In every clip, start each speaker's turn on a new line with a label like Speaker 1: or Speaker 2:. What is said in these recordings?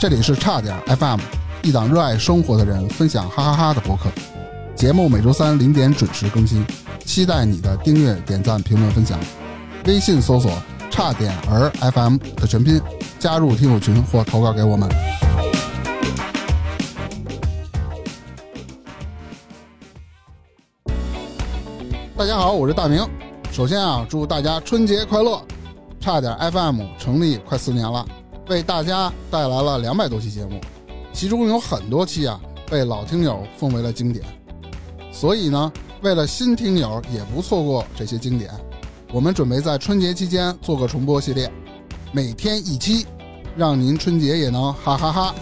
Speaker 1: 这里是差点 FM，一档热爱生活的人分享哈哈哈的博客。节目每周三零点准时更新，期待你的订阅、点赞、评论、分享。微信搜索“差点儿 FM” 的全拼，加入听友群或投稿给我们。大家好，我是大明。首先啊，祝大家春节快乐！差点 FM 成立快四年了，为大家带来了两百多期节目，其中有很多期啊被老听友奉为了经典。所以呢，为了新听友也不错过这些经典，我们准备在春节期间做个重播系列，每天一期，让您春节也能哈哈哈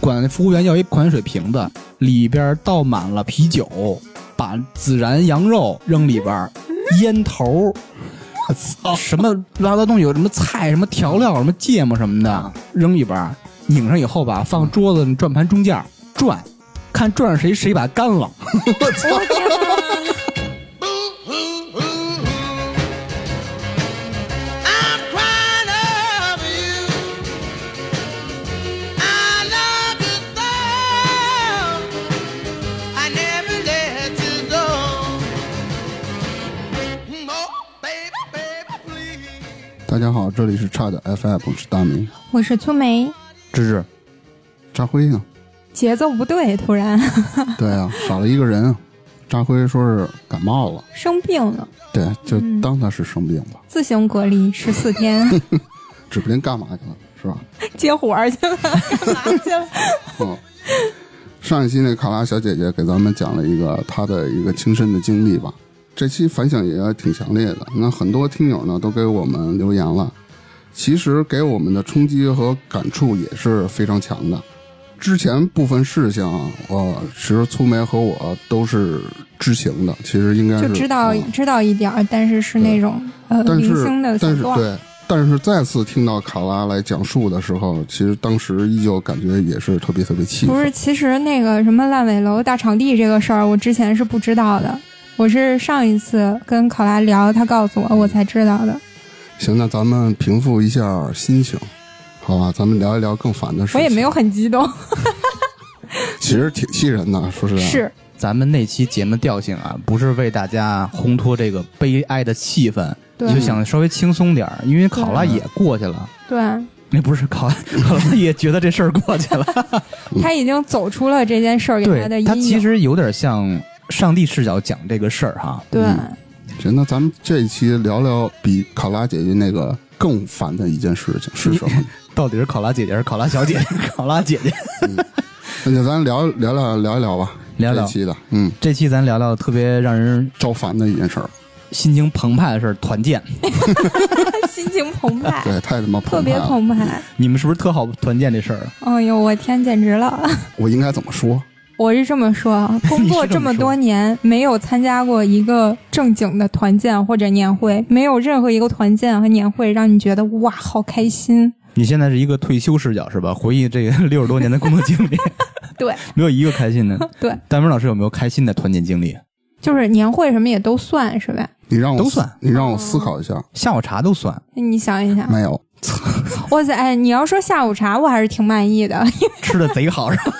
Speaker 2: 管服务员要一矿泉水瓶子，里边倒满了啤酒，把孜然羊肉扔里边儿，烟头，我操，什么乱七八糟东西，有什么菜、什么调料、什么芥末什么的，扔里边儿，拧上以后吧，放桌子转盘中间儿转，看转上谁谁把干了。
Speaker 3: Ooh, ooh, ooh. I'm crying over you. I love you so. I never let you go. Oh, baby, baby, please.
Speaker 1: 大家好，这里是差点 FM，我是大明。
Speaker 4: 我是粗梅，
Speaker 2: 芝芝，
Speaker 1: 扎辉呢？
Speaker 4: 节奏不对，突然
Speaker 1: 对啊，嗯少了一个人啊。扎辉说是感冒了，
Speaker 4: 生病了，
Speaker 1: 对，就当他是生病了，
Speaker 4: 自行隔离十四天，
Speaker 1: 指不定干嘛去了，是吧？
Speaker 4: 接活儿去了，干嘛去了？
Speaker 1: 嗯，上一期那卡拉小姐姐给咱们讲了一个她的一个亲身的经历吧，这期反响也挺强烈的。那很多听友呢都给我们留言了，其实给我们的冲击和感触也是非常强的。之前部分事情啊，我其实粗梅和我都是知情的，其实应该是
Speaker 4: 就知道
Speaker 1: 嗯
Speaker 4: 知道一点儿，但是是那种呃
Speaker 1: 但
Speaker 4: 零
Speaker 1: 是
Speaker 4: 星的
Speaker 1: 但
Speaker 4: 小
Speaker 1: 是
Speaker 4: 段儿，
Speaker 1: 对，但是再次听到卡拉来讲述的时候，其实当时依旧感觉也是特别特别气愤。
Speaker 4: 不是。其实那个什么烂尾楼大场地这个事儿，我之前是不知道的，我是上一次跟考拉聊，他告诉我，我才知道的。
Speaker 1: 行，那咱们平复一下心情，好吧？咱们聊一聊更烦的事
Speaker 4: 我
Speaker 1: 情。
Speaker 4: 也没有，很激动，
Speaker 1: 其实挺气人的，说实在。。
Speaker 4: 是
Speaker 2: 咱们那期节目调性啊，不是为大家烘托这个悲哀的气氛，
Speaker 4: 对
Speaker 2: 就想稍微轻松点儿，因为考拉也过去了。
Speaker 1: 嗯
Speaker 4: 对，
Speaker 2: 那不是考拉， 考拉也觉得这事儿过去 了。
Speaker 4: 他已经走出了这件事儿给他的
Speaker 2: 对，
Speaker 4: 阴
Speaker 2: 他
Speaker 4: 影。
Speaker 2: 其实有点像上帝视角讲这个事儿哈。
Speaker 4: 对，
Speaker 1: 嗯行，那咱们这一期聊聊比考拉姐姐那个更烦的一件事情是什 么？
Speaker 2: 到底是考拉姐姐还是考拉小姐？ 考拉姐姐，
Speaker 1: 那就咱聊聊聊聊一聊吧，
Speaker 2: 聊聊
Speaker 1: 这期的，嗯，
Speaker 2: 这期咱聊聊特别让人
Speaker 1: 招烦的一件事儿，
Speaker 2: 心情澎湃的事儿——团建。
Speaker 4: 心情澎 湃，
Speaker 1: 对，太他妈
Speaker 4: 哎特
Speaker 1: 澎湃
Speaker 4: 别
Speaker 1: 了。
Speaker 4: 澎湃。
Speaker 2: 你们是不是特好团建这事儿？啊
Speaker 4: 哎呦，我天，简直了！
Speaker 1: 我应该怎么说？
Speaker 4: 我是这么说 啊，工作这么多年，没有参加过一个正经的团建或者年会，没有任何一个团建和年会让你觉得哇，好开心。
Speaker 2: 你现在是一个退休视角是吧？回忆这个六十多年的工作经历，
Speaker 4: 对
Speaker 2: 没有一个开心的。
Speaker 4: 对，
Speaker 2: 丹文老师有没有开心的团建经历？
Speaker 4: 就是年会什么也都算是呗。
Speaker 1: 你让我
Speaker 2: 都算
Speaker 1: 你让我思考一
Speaker 4: 哦
Speaker 1: 下，
Speaker 2: 下午茶都算，
Speaker 4: 那你想一想，
Speaker 1: 没有，
Speaker 4: 哇塞，哎，你要说下午茶，我还是挺满意 的。
Speaker 2: 吃的贼好是吧？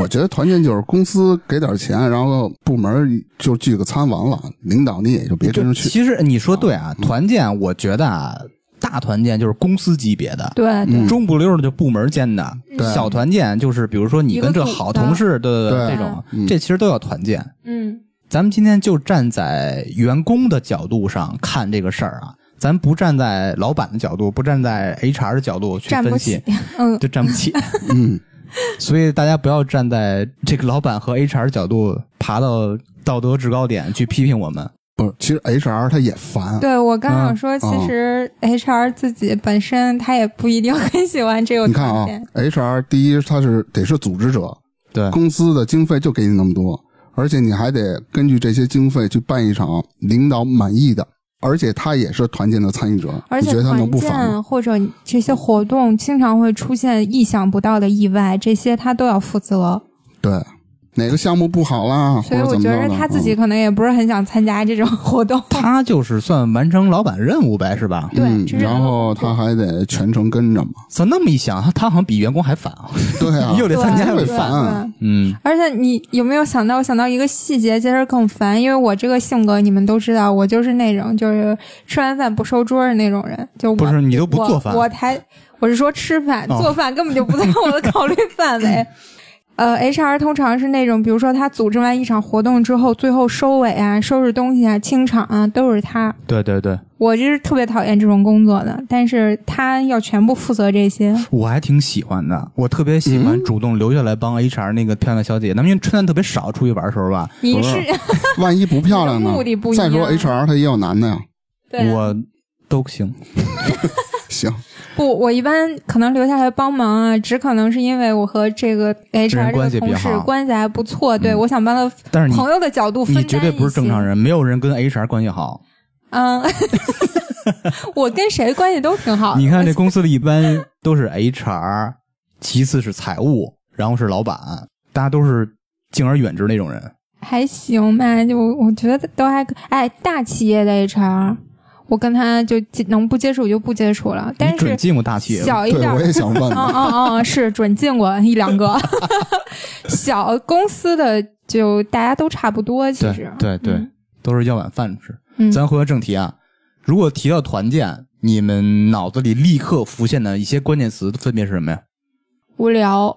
Speaker 1: 我觉得团建就是公司给点钱，然后部门就聚个餐完了，领导你也就别跟着去。
Speaker 2: 其实你说对啊，团建我觉得啊，大团建就是公司级别的，
Speaker 4: 对
Speaker 1: 嗯
Speaker 4: 对，
Speaker 2: 中不溜儿的就部门间的，小团建就是比如说你跟这好同事，对对
Speaker 1: 对嗯
Speaker 2: 这种，这其实都叫团建。
Speaker 4: 嗯，
Speaker 2: 咱们今天就站在员工的角度上看这个事儿啊，咱不站在老板的角度，不站在 HR 的角度去
Speaker 4: 站不
Speaker 2: 分
Speaker 4: 起
Speaker 2: 析，。
Speaker 4: 嗯，
Speaker 2: 就站不起。
Speaker 1: 嗯，
Speaker 2: 所以大家不要站在这个老板和 HR 角度爬到道德制高点去批评我们。
Speaker 1: 不是，其实 HR 他也烦，
Speaker 4: 对我刚
Speaker 2: 嗯
Speaker 4: 想说，其实 HR 自己本身他也不一定很喜欢这个
Speaker 1: 你看
Speaker 4: 团
Speaker 1: 啊
Speaker 4: 建。
Speaker 1: ，HR 第一他是得是组织者，
Speaker 2: 对
Speaker 1: 公司的经费就给你那么多，而且你还得根据这些经费去办一场领导满意的，而且他也是团建的参与者，
Speaker 4: 而
Speaker 1: 你
Speaker 4: 且
Speaker 1: 觉得他能
Speaker 4: 团
Speaker 1: 不烦吗？
Speaker 4: 建啊或者这些活动经常会出现意想不到的意外，这些他都要负责。
Speaker 1: 对，哪个项目不好啦，或
Speaker 4: 所以
Speaker 1: 者
Speaker 4: 我
Speaker 1: 怎么
Speaker 4: 觉
Speaker 1: 着
Speaker 4: 得
Speaker 1: 的
Speaker 4: 他自己
Speaker 1: 嗯
Speaker 4: 可能也不是很想参加这种 活动。
Speaker 2: 他就是算完成老板任务呗，是吧？
Speaker 4: 对
Speaker 1: 嗯
Speaker 4: 这是
Speaker 1: 然后他还得全程跟着 嘛，
Speaker 2: 咋那么一想，他他好像比员工还烦啊，
Speaker 1: 对啊，
Speaker 2: 又得参加又
Speaker 1: 对
Speaker 2: 得
Speaker 1: 对
Speaker 2: 烦。
Speaker 1: 啊
Speaker 2: 嗯，
Speaker 4: 而且你有没有想到？我想到一个细节，其实更烦，因为我这个性格你们都知道，我就是那种就是吃完饭不收桌儿的那种人，就我
Speaker 2: 不是你都不做饭
Speaker 4: 我，我才我是说吃饭、
Speaker 2: 哦
Speaker 4: 做饭根本就不在我的考虑范围。呃，HR 通常是那种，比如说他组织完一场活动之后，最后收尾啊、收拾东西啊、清场啊，都是他。
Speaker 2: 对对对，
Speaker 4: 我就是特别讨厌这种工作的，但是他要全部负责这些。
Speaker 2: 我还挺喜欢的，我特别喜
Speaker 4: 嗯
Speaker 2: 欢主动留下来帮 HR 那个漂亮小姐，咱们因为穿的特别少，出去玩的时候吧，
Speaker 4: 你
Speaker 1: 不
Speaker 4: 是
Speaker 1: 是
Speaker 2: 啊
Speaker 1: 万一不漂亮呢？
Speaker 4: 目的不一样
Speaker 1: 再说 HR 他也有男的呀。
Speaker 4: 对啊
Speaker 2: 我都行。
Speaker 1: 行，
Speaker 4: 不，我一般可能留下来帮忙啊，只可能是因为我和这个
Speaker 2: 人
Speaker 4: HR
Speaker 2: 关系
Speaker 4: 这个
Speaker 2: 比
Speaker 4: 同
Speaker 2: 较
Speaker 4: 事
Speaker 2: 好嗯
Speaker 4: 关系还不错，对、我想帮他
Speaker 2: 但是你
Speaker 4: 朋友的角度分
Speaker 2: 你
Speaker 4: 担
Speaker 2: 绝对不是正常
Speaker 4: 一些。
Speaker 2: 人，没有人跟 HR 关系好。
Speaker 4: 嗯， 我跟谁关系都挺好的。
Speaker 2: 你看这公司里一般 都是 HR，其次是财务，然后是老板，大家都是敬而远之那种人。
Speaker 4: 还行吧，就我觉得都还可哎，大企业的 HR，我跟他就能不接触就不接触了，但
Speaker 2: 你准
Speaker 4: 是
Speaker 2: 进过大企业吗？
Speaker 4: 小一
Speaker 1: 对
Speaker 4: 点儿
Speaker 1: 我也想问，
Speaker 4: 嗯嗯 嗯，是准进过一两个小公司的，就大家都差不多，其
Speaker 2: 对
Speaker 4: 实
Speaker 2: 对对，
Speaker 4: 嗯
Speaker 2: 都是要碗饭吃。
Speaker 4: 嗯
Speaker 2: 咱回到正题啊，如果提到团建，你们脑子里立刻浮现的一些关键词分别是什么呀？
Speaker 4: 无聊，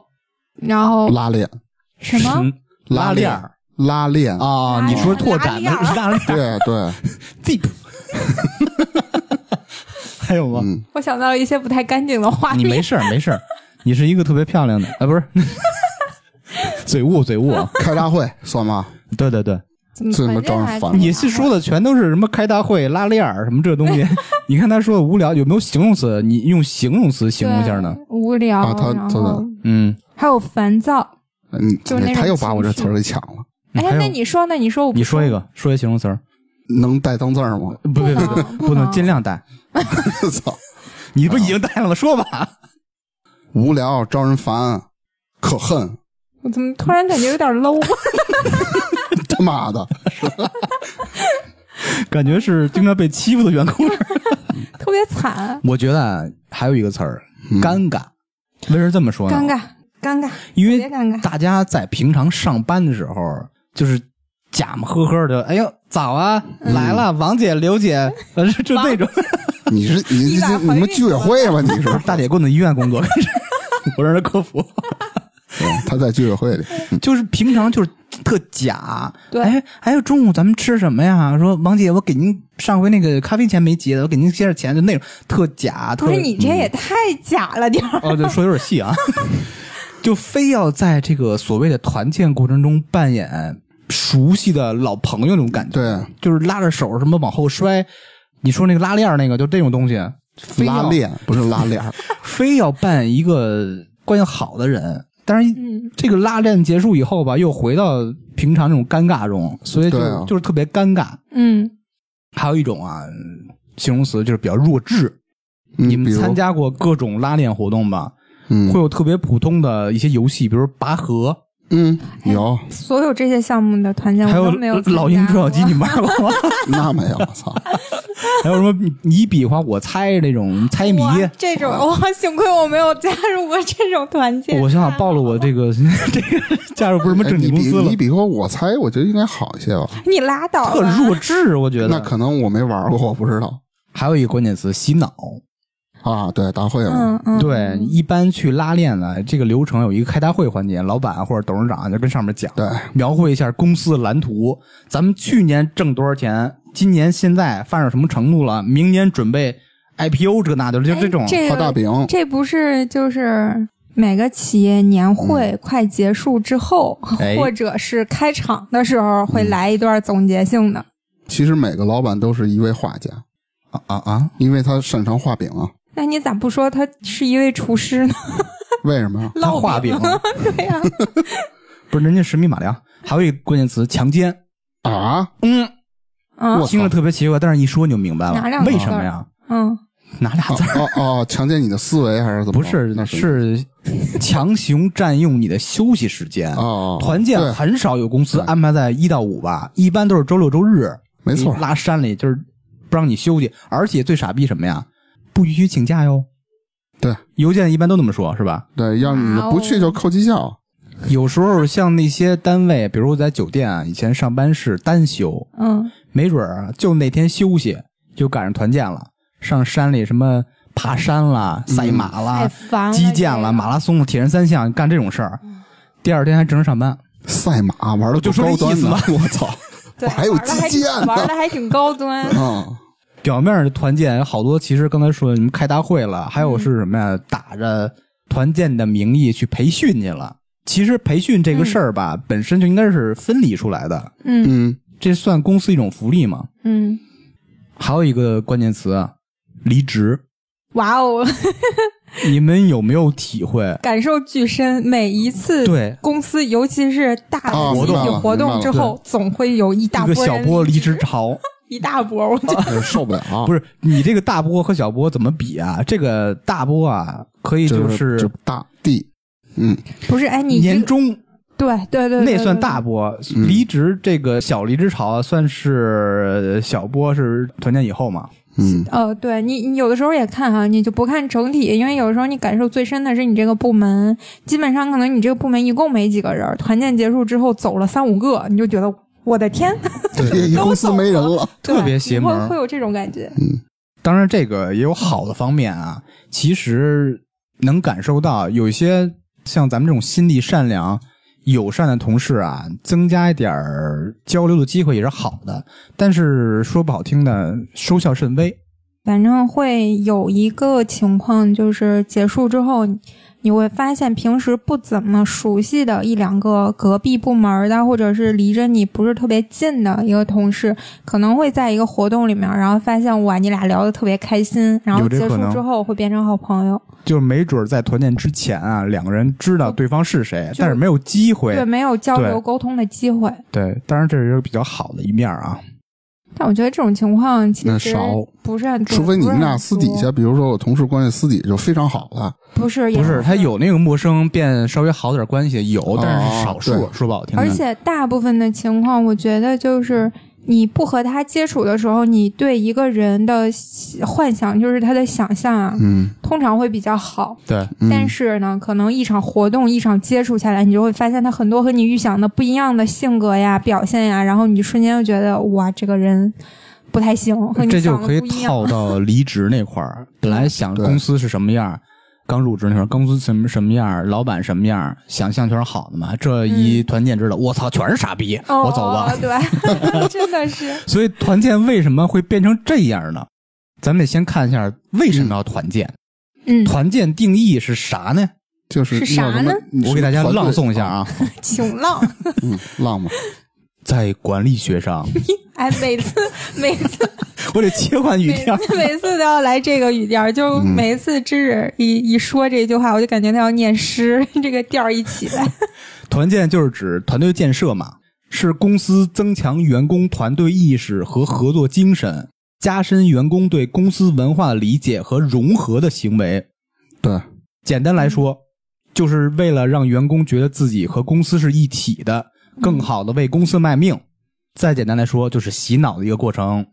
Speaker 4: 然后
Speaker 1: 拉链，
Speaker 4: 什么？
Speaker 2: 嗯拉链儿
Speaker 1: 拉链，
Speaker 2: 啊？
Speaker 4: 拉
Speaker 2: 你说
Speaker 4: 链
Speaker 2: 拓展的
Speaker 4: 拉链儿
Speaker 2: 拉链儿
Speaker 1: 对啊 对，
Speaker 2: zip，还有吗？
Speaker 1: 嗯，
Speaker 4: 我想到了一些不太干净的画
Speaker 2: 你没
Speaker 4: 面。
Speaker 2: 事儿，没事儿，你是一个特别漂 亮的，啊，不是，嘴误，嘴误，啊
Speaker 1: 开大会算吗？
Speaker 2: 对对对，
Speaker 4: 怎
Speaker 1: 这他妈
Speaker 4: 么团建
Speaker 1: 招人
Speaker 4: 还
Speaker 1: 烦
Speaker 4: 挺
Speaker 2: 你
Speaker 4: 好
Speaker 2: 是说的全都是什么开大会、拉链儿什么这东 西？你看他说的无聊，有没有形容词？你用形容词形容一下呢？
Speaker 4: 对无聊，
Speaker 1: 啊他
Speaker 4: 然
Speaker 1: 他
Speaker 4: 后
Speaker 1: 的
Speaker 2: 嗯，
Speaker 4: 还有烦躁。
Speaker 1: 嗯，
Speaker 4: 就是那种
Speaker 1: 他又把我这
Speaker 4: 情
Speaker 1: 词
Speaker 4: 绪
Speaker 1: 儿给抢了，
Speaker 4: 哎
Speaker 2: 还，有
Speaker 4: 那你说，那你说我不
Speaker 2: 你说一个，说一形容词儿，
Speaker 1: 能带脏字儿吗？
Speaker 2: 不不
Speaker 4: 能
Speaker 2: 不
Speaker 4: 不
Speaker 2: 不能
Speaker 4: 能
Speaker 2: 尽量带。
Speaker 1: 操，
Speaker 2: 你不已经带了吗？说吧。
Speaker 1: 无聊，招人烦，可恨，
Speaker 4: 我怎么突然感觉有点 low？
Speaker 1: 他妈的，
Speaker 2: 感觉是经常被欺负的员工。
Speaker 4: 特别惨，
Speaker 2: 我觉得啊还有一个词儿，尴尬。嗯为什么这么说呢？
Speaker 4: 尴尬，尴尬，
Speaker 2: 因
Speaker 4: 特
Speaker 2: 为
Speaker 4: 别尴尬。
Speaker 2: 大家在平常上班的时候，就是假模呵呵的，哎呦，早啊，来了，王姐、刘姐，呃，就就那 种
Speaker 1: 你是你
Speaker 4: 一
Speaker 1: 这这
Speaker 4: 把怀孕
Speaker 1: 你们居委会吧？你是
Speaker 2: 大铁棍子医院 工作，开始我让人客服，
Speaker 1: 对他在居委会里，
Speaker 2: 就是平常就是特假。
Speaker 4: 对
Speaker 2: 哎，还有中午咱们吃什么呀？说王姐，我给您上回那个咖啡钱没结的，我给您结点钱，就那种特假。
Speaker 4: 不
Speaker 2: 特嗯
Speaker 4: 是你这也太假了点儿，
Speaker 2: 哦，对，说有点细啊， 就非要在这个所谓的团建过程中扮演熟悉的老朋友那种感觉，
Speaker 1: 对，
Speaker 2: 就是拉着手什么往后摔，你说那个拉链儿那个，就这种东西，非要
Speaker 1: 拉链不是拉链儿，
Speaker 2: 非要扮一个关系好的人，但是
Speaker 4: 嗯
Speaker 2: 这个拉链结束以后吧，又回到平常那种尴尬中，所以就、
Speaker 1: 对啊
Speaker 2: 就是特别尴尬。
Speaker 4: 嗯，
Speaker 2: 还有一种啊，嗯形容词就是比较弱智。
Speaker 1: 嗯
Speaker 2: 你
Speaker 1: 比
Speaker 2: 们
Speaker 1: 如
Speaker 2: 参加过各种拉链活动吧？
Speaker 1: 嗯
Speaker 2: 会有特别普通的一些游戏，比如拔河，
Speaker 1: 嗯有
Speaker 4: 所有这些项目的团建
Speaker 2: 还
Speaker 4: 哎我
Speaker 2: 有
Speaker 4: 都没有参
Speaker 2: 老
Speaker 4: 加
Speaker 2: 鹰捉小
Speaker 4: 过
Speaker 2: 鸡，你玩过吗？
Speaker 1: 那没有，操，
Speaker 2: 还有什么你你比划我猜那种猜谜？
Speaker 4: 哇这种，哇，幸亏我没有加入过这种团建。
Speaker 2: 我想想暴露我这个 这个加入不是什么
Speaker 1: 哎
Speaker 2: 正
Speaker 1: 你
Speaker 2: 经公
Speaker 1: 比
Speaker 2: 司了
Speaker 1: 你，比说我猜，我觉得应该好一些吧。
Speaker 4: 你拉倒
Speaker 2: 特
Speaker 4: 吧，
Speaker 2: 弱智，我觉
Speaker 1: 那
Speaker 2: 得。
Speaker 1: 可能我没玩过，我不知道
Speaker 2: 还有一个关键词洗脑，
Speaker 1: 啊。对，大会嘛
Speaker 4: 嗯，嗯，
Speaker 2: 对，一般去拉练呢，这个流程有一个开大会环节，老板或者董事长就跟上面讲，
Speaker 1: 对，
Speaker 2: 描绘一下公司的蓝图，咱们去年挣多少钱，今年现在发展到什么程度了，明年准备 IPO 这个那的，就
Speaker 4: 哎
Speaker 2: 这种。
Speaker 4: 这
Speaker 1: 画大
Speaker 4: 个
Speaker 1: 饼，
Speaker 4: 这不是就是每个企业年会
Speaker 1: 嗯
Speaker 4: 快结束之后，
Speaker 2: 哎
Speaker 4: 或者是开场的时候
Speaker 1: 嗯
Speaker 4: 会来一段总结性的。
Speaker 1: 其实每个老板都是一位画家，
Speaker 2: 啊啊啊！
Speaker 1: 因为他擅长画饼啊。
Speaker 4: 那你咋不说他是一位厨师呢？
Speaker 1: 为什么呀？
Speaker 2: 他画饼，
Speaker 4: 对呀、
Speaker 2: 不是人家神笔马良，还有一个关键词强奸，
Speaker 1: 啊，
Speaker 2: 嗯，
Speaker 4: 啊，
Speaker 1: 我
Speaker 2: 听着
Speaker 1: 操！
Speaker 2: 特别奇怪，但是一说你就明白
Speaker 4: 哪
Speaker 2: 了，
Speaker 4: 两个
Speaker 2: 为
Speaker 4: 字儿
Speaker 2: 什么呀？
Speaker 4: 嗯，
Speaker 2: 哪俩字儿？
Speaker 1: 哦哦，强奸你的思维还是怎么着？
Speaker 2: 不是
Speaker 1: 那，
Speaker 2: 是强行占用你的休息时间。
Speaker 5: 哦，
Speaker 2: 团
Speaker 1: 对
Speaker 2: 建很少有公司
Speaker 1: 对
Speaker 2: 安排在一到五吧，一般都是周六周日。
Speaker 1: 没错
Speaker 2: 你拉山里就是不让你休息，而且最傻逼什么呀？不允许请假哟。
Speaker 1: 对，
Speaker 2: 邮件一般都那么说，是吧？
Speaker 1: 对，要你不去就扣绩
Speaker 2: 哦
Speaker 1: 效。
Speaker 2: 有时候像那些单位，比如在酒店啊，以前上班是单休，
Speaker 4: 嗯，
Speaker 2: 没准儿啊就那天休息，就赶上团建了，上山里什么爬山啦、
Speaker 1: 嗯
Speaker 2: 赛马
Speaker 4: 太
Speaker 2: 啦、
Speaker 4: 烦了，
Speaker 2: 击剑啦、
Speaker 4: 这个嗯
Speaker 2: 马拉松、铁人三项，干这种事儿。第二天还正常上班，
Speaker 1: 赛马玩的
Speaker 2: 就说
Speaker 1: 高
Speaker 2: 这意
Speaker 1: 端
Speaker 2: 思
Speaker 1: 的
Speaker 2: 吧，
Speaker 1: 我 操！
Speaker 4: 对
Speaker 1: 我还有
Speaker 4: 玩得还
Speaker 1: 击剑呢
Speaker 4: 玩的还挺高端。
Speaker 2: 嗯
Speaker 1: 啊，
Speaker 2: 表面的团建有好多，其实刚才说什么开大会了，还
Speaker 4: 嗯
Speaker 2: 有是什么呀，打着团建的名义去培训去了。其实培训这个事儿吧，本身就应该是分离出来的，
Speaker 4: 嗯
Speaker 1: 嗯，
Speaker 2: 这算公司一种福利嘛。
Speaker 4: 嗯，
Speaker 2: 还有一个关键词啊，离职。
Speaker 4: 哇哦，
Speaker 2: 你们有没有体会？
Speaker 4: 感受巨深。每一次
Speaker 2: 对
Speaker 4: 公司，尤其是大
Speaker 1: 啊
Speaker 4: 的
Speaker 1: 明
Speaker 4: 集
Speaker 1: 白
Speaker 4: 体
Speaker 1: 了
Speaker 4: 活
Speaker 1: 明白了
Speaker 4: 动之后，总会有一大
Speaker 2: 一个
Speaker 4: 波
Speaker 2: 小
Speaker 4: 人
Speaker 2: 波
Speaker 4: 离
Speaker 2: 离职潮，
Speaker 4: 一大 波，我觉得
Speaker 1: 哎
Speaker 5: 受不了，
Speaker 1: 啊
Speaker 2: 不是你这个大波和小波怎么比啊？这个大波啊，可以就
Speaker 1: 这
Speaker 2: 是
Speaker 1: 这大地，嗯，
Speaker 4: 不是。哎，你这
Speaker 2: 年
Speaker 4: 个
Speaker 2: 终
Speaker 4: 对对对，对
Speaker 2: 那算
Speaker 4: 对
Speaker 2: 大波，
Speaker 1: 嗯
Speaker 2: 离职这个小离职潮算是小波，是团建以后嘛？
Speaker 1: 嗯，
Speaker 4: 呃，对你，你有的时候也看哈，你就不看整体，因为有的时候你感受最深的是你这个部门，基本上可能你这个部门一共没几个人，团建结束之后走了三五个，你就觉得我的天，
Speaker 1: 这一公司没人了，
Speaker 4: 对
Speaker 2: 特别邪
Speaker 4: 你
Speaker 2: 门儿
Speaker 4: 会会有这种感觉。
Speaker 2: 当然，这个也有好的方面啊。其实能感受到，有一些像咱们这种心地善良、友善的同事啊，增加一点儿交流的机会也是好的。但是说不好听的，收效甚微。
Speaker 4: 反正会有一个情况，就是结束之后，你你会发现平时不怎么熟悉的一两个隔壁部门的，或者是离着你不是特别近的一个同事，可能会在一个活动里面，然后发现哇，你俩聊得特别开心，然后
Speaker 2: 有这
Speaker 4: 结
Speaker 2: 可
Speaker 4: 束
Speaker 2: 能
Speaker 4: 之后会变成好朋友。
Speaker 2: 就是没准儿在团建之前啊，两个人知道对方是谁，但是没有机会。
Speaker 4: 哦对，没有交流
Speaker 2: 对
Speaker 4: 沟通的机会。
Speaker 2: 对，当然这是比较好的一面儿啊。
Speaker 4: 但我觉得这种情况其
Speaker 1: 那
Speaker 4: 实
Speaker 1: 少
Speaker 4: 不是很多，
Speaker 1: 除非你
Speaker 4: 不是
Speaker 1: 们俩
Speaker 4: 很
Speaker 1: 私底
Speaker 4: 多
Speaker 1: 下，比如说我同事关系私底下就非常好了，
Speaker 4: 不是也
Speaker 2: 不是，他有那个陌生变稍微好点关系，有，但是是少数。
Speaker 1: 对
Speaker 2: 说不好听的，
Speaker 4: 哦
Speaker 2: 嗯
Speaker 4: 而且大部分的情况，我觉得就是你不和他接触的时候，你对一个人的喜幻想，就是他的想象啊，
Speaker 1: 嗯，
Speaker 4: 通常会比较好。
Speaker 2: 对，
Speaker 1: 嗯
Speaker 4: 但是呢，可能一场活动、一场接触下来，你就会发现他很多和你预想的不一样的性格呀、表现呀，然后你瞬间就觉得哇，这个人不太行， 和你
Speaker 2: 这就
Speaker 4: 想的
Speaker 2: 可以
Speaker 4: 不一样。
Speaker 2: 套到离职那块 儿。本来想
Speaker 1: 对
Speaker 2: 公司是什么样儿，刚入职那会儿，公司什么什么样儿，老板什么样儿，想象全是好的嘛。这一团建知道，我操，全是傻逼，
Speaker 4: 哦，
Speaker 2: 我走吧
Speaker 4: 哦。对， 真的是。
Speaker 2: 所以团建为什么会变成这样呢？咱们得先看一下为什么要团建。
Speaker 4: 嗯，
Speaker 2: 团建定义是啥呢？
Speaker 1: 就是
Speaker 4: 是啥
Speaker 1: 要什么
Speaker 4: 呢
Speaker 1: 你
Speaker 2: 我给大家
Speaker 1: 什么团队
Speaker 2: 朗诵一下，啊，
Speaker 4: 请浪。
Speaker 1: 嗯，浪嘛，
Speaker 2: 在管理学 上，
Speaker 4: 哎，每次 每次
Speaker 2: 我得切换语
Speaker 4: 每
Speaker 2: 调。
Speaker 4: 次每次都要来这个语调，就
Speaker 1: 嗯
Speaker 4: 每次知识一一说这句话，我就感觉他要念诗， 这个调儿一起来。
Speaker 2: 团建就是指团队建设嘛，是公司增强员工团队意识和合作精神，加深员工对公司文化理解和融合的行为。
Speaker 1: 对，
Speaker 2: 简单来说，就是为了让员工觉得自己和公司是一体的，更好的为公司卖命。再简单来说，就是洗脑的一个过程，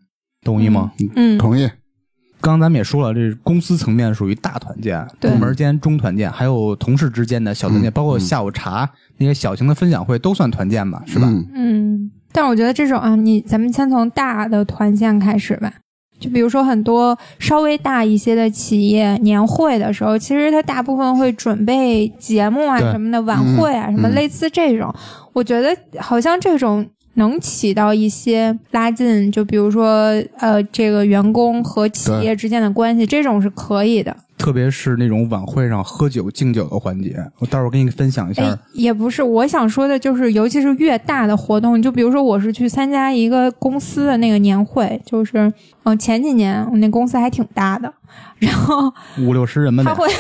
Speaker 2: 同意吗？
Speaker 4: 嗯，
Speaker 1: 同意，
Speaker 2: 刚刚咱们也说了，这是公司层面属于大团建，
Speaker 4: 对
Speaker 2: 部门间中团建，还有同事之间的小团建，
Speaker 1: 嗯
Speaker 2: 包括下午茶、那些小型的分享会，都算团建吧，是吧？
Speaker 1: 嗯
Speaker 4: 嗯，但我觉得这种啊，你咱们先从大的团建开始吧。就比如说很多稍微大一些的企业年会的时候，其实它大部分会准备节目啊
Speaker 2: 对
Speaker 4: 什么的，晚会啊、什么类似这种。我觉得好像这种能起到一些拉近，就比如说呃，这个员工和企业之间的关系，这种是可以的。
Speaker 2: 特别是那种晚会上喝酒敬酒的环节，我待会儿给你分享一下。
Speaker 4: 哎，也不是，我想说的就是，尤其是越大的活动，就比如说我是去参加一个公司的那个年会，就是嗯、呃前几年我那公司还挺大的，然后
Speaker 2: 五六十人吧
Speaker 4: 他
Speaker 2: 得，
Speaker 4: 会。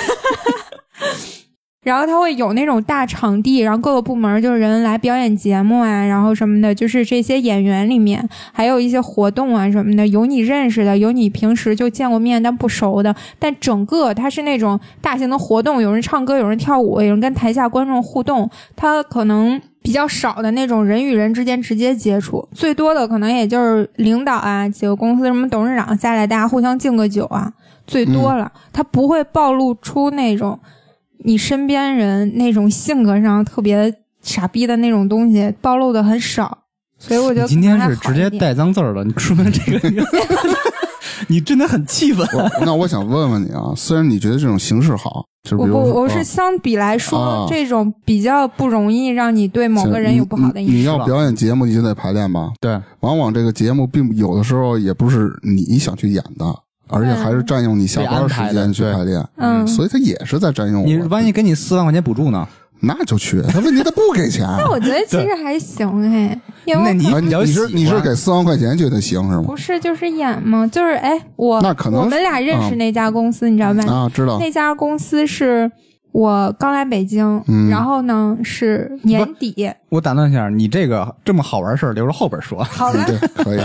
Speaker 4: 然后它会有那种大场地，然后各个部门就是人来表演节目啊，然后什么的，就是这些演员里面还有一些活动啊什么的，有你认识的，有你平时就见过面但不熟的，但整个它是那种大型的活动，有人唱歌，有人跳舞，有人跟台下观众互动，它可能。比较少的那种人与人之间直接接触，最多的可能也就是领导啊，几个公司什么董事长下来，大家互相敬个酒啊，最多了。它不会暴露出那种你身边人那种性格上特别傻逼的那种东西，暴露的很少。所以我
Speaker 2: 你
Speaker 4: 觉得
Speaker 2: 今
Speaker 4: 可
Speaker 2: 天
Speaker 4: 能还
Speaker 2: 是
Speaker 4: 好
Speaker 2: 直接
Speaker 4: 一点
Speaker 2: 带脏字儿了，你说明这个你， 你真的很气愤。
Speaker 1: 我那我想问问你啊，虽然你觉得这种形式好，就是
Speaker 4: 我
Speaker 1: 比如
Speaker 4: 不，
Speaker 1: 说
Speaker 4: 我
Speaker 1: 啊
Speaker 4: 是相比来说，
Speaker 1: 啊
Speaker 4: 这种比较不容易让你对某
Speaker 1: 行
Speaker 4: 个人
Speaker 1: 你
Speaker 4: 有不好的
Speaker 1: 你
Speaker 4: 印
Speaker 1: 你
Speaker 4: 象。
Speaker 1: 要
Speaker 2: 吧
Speaker 1: 表演节目，你就得排练吧。
Speaker 2: 对，
Speaker 1: 往往这个节目并有的时候也不是你想去演的，而且还是占用你下班时间去排练，
Speaker 4: 嗯，
Speaker 1: 所以他也是在占用
Speaker 2: 你
Speaker 1: 我。
Speaker 2: 万一给你四万块钱补助呢？
Speaker 1: 那就去，他问题他不给钱。
Speaker 4: 但我觉得其实还行哎，因
Speaker 2: 那
Speaker 4: 为
Speaker 2: 你
Speaker 1: 啊，你
Speaker 2: 比较
Speaker 1: 你是
Speaker 2: 喜
Speaker 1: 你是
Speaker 2: 欢
Speaker 1: 给四万块钱去的行是吗
Speaker 4: 不？是就是演吗？就是哎，我
Speaker 1: 那可能
Speaker 4: 我们俩认识那家公司，你知道吧？
Speaker 1: 啊，知道。
Speaker 4: 那家公司是我刚来北京，
Speaker 1: 嗯
Speaker 4: 然后呢是年底，
Speaker 2: 我打断一下，你这个这么好玩的事儿留着后边说。
Speaker 4: 好
Speaker 1: 嗯
Speaker 4: 吧？
Speaker 1: 对，可以。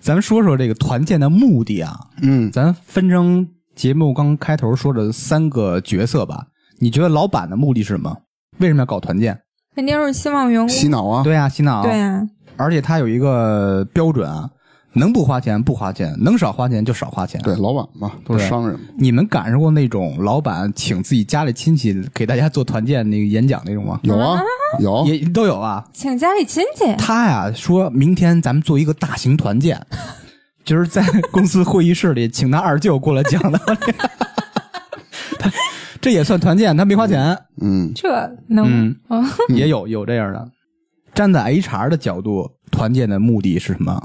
Speaker 2: 咱们说说这个团建的目的啊，
Speaker 1: 嗯，
Speaker 2: 咱分成节目刚开头说的三个角色吧。你觉得老板的目的是什么？为什么要搞团建？
Speaker 4: 肯定是希望员工
Speaker 1: 洗脑啊，
Speaker 2: 对啊，洗脑。
Speaker 4: 对啊，
Speaker 2: 而且他有一个标准啊，能不花钱不花钱，能少花钱就少花钱。
Speaker 1: 对，，老板嘛，都是
Speaker 2: 对
Speaker 1: 商人嘛，
Speaker 2: 你们赶上过那种老板请自己家里亲戚给大家做团建那个演讲那种吗？
Speaker 1: 有啊，有。
Speaker 2: 也都有啊。
Speaker 4: 请家里亲戚，
Speaker 2: 他呀说明天咱们做一个大型团建， 就是在公司会议室里请他二舅过来讲 道理。他这也算团建，他没花钱，
Speaker 1: 嗯，
Speaker 4: 这能
Speaker 2: 嗯
Speaker 4: 哦
Speaker 2: 也有有这样的。站在 HR 的角度，团建的目的是什么？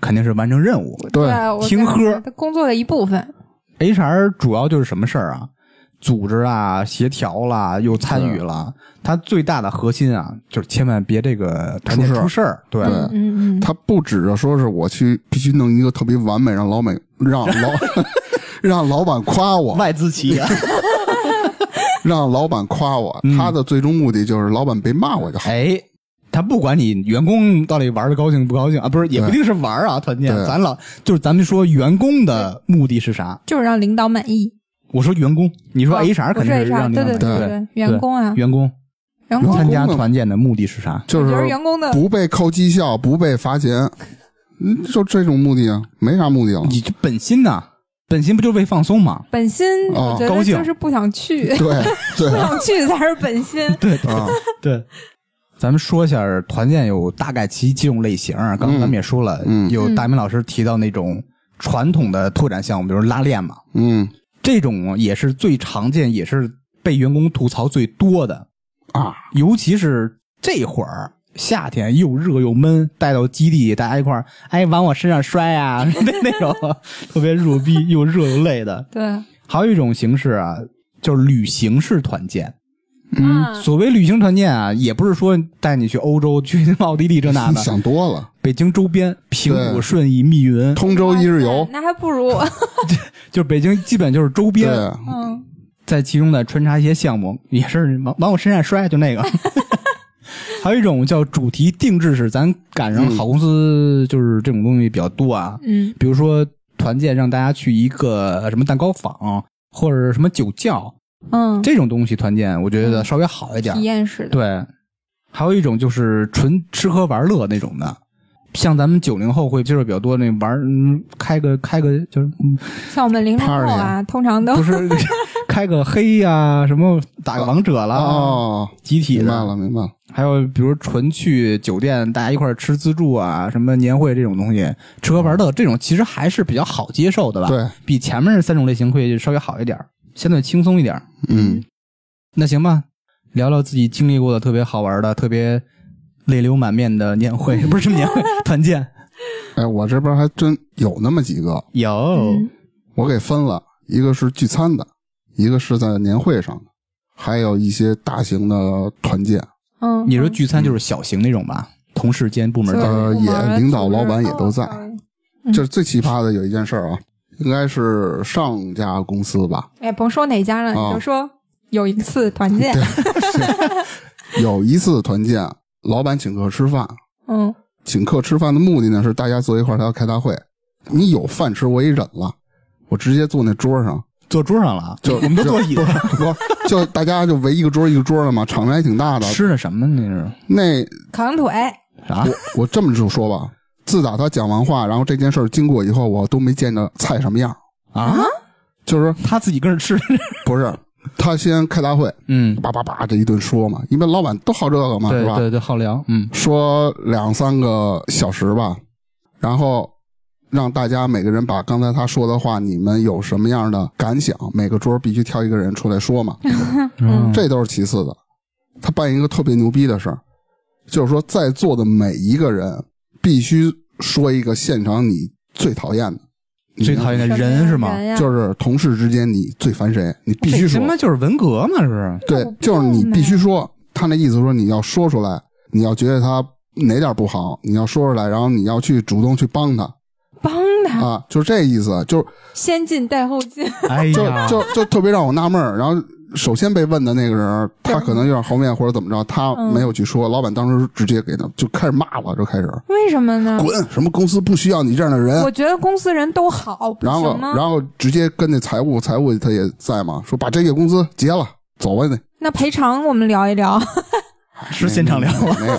Speaker 2: 肯定是完成任务。
Speaker 1: 对
Speaker 4: 啊我
Speaker 2: 听
Speaker 4: 感觉
Speaker 2: 喝
Speaker 4: 他工作的一部分，
Speaker 2: HR 主要就是什么事儿啊？组织啦、协调啦、又参与啦。它最大的核心啊，就是千万别这个团建
Speaker 1: 出事儿
Speaker 2: 出事儿。对，
Speaker 1: 对
Speaker 4: 嗯嗯，
Speaker 1: 他不指着说是我去必须弄一个特别完美，让老美让老 让老板夸我，
Speaker 2: 嗯外资企业。
Speaker 1: 让老板夸我，他的最终目的就是老板别骂我就好。
Speaker 2: 嗯哎，他不管你员工到底玩的高兴不高兴啊，不是，也不一定是玩啊，团建
Speaker 1: 对。
Speaker 2: 咱老就是咱们说员工的目的是啥？
Speaker 4: 就是让领导满意。
Speaker 2: 我说员工，你说
Speaker 4: 哦
Speaker 2: HR
Speaker 4: 不
Speaker 2: 肯
Speaker 4: 是
Speaker 2: 定是
Speaker 4: HR，
Speaker 2: 让
Speaker 4: 对
Speaker 2: 领导
Speaker 4: 对
Speaker 2: 满意
Speaker 4: 对
Speaker 2: 对
Speaker 4: 对，员工啊，
Speaker 2: 员工
Speaker 4: 员
Speaker 1: 工
Speaker 4: 工，
Speaker 2: 参加团建的目的是啥？
Speaker 1: 就
Speaker 4: 我觉得
Speaker 1: 是
Speaker 4: 员工的
Speaker 1: 不被扣绩效，不被罚钱，嗯，就这种目的啊，没啥目的了。
Speaker 2: 你这本心呐、本心不就是为放松吗？
Speaker 4: 本心，
Speaker 1: 哦
Speaker 4: 我觉
Speaker 2: 高
Speaker 4: 得
Speaker 2: 兴
Speaker 4: 就是不想去，
Speaker 1: 对
Speaker 4: 不
Speaker 1: 对
Speaker 4: 想去才是本心。
Speaker 2: 对
Speaker 1: 啊，
Speaker 2: 对， 咱们说一下团建有大概其几种类型啊。刚
Speaker 1: 嗯
Speaker 2: 刚咱们也说了，
Speaker 1: 嗯
Speaker 2: 有大明老师提到那种传统的拓展项目，比如拉练嘛，
Speaker 1: 嗯
Speaker 2: 这种也是最常见，也是被员工吐槽最多的。
Speaker 1: 啊，
Speaker 2: 尤其是这会儿夏天又热又闷，带到基地大家一块儿，哎，往我身上摔啊， 那那种特别弱逼又热又累的。
Speaker 4: 对，
Speaker 2: 还有一种形式啊，就是旅行式团建。
Speaker 4: 嗯，
Speaker 2: 所谓旅行团建啊，也不是说带你去欧洲、去奥地利这那
Speaker 1: 你
Speaker 2: 的，
Speaker 1: 想多了。
Speaker 2: 北京周边、平
Speaker 1: 对
Speaker 2: 谷、顺义、密云，
Speaker 1: 通州一日游，
Speaker 4: 那还不 如，
Speaker 2: 就是北京基本就是周
Speaker 1: 对，
Speaker 2: 边，
Speaker 4: 嗯，
Speaker 2: 在其中呢穿插一些项目，也是往往我身上摔，就那 个。还有一种叫主题定制式，咱赶上好公司就是这种东西比较多啊，
Speaker 4: 嗯，
Speaker 2: 比如说团建让大家去一个什么蛋糕坊或者是什么酒窖
Speaker 4: 嗯，
Speaker 2: 这种东西团建，我觉得稍微好一点
Speaker 4: 体。验式的，
Speaker 2: 对，还有一种就是纯吃喝玩乐那种的，像咱们九零后会接触比较多，那玩儿嗯开个开个就是嗯
Speaker 4: 像我们零零后啊，通常都
Speaker 2: 不是 开个黑呀、什么打个王者啦，
Speaker 1: 哦，
Speaker 2: 集体
Speaker 1: 明白
Speaker 2: 的，
Speaker 1: 了，明白了。
Speaker 2: 还有比如纯去酒店大家一块儿吃自助啊，什么年会这种东西，吃喝玩乐这种其实还是比较好接受的吧？，
Speaker 1: 对，
Speaker 2: 比前面三种类型会稍微好一点儿，相对轻松一点儿。
Speaker 1: 嗯，
Speaker 2: 那行吧，聊聊自己经历过的特别好玩的、特别泪流满面的年会， 不是什么年会，团建
Speaker 1: 哎，我这边还真有那么几个，
Speaker 2: 有、
Speaker 4: 嗯
Speaker 1: 我给分了，一个是聚餐的，一个是在年会上的，还有一些大型的团建，
Speaker 4: 嗯，
Speaker 2: 你说
Speaker 4: 嗯
Speaker 2: 聚餐就是小型那种吧？同事间、部门
Speaker 4: 就是
Speaker 2: 间，
Speaker 1: 呃
Speaker 4: 部门
Speaker 1: 也领导老板也都在
Speaker 4: 组织嗯
Speaker 1: 这是最奇葩的有一件事儿啊，应该是上家公司吧，
Speaker 4: 哎，甭说哪家了，
Speaker 1: 啊
Speaker 4: 你就说有一次 团建，
Speaker 1: 有一次团建，老板请客吃饭，
Speaker 4: 嗯
Speaker 1: 请客吃饭的目的呢是大家坐一块儿，他要开大会。你有饭吃，我也忍了，我直接坐那桌上，
Speaker 2: 坐桌上了啊，
Speaker 1: 就
Speaker 2: 我们都坐椅子上。
Speaker 1: 不是就大家就围一个桌一个桌的嘛，场面还挺 大的。
Speaker 2: 吃的什么那是
Speaker 1: 那
Speaker 4: 烤羊腿，
Speaker 1: 哎
Speaker 2: 啥？
Speaker 1: 我这么就说吧，自打他讲完话，然后这件事儿经过以后，我都没见着菜什么样。
Speaker 2: 啊，
Speaker 1: 就是
Speaker 2: 他自己跟着吃，
Speaker 1: 不是他先开大会，
Speaker 2: 嗯，
Speaker 1: 叭叭叭这一顿说嘛，因为老板都好这个嘛，
Speaker 2: 对
Speaker 1: 是吧？
Speaker 2: 对对，好聊，嗯，
Speaker 1: 说两三个小时吧，然后让大家每个人把刚才他说的话，你们有什么样的感想？每个桌必须挑一个人出来说嘛，
Speaker 2: 嗯
Speaker 1: 这都是其次的。他办一个特别牛逼的事儿，就是说在座的每一个人必须说一个现场你最讨厌的，你
Speaker 2: 最讨厌的人是吗？
Speaker 4: 人呀
Speaker 1: 就是同事之间你最烦谁，你必须
Speaker 2: 这
Speaker 1: 说
Speaker 2: 他。妈就是文革嘛，是不是？
Speaker 1: 对
Speaker 4: 有，
Speaker 1: 就是你
Speaker 4: 病
Speaker 1: 必须
Speaker 4: 呗
Speaker 1: 说。他那意思说，你要说出来，你要觉得他哪点不好，你要说出来，然后你要去主动去帮他
Speaker 4: 帮他
Speaker 1: 啊，就是这意思，就是
Speaker 4: 先进带后进，
Speaker 2: 哎
Speaker 1: 就
Speaker 2: 呀，
Speaker 1: 就就特别让我纳闷儿。然后首先被问的那个人，他可能有点好面或者怎么着，他
Speaker 4: 嗯
Speaker 1: 没有去说，老板当时直接给他就开始骂了，就开始
Speaker 4: 为什么呢？
Speaker 1: 滚，什么公司不需要你这样的人。
Speaker 4: 我觉得公司人都好，
Speaker 1: 哎然后
Speaker 4: 什么
Speaker 1: 然后直接跟那财务，财务他也在嘛，说把这月工资结了，走吧你。
Speaker 4: 那赔偿我们聊一聊，
Speaker 2: 是现场聊。
Speaker 1: 没有，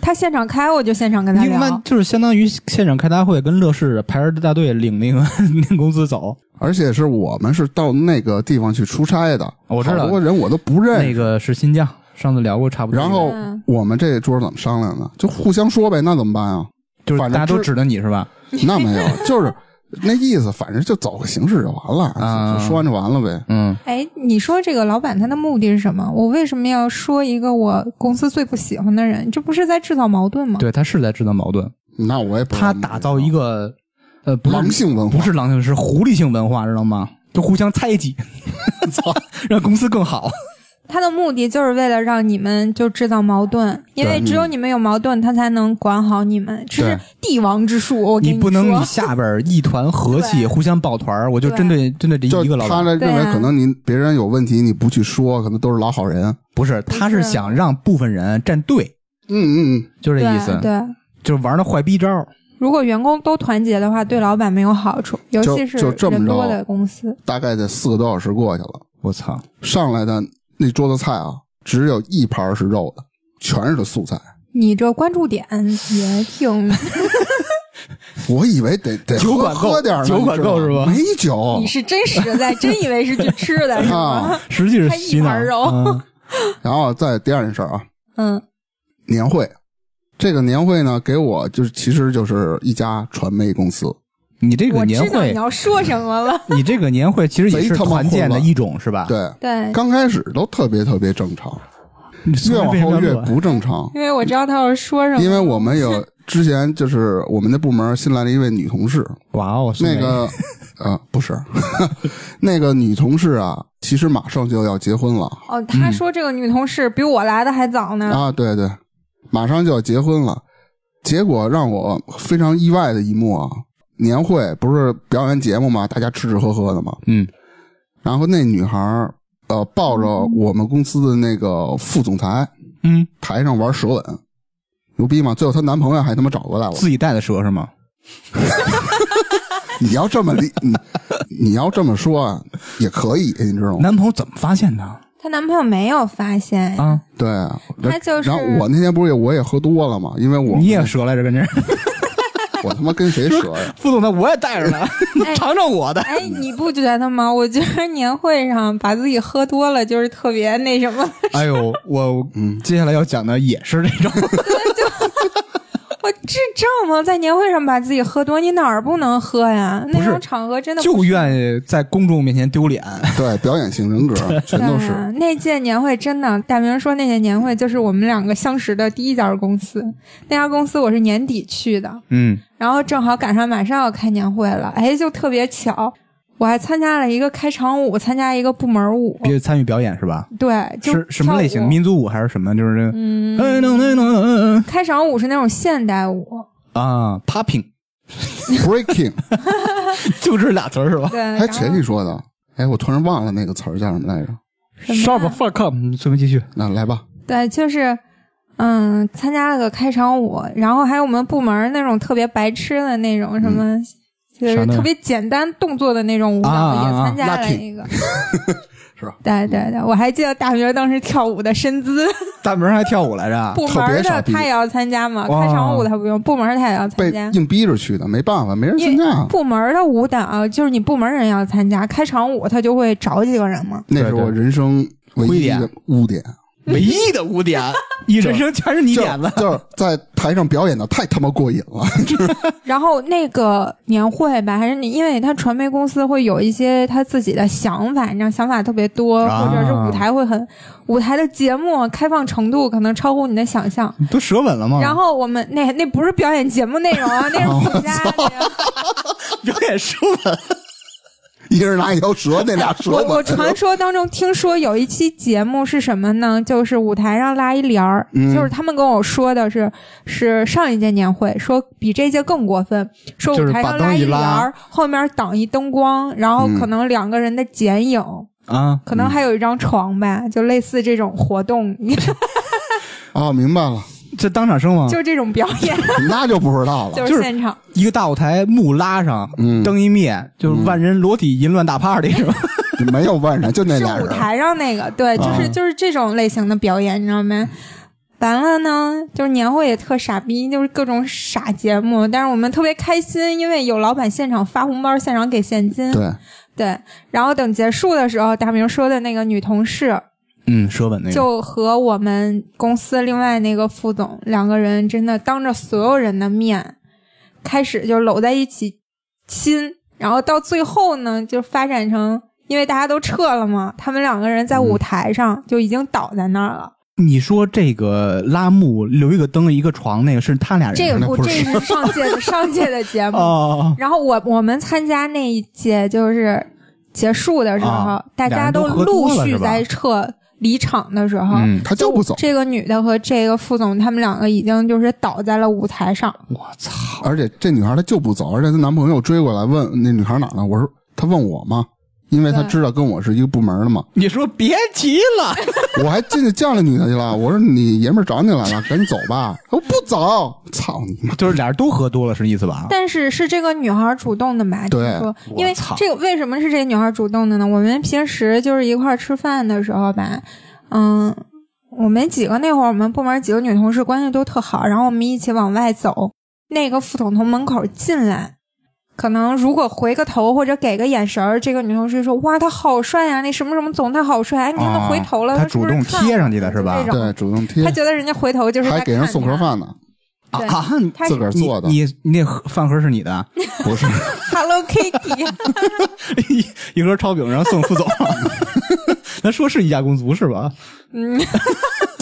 Speaker 4: 他现场开我就现场跟他
Speaker 2: 你他妈
Speaker 4: 聊，
Speaker 2: 就是相当于现场开大会，跟乐视排着大队领那个 领工资 走。
Speaker 1: 而且是我们是到那个地方去出差的，
Speaker 2: 我知道
Speaker 1: 好多人我都不认识。
Speaker 2: 那个是新疆，上次聊过差不多。
Speaker 1: 然后
Speaker 4: 嗯
Speaker 1: 我们这桌怎么商量呢？就互相说呗，那怎么办 啊？
Speaker 2: 就是
Speaker 1: 反正
Speaker 2: 大家都
Speaker 1: 知
Speaker 2: 指着你是吧？
Speaker 1: 那没有，就是那意思，反正就走个形式就完了，
Speaker 2: 啊
Speaker 1: 就说完就完了呗。
Speaker 2: 嗯，
Speaker 4: 哎，你说这个老板他的目的是什么？我为什么要说一个我公司最不喜欢的人？这不是在制造矛盾吗？
Speaker 2: 对他是在制造矛盾，
Speaker 1: 那我也不知道
Speaker 2: 他打造一个呃不
Speaker 1: 狼
Speaker 2: 是
Speaker 1: 性文化，
Speaker 2: 不是狼性，是狐狸性文化，知道吗？就互相猜 忌，操，让公司更好。
Speaker 4: 他的目的就是为了让你们就制造矛盾，因为只有你们有矛盾，他才能管好你们，这是帝王之术。我跟
Speaker 2: 你
Speaker 4: 说，
Speaker 2: 不能你下边一团和气，
Speaker 4: 对
Speaker 2: 互相抱团儿我就针对针对这
Speaker 1: 就
Speaker 2: 一个老
Speaker 1: 他
Speaker 2: 板，
Speaker 1: 呢
Speaker 4: 对
Speaker 1: 认为
Speaker 4: 啊
Speaker 1: 可能您别人有问题你不去说，可能都是老好人。
Speaker 2: 不是，他是
Speaker 4: 是
Speaker 2: 想让部分人站队，
Speaker 1: 嗯嗯嗯，
Speaker 2: 就是这意思
Speaker 4: 对，对。
Speaker 2: 就是玩那坏逼招儿。
Speaker 4: 如果员工都团结的话，对老板没有好处，尤其是
Speaker 1: 就这么着
Speaker 4: 人多的公司。
Speaker 1: 大概得四个多小时过去了，
Speaker 2: 我操！
Speaker 1: 上来的那桌子菜啊，只有一盘是肉的，全是素菜。
Speaker 4: 你这关注点也挺，
Speaker 1: 我以为得得
Speaker 2: 酒
Speaker 1: 喝
Speaker 2: 管够
Speaker 1: 喝点儿呢
Speaker 2: 酒管
Speaker 1: 你知道
Speaker 2: 够是吧
Speaker 1: 没酒啊
Speaker 4: 你，是真实在，真以为是去吃的是
Speaker 1: 哦
Speaker 4: 吗？
Speaker 2: 实际是
Speaker 4: 他一
Speaker 2: 洗脑
Speaker 4: 盘肉
Speaker 2: 嗯
Speaker 1: 然后再第二件事儿啊，
Speaker 4: 嗯，
Speaker 1: 年会。这个年会呢，给我就是其实就是一家传媒公司，
Speaker 2: 你这个
Speaker 4: 我
Speaker 2: 年
Speaker 4: 知道
Speaker 2: 会
Speaker 4: 你，要说什么 了。
Speaker 2: 你这个年会其实也是
Speaker 1: 贼他妈
Speaker 2: 团建的
Speaker 1: 混乱
Speaker 2: 一种，是吧？，
Speaker 1: 对，
Speaker 4: 对，
Speaker 1: 刚开始都特别特别正常，越往后越不正常，
Speaker 4: 因为我知道他要说什么，
Speaker 1: 因为我们 有之前就是我们那部门新来了一位女同事，
Speaker 2: 哇哦，是
Speaker 1: 那个呃不是， 那个女同事啊，其实马上就要结婚了
Speaker 4: 哦，他说这个女同事比我来的还早呢。
Speaker 1: 啊，对对，马上就要结婚了，结果让我非常意外的一幕啊，年会不是表演节目嘛，大家吃吃喝喝的嘛，
Speaker 2: 嗯，
Speaker 1: 然后那女孩儿呃抱着我们公司的那个副总裁，
Speaker 2: 嗯，
Speaker 1: 台上玩舌吻，牛逼吗？最后她男朋友还他妈找过来了。
Speaker 2: 自己带的蛇是吗？
Speaker 1: 你要这么理，你你要这么说啊，也可以，你知道吗？
Speaker 2: 男朋友怎么发现的
Speaker 4: 她男朋友没有发现，
Speaker 2: 啊？
Speaker 1: 对啊，
Speaker 4: 他就是
Speaker 1: 然后我那天不是也我也喝多了嘛，因为我
Speaker 2: 你也蛇来着，跟这儿
Speaker 1: 我他妈跟谁折呀？
Speaker 2: 副总的我也带着 呢，尝尝我的。
Speaker 4: 哎，你不觉得吗？我觉得年会上把自己喝多了就是特别那什么，
Speaker 2: 哎呦，我接下来要讲的也是这种，
Speaker 4: 我智障吗？在年会上把自己喝多，你哪儿不能喝呀？ 那
Speaker 2: 是
Speaker 4: 种场合真的
Speaker 2: 就
Speaker 4: 不
Speaker 2: 愿意在公众面前丢脸。
Speaker 1: 对，表演型人格全都
Speaker 4: 对
Speaker 1: 是。
Speaker 4: 啊那届年会真的，大明说那届年会就是我们两个相识的第一家公司。那家公司我是年底去的，
Speaker 2: 嗯，
Speaker 4: 然后正好赶上马上要开年会了，哎，就特别巧，我还参加了一个开场舞，参加一个部门舞，
Speaker 2: 别参与表演是吧？
Speaker 4: 对，就是
Speaker 2: 什么类
Speaker 4: 跳
Speaker 2: 型？
Speaker 4: 舞
Speaker 2: 民族舞还是什么？就是那
Speaker 4: 嗯，
Speaker 2: 哎弄弄弄嗯嗯
Speaker 4: 开场舞是那种现代舞，
Speaker 2: 嗯啊，popping，
Speaker 1: Breaking，
Speaker 2: 就这俩词儿是吧？
Speaker 4: 对，
Speaker 1: 还
Speaker 4: 然后
Speaker 1: 前期说的，哎，我突然忘了那个词儿叫什么来着？
Speaker 4: 什么
Speaker 2: Shut the fuck up！嗯随便继续。
Speaker 1: 那来吧，
Speaker 4: 对，就是嗯，参加了个开场舞，然后还有我们部门那种特别白痴的那种
Speaker 1: 嗯
Speaker 4: 什么，就是
Speaker 2: 啥呢
Speaker 4: 特别简单动作的那种舞蹈，
Speaker 2: 啊啊啊
Speaker 4: 也参加了
Speaker 1: Lucky
Speaker 4: 一个。
Speaker 1: 是吧？
Speaker 4: 对对对，我还记得大明当时跳舞的身姿，
Speaker 2: 大明儿还跳舞来着，
Speaker 4: 部
Speaker 1: 啊特别
Speaker 4: 门
Speaker 1: 傻
Speaker 4: 的
Speaker 1: 逼
Speaker 4: 他也要参加嘛，
Speaker 2: 哇
Speaker 4: 开场舞他不用，部门他也要
Speaker 1: 被
Speaker 4: 参加。
Speaker 1: 硬逼着去的，没办法，没人参
Speaker 4: 因为
Speaker 1: 加。啊
Speaker 4: 部门的舞蹈就是你部门人要参加，开场舞他就会找几个人嘛。
Speaker 1: 那是我人生唯一的污点，
Speaker 2: 唯一的污 点，你人生全是你
Speaker 1: 就
Speaker 2: 点子。
Speaker 1: 就是在台上表演的太他妈过瘾了，
Speaker 4: 然后那个年会吧，还是你，因为他传媒公司会有一些他自己的想法，你知道想法特别多，
Speaker 2: 啊
Speaker 4: 或者是舞台会很舞台的节目开放程度可能超乎你的想象。
Speaker 2: 你都舌吻了吗？
Speaker 4: 然后我们那那不是表演节目内容啊，那是附加的呀。
Speaker 2: 表演舌吻，
Speaker 1: 一人拿一条蛇，那俩蛇
Speaker 4: 我我
Speaker 1: 吻。
Speaker 4: 传说当中听说有一期节目是什么呢？就是舞台上拉一帘儿，
Speaker 2: 嗯
Speaker 4: 就是他们跟我说的是是上一届年会说比这届更过分，说
Speaker 2: 就是
Speaker 4: 舞台
Speaker 2: 把
Speaker 4: 上
Speaker 2: 灯
Speaker 4: 拉
Speaker 2: 一
Speaker 4: 帘
Speaker 2: 拉嗯
Speaker 4: 儿，后面挡一灯光，然后可能两个人的剪影。
Speaker 2: 啊，
Speaker 4: 可能还有一张床吧，就类似这种活动，
Speaker 2: 啊
Speaker 1: 哦，明白了，
Speaker 2: 这当场生吗？
Speaker 4: 就这种表 演，
Speaker 1: 那就不知道了。
Speaker 4: 就是现场。
Speaker 2: 一个大舞台幕拉上，
Speaker 1: 嗯
Speaker 2: 灯一灭，就是万人裸体淫乱大 party 是吧？
Speaker 1: 没有外人，就那啊
Speaker 4: 是
Speaker 1: 俩
Speaker 4: 舞
Speaker 1: 人。
Speaker 4: 台上那个，
Speaker 1: 啊
Speaker 4: 对，就是、就是这种类型的表演，你知道吗？完了呢，就是年会也特傻逼，就是各种傻节目，但是我们特别开心，因为有老板现场发红包，现场给现金。
Speaker 1: 对，
Speaker 4: 对然后等结束的时候，大明说的那个女同事，
Speaker 2: 嗯，舌吻那个。
Speaker 4: 就和我们公司另外那个副总两个人，真的当着所有人的面，开始就搂在一起亲，然后到最后呢，就发展成因为大家都撤了嘛，他们两个人在舞台上就已经倒在那儿了。
Speaker 2: 你说这个拉幕留一个灯一个床，那个是他俩人
Speaker 4: 这个
Speaker 2: 那
Speaker 4: 不，
Speaker 2: 不
Speaker 4: 这是上届的上届的 节目。
Speaker 2: 哦，
Speaker 4: 然后我我们参加那一届就是结束的时候，
Speaker 2: 啊
Speaker 4: 大家
Speaker 2: 俩人都合
Speaker 4: 陆
Speaker 2: 多了
Speaker 4: 续
Speaker 2: 是吧
Speaker 4: 在撤离场的时候，
Speaker 2: 嗯，
Speaker 1: 他就不走，
Speaker 4: 这个女的和这个副总，他们两个已经就是倒在了舞台上。
Speaker 2: 我操，
Speaker 1: 而且这女孩她就不走，而且她男朋友追过来问那女孩哪儿呢？我说她问我嘛，因为她
Speaker 4: 对
Speaker 1: 知道跟我是一个部门的嘛。
Speaker 2: 你说别提了，
Speaker 1: 我还进去叫那女的去了，我说你爷们儿找你来了，赶紧走吧。她说不走，操你妈！
Speaker 2: 就是俩人都喝多了是意思吧？
Speaker 4: 但是是这个女孩主动的吧？
Speaker 1: 对
Speaker 4: 听说
Speaker 2: 我
Speaker 4: 因为
Speaker 2: 操
Speaker 4: 这个为什么是这个女孩主动的呢？我们平时就是一块儿吃饭的时候吧，嗯，我们几个那会儿我们部门几个女同事关系都特好，然后我们一起往外走，那个副总从门口进来。可能如果回个头或者给个眼神儿，这个女同事说：“哇，他好帅啊呀、那什么什么总他好帅！哎，你看他
Speaker 2: 啊
Speaker 4: 回头了，
Speaker 2: 他
Speaker 4: 是不
Speaker 2: 主
Speaker 4: 是
Speaker 2: 动
Speaker 4: 看
Speaker 2: 贴
Speaker 4: 我
Speaker 2: 上去的
Speaker 4: 就是
Speaker 2: 吧
Speaker 4: 这种
Speaker 1: 对，主动贴
Speaker 4: 他，觉得人家回头就是
Speaker 1: 还
Speaker 4: 在
Speaker 1: 给人
Speaker 4: 看
Speaker 1: 送
Speaker 4: 他
Speaker 1: 盒饭呢，
Speaker 2: 啊
Speaker 4: 对
Speaker 2: 啊，
Speaker 4: 他
Speaker 1: 自个儿
Speaker 2: 你
Speaker 1: 做的。
Speaker 2: 你你那盒饭盒是你的，不是
Speaker 4: Hello Kitty，
Speaker 2: 一盒烧饼，然后送副总，咱说是一家公族是吧？
Speaker 4: 嗯，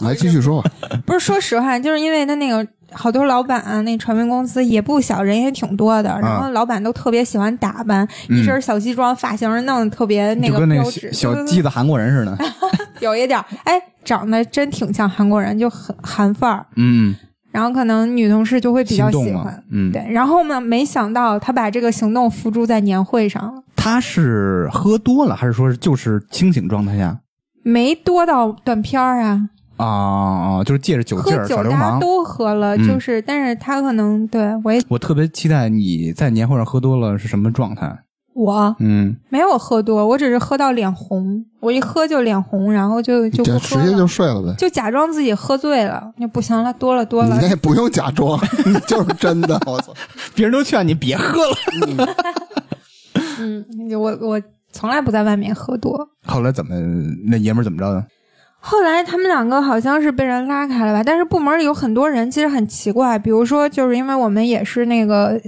Speaker 1: 来继续说吧，
Speaker 4: 不是，说实话，就是因为他那个好多老板、啊，那传媒公司也不小，人也挺多
Speaker 1: 啊
Speaker 4: 的，然后老板都特别喜欢打扮，
Speaker 1: 嗯
Speaker 4: 一身小西装，发型弄得特别那
Speaker 2: 就
Speaker 4: 个
Speaker 2: 跟那
Speaker 4: 标
Speaker 2: 个
Speaker 4: 志，
Speaker 2: 小小
Speaker 4: 对对对
Speaker 2: 鸡子韩国人似的，
Speaker 4: 有一点儿，哎，长得真挺像韩国人，就很韩范儿。
Speaker 2: 嗯，
Speaker 4: 然后可能女同事就会比较
Speaker 2: 心
Speaker 4: 喜
Speaker 2: 动嘛
Speaker 4: 欢，，
Speaker 2: 嗯，
Speaker 4: 对。然后呢，没想到他把这个行动付诸在年会上了。
Speaker 2: 他是喝多了还是说是就是清醒状态下
Speaker 4: 没多到断片儿啊，
Speaker 2: 啊啊？就是借着酒
Speaker 4: 喝
Speaker 2: 劲儿耍
Speaker 4: 酒大
Speaker 2: 流
Speaker 4: 家
Speaker 2: 氓。
Speaker 4: 都喝了，
Speaker 2: 嗯
Speaker 4: 就是，但是他可能对我也
Speaker 2: 我特别期待你在年会上喝多了是什么状态？
Speaker 4: 我
Speaker 2: 嗯，
Speaker 4: 没有喝多，我只是喝到脸红，我一喝就脸红，然后就就
Speaker 1: 这
Speaker 4: 不
Speaker 1: 直
Speaker 4: 喝
Speaker 1: 接
Speaker 4: 了，
Speaker 1: 就睡了呗。
Speaker 4: 就假装自己喝醉了，那不行了，多了多了
Speaker 1: 你，那不用假装，你就是真 的。我操！
Speaker 2: 别人都劝你别喝了，
Speaker 4: 嗯，我我从来不在外面喝多。
Speaker 2: 后来怎么那爷们儿怎么着呢？
Speaker 4: 后来他们两个好像是被人拉开了吧，但是部门里有很多人，其实很奇怪，比如说就是因为我们也是那个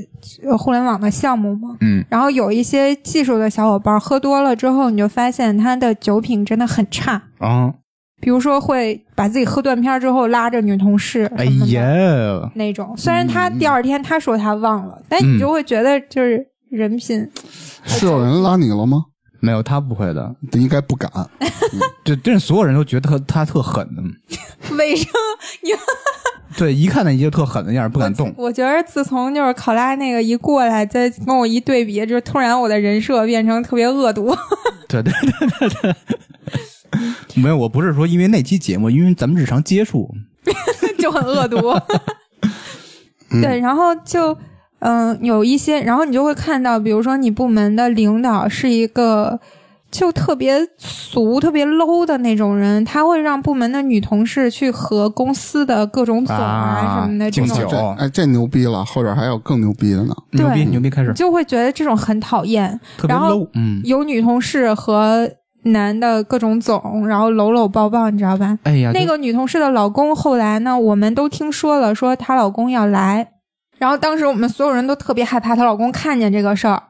Speaker 4: 呃互联网的项目嘛，
Speaker 2: 嗯，
Speaker 4: 然后有一些技术的小伙伴喝多了之后，你就发现他的酒品真的很差，
Speaker 2: 啊，
Speaker 4: 比如说会把自己喝断片儿之后拉着女同事，
Speaker 2: 哎呀，
Speaker 4: 那种。虽然他第二天他说他忘了，但
Speaker 2: 嗯
Speaker 4: 你就会觉得就是人品
Speaker 1: 是有人拉你了吗？
Speaker 2: 没有他不会的，
Speaker 1: 应该不敢。
Speaker 2: 就真是所有人都觉得他他特狠的，
Speaker 4: 卫生。
Speaker 2: 对，一看那你就特狠的样儿，不敢 动。
Speaker 4: 我觉得自从就是考拉那个一过来，再跟我一对比，就是突然我的人设变成特别恶毒。
Speaker 2: 对对对对对， 没有，我不是说因为那期节目，因为咱们日常接触，
Speaker 4: 就很恶 毒。
Speaker 2: 嗯
Speaker 4: 对，然后就嗯、有一些，然后你就会看到，比如说你部门的领导是一个就特别俗、特别 low 的那种人，他会让部门的女同事去和公司的各种总
Speaker 2: 啊
Speaker 4: 什么的这
Speaker 2: 敬
Speaker 4: 种
Speaker 2: 酒
Speaker 1: 这哎，这牛逼了，后边还有更牛逼的呢。
Speaker 4: 对
Speaker 2: 牛逼牛逼，开始
Speaker 4: 就会觉得这种很讨厌。
Speaker 2: 特别
Speaker 4: 然后
Speaker 2: low，嗯，
Speaker 4: 有女同事和男的各种总，然后搂搂抱抱，你知道吧？
Speaker 2: 哎呀，
Speaker 4: 那个女同事的老公后来呢，我们都听说了，说她老公要来，然后当时我们所有人都特别害怕她老公看见这个事儿，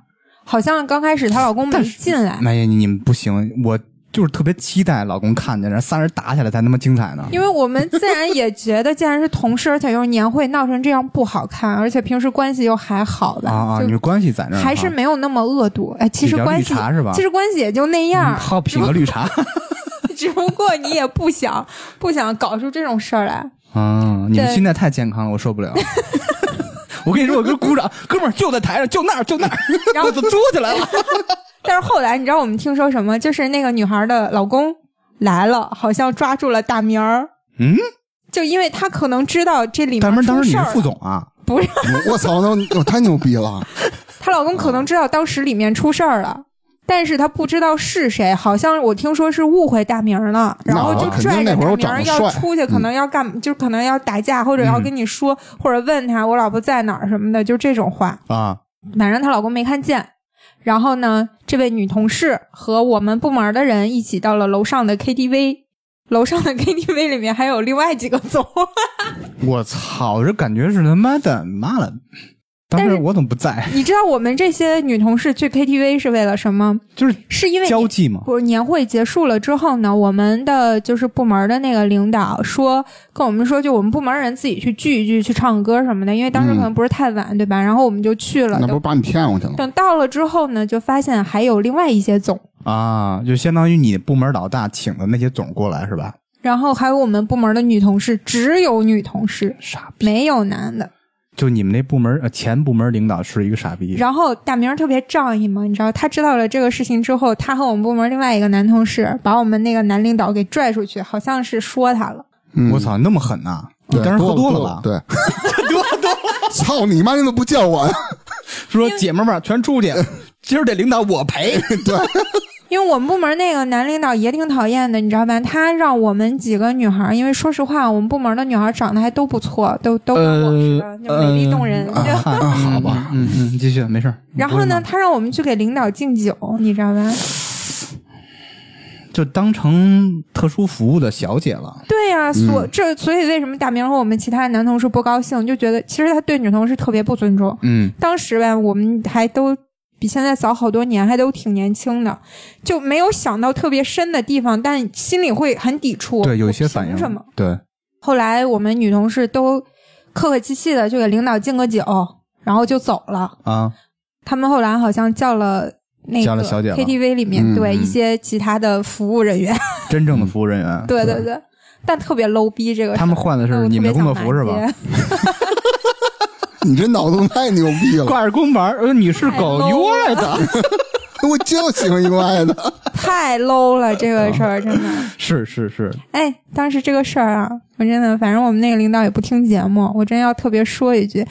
Speaker 4: 好像刚开始她老公没进来，
Speaker 2: 哎呀，你们不行，我就是特别期待老公看见，然后仨人打起来才他妈精彩呢。
Speaker 4: 因为我们自然也觉得，既然是同事，而且又是年会，闹成这样不好看，而且平时关系又还好吧，
Speaker 2: 啊啊，你
Speaker 4: 就
Speaker 2: 们关系在那儿
Speaker 4: 还是
Speaker 2: 啊
Speaker 4: 没有那么恶毒。哎，其实
Speaker 2: 比较
Speaker 4: 关
Speaker 2: 绿
Speaker 4: 系
Speaker 2: 茶是吧
Speaker 4: 其实关系也就那样
Speaker 2: 嗯，好品个绿 茶
Speaker 4: 只不过你也不想不想搞出这种事儿来。
Speaker 2: 啊！你们
Speaker 4: 对
Speaker 2: 心态太健康了，我受不了。 我跟你说，我跟鼓掌，哥们儿就在台上，就那儿，就那儿，
Speaker 4: 然 后
Speaker 2: 我就坐起来了。
Speaker 4: 但是后来你知道我们听说什么？就是那个女孩的老公来了，好像抓住了大明儿，
Speaker 2: 嗯，
Speaker 4: 就因为他可能知道这里面
Speaker 2: 大明儿
Speaker 4: 出
Speaker 2: 当时你
Speaker 4: 事
Speaker 2: 是
Speaker 4: 儿
Speaker 2: 副
Speaker 4: 了，
Speaker 2: 总啊？
Speaker 4: 不是
Speaker 1: 我我操，那我太牛逼 了！
Speaker 4: 她老公可能知道当时里面出事儿了。但是他不知道是谁，好像我听说是误会大明儿了，然后就
Speaker 1: 那肯定
Speaker 4: 拽着
Speaker 1: 那会儿
Speaker 4: 大
Speaker 1: 我
Speaker 4: 明儿
Speaker 1: 长得帅
Speaker 4: 要出去，可能要干，就可能要打架，或者要跟你说，或者问他我老婆在哪儿什么的，就这种话。
Speaker 2: 啊，
Speaker 4: 反正她老公没看见。然后呢，这位女同事和我们部门的人一起到了楼上的 KTV，楼上的 KTV 里面还有另外几个总，
Speaker 2: 我操，这感觉是他妈的妈了！当
Speaker 4: 但
Speaker 2: 时
Speaker 4: 是
Speaker 2: 我怎么不在？
Speaker 4: 你知道我们这些女同事去 KTV 是为了什么？
Speaker 2: 就是
Speaker 4: 是因为
Speaker 2: 交际嘛。
Speaker 4: 不是年会结束了之后呢，我们的就是部门的那个领导说跟我们说，就我们部门人自己去聚一聚，去唱歌什么的，因为当时可能不是太晚，对吧？然后我们就去了
Speaker 1: 嗯那。不是把你骗过去了？
Speaker 4: 等到了之后呢，就发现还有另外一些总。
Speaker 2: 啊，就相当于你部门老大请的那些总过来是吧？
Speaker 4: 然后还有我们部门的女同事，只有女同事，
Speaker 2: 傻逼！
Speaker 4: 没有男的。
Speaker 2: 就你们那部门呃前部门领导是一个傻逼，
Speaker 4: 然后大明儿特别仗义嘛，你知道，他知道了这个事情之后，他和我们部门另外一个男同事把我们那个男领导给拽出去，好像是说他了。
Speaker 1: 嗯
Speaker 2: 我，操，那么狠呐！你
Speaker 1: 对
Speaker 2: 当时喝
Speaker 1: 多
Speaker 2: 了吧？
Speaker 1: 对， 多 多。操你妈！你怎么不叫我 呀？
Speaker 2: 说姐妹们儿全出去， 今儿这领导我陪。
Speaker 4: 因为我们部门那个男领导也挺讨厌的，你知道吧？他让我们几个女孩儿，因为说实话，我们部门的女孩儿长得还都不错，都都蛮老实的， 就美丽动人。就
Speaker 2: 嗯啊，嗯好吧，呃嗯嗯，继续，没事儿。
Speaker 4: 然后呢，他让我们去给领导敬酒，你知道吧？
Speaker 2: 就当成特殊服务的小姐了。
Speaker 4: 对呀、所、这所以为什么大明和我们其他男同事不高兴，就觉得其实他对女同事特别不尊重。
Speaker 2: 嗯，
Speaker 4: 当时吧，我们还都比现在早好多年，还都挺年轻的，就没有想到特别深的地方，但心里会很抵触。
Speaker 2: 对，有一些
Speaker 4: 我凭
Speaker 2: 反应。
Speaker 4: 什么？
Speaker 2: 对，
Speaker 4: 后来我们女同事都客客气气的就给领导敬个酒，然后就走了。
Speaker 2: 啊，
Speaker 4: 他们后来好像叫了那个
Speaker 2: 叫了小姐了
Speaker 4: KTV 里面、
Speaker 1: 嗯
Speaker 4: 对
Speaker 2: 嗯
Speaker 4: 一些其他的服务人员，
Speaker 2: 真正的服务人员。
Speaker 4: 对对对，但特别 low 逼这个事儿。
Speaker 2: 他们换的
Speaker 4: 但
Speaker 2: 是
Speaker 4: 哎我特
Speaker 2: 你们
Speaker 4: 别
Speaker 2: 的工作
Speaker 4: 想
Speaker 2: 服是吧
Speaker 4: 骂？街
Speaker 1: 你这脑洞太牛逼了！
Speaker 2: 挂着公牌儿，呃，你是狗
Speaker 4: 太 low
Speaker 2: ，you
Speaker 4: 了
Speaker 2: are 的，
Speaker 1: 我就喜欢一个爱的。
Speaker 4: 太 low 了，这个事儿真的。
Speaker 2: 是是是，
Speaker 4: 哎，当时这个事儿啊，我真的，反正我们那个领导也不听节目，我真要特别说一句，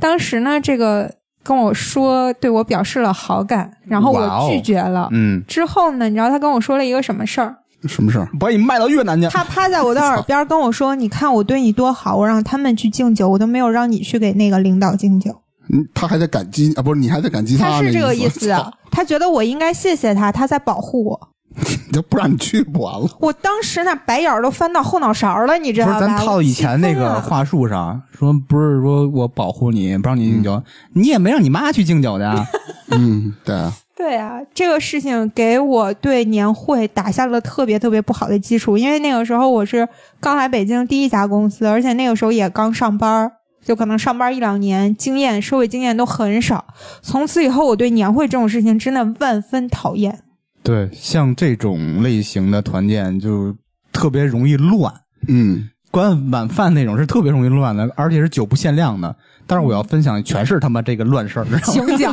Speaker 4: 当时呢，这个跟我说对我表示了好感，然后
Speaker 2: 哇哦
Speaker 4: 我拒绝了。
Speaker 2: 嗯，
Speaker 4: 之后呢，你知道他跟我说了一个什么事儿？
Speaker 1: 什么事儿？
Speaker 2: 把你卖到越南去。
Speaker 4: 他趴在我的耳边跟我说：“你看我对你多好，我让他们去敬酒，我都没有让你去给那个领导敬酒。
Speaker 1: 嗯他还在感激啊？不是，你还在感激
Speaker 4: 他是
Speaker 1: 这
Speaker 4: 这个意思 啊
Speaker 1: 操，
Speaker 4: 他觉得我应该谢谢他，他在保护我。
Speaker 1: 你 就不让你去不完了？
Speaker 4: 我当时那白眼儿都翻到后脑勺了，你知道
Speaker 2: 不
Speaker 4: 吧？
Speaker 2: 是，咱套
Speaker 4: 我
Speaker 2: 以
Speaker 4: 气
Speaker 2: 前那
Speaker 4: 疯
Speaker 2: 个
Speaker 4: 了
Speaker 2: 话术上说，不是说我保护你，不让你敬酒，你也没让你妈去敬酒去 啊。
Speaker 1: 嗯，对啊，
Speaker 4: 对啊，这个事情给我对年会打下了特别特别不好的基础，因为那个时候我是刚来北京第一家公司，而且那个时候也刚上班儿，就可能上班一两年，经验、社会经验都很少。从此以后，我对年会这种事情真的万分 讨厌。
Speaker 2: 对，像这种类型的团建就特别容易乱，
Speaker 1: 嗯，
Speaker 2: 管晚饭那种是特别容易乱的，而且是酒不限量的。但是我要分享全是他妈这个乱事儿，知道吗
Speaker 4: 请讲，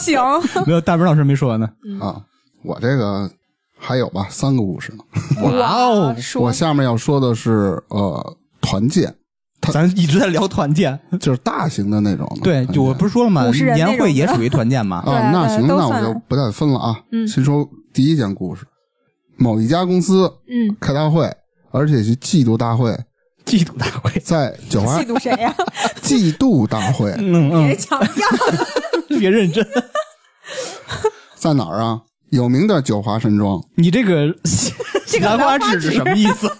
Speaker 4: 请。
Speaker 1: 嗯
Speaker 2: 没有大明老师没说完呢。
Speaker 1: 啊，我这个还有吧，三个故事呢。
Speaker 2: 哇哦，
Speaker 4: 说
Speaker 1: 我下面要说的是呃团建，
Speaker 2: 咱一直在聊团建。
Speaker 1: 就是大型的那种的。
Speaker 2: 对，就我不是说了吗？
Speaker 4: 五十人那种
Speaker 2: 年会也属于团建嘛。
Speaker 1: 啊，
Speaker 4: 对
Speaker 1: 那
Speaker 4: 对
Speaker 1: 行，
Speaker 4: 都
Speaker 1: 那我
Speaker 4: 算
Speaker 1: 就不再分了啊。
Speaker 4: 嗯
Speaker 1: 先说第一件故事，某一家公司
Speaker 4: 嗯，
Speaker 1: 开大会，而且是季度大会，
Speaker 2: 季度大会，
Speaker 1: 在九华
Speaker 4: 嫉妒谁呀、
Speaker 1: 季度大会
Speaker 2: 嗯
Speaker 4: 别
Speaker 2: 嗯，
Speaker 4: 强调，
Speaker 2: 别认真。
Speaker 1: 在哪儿啊？有名的九华山庄，
Speaker 2: 你这个
Speaker 4: 这个
Speaker 2: 兰
Speaker 4: 兰
Speaker 2: 花
Speaker 4: 花
Speaker 2: 指是
Speaker 4: 指
Speaker 2: 什么意思？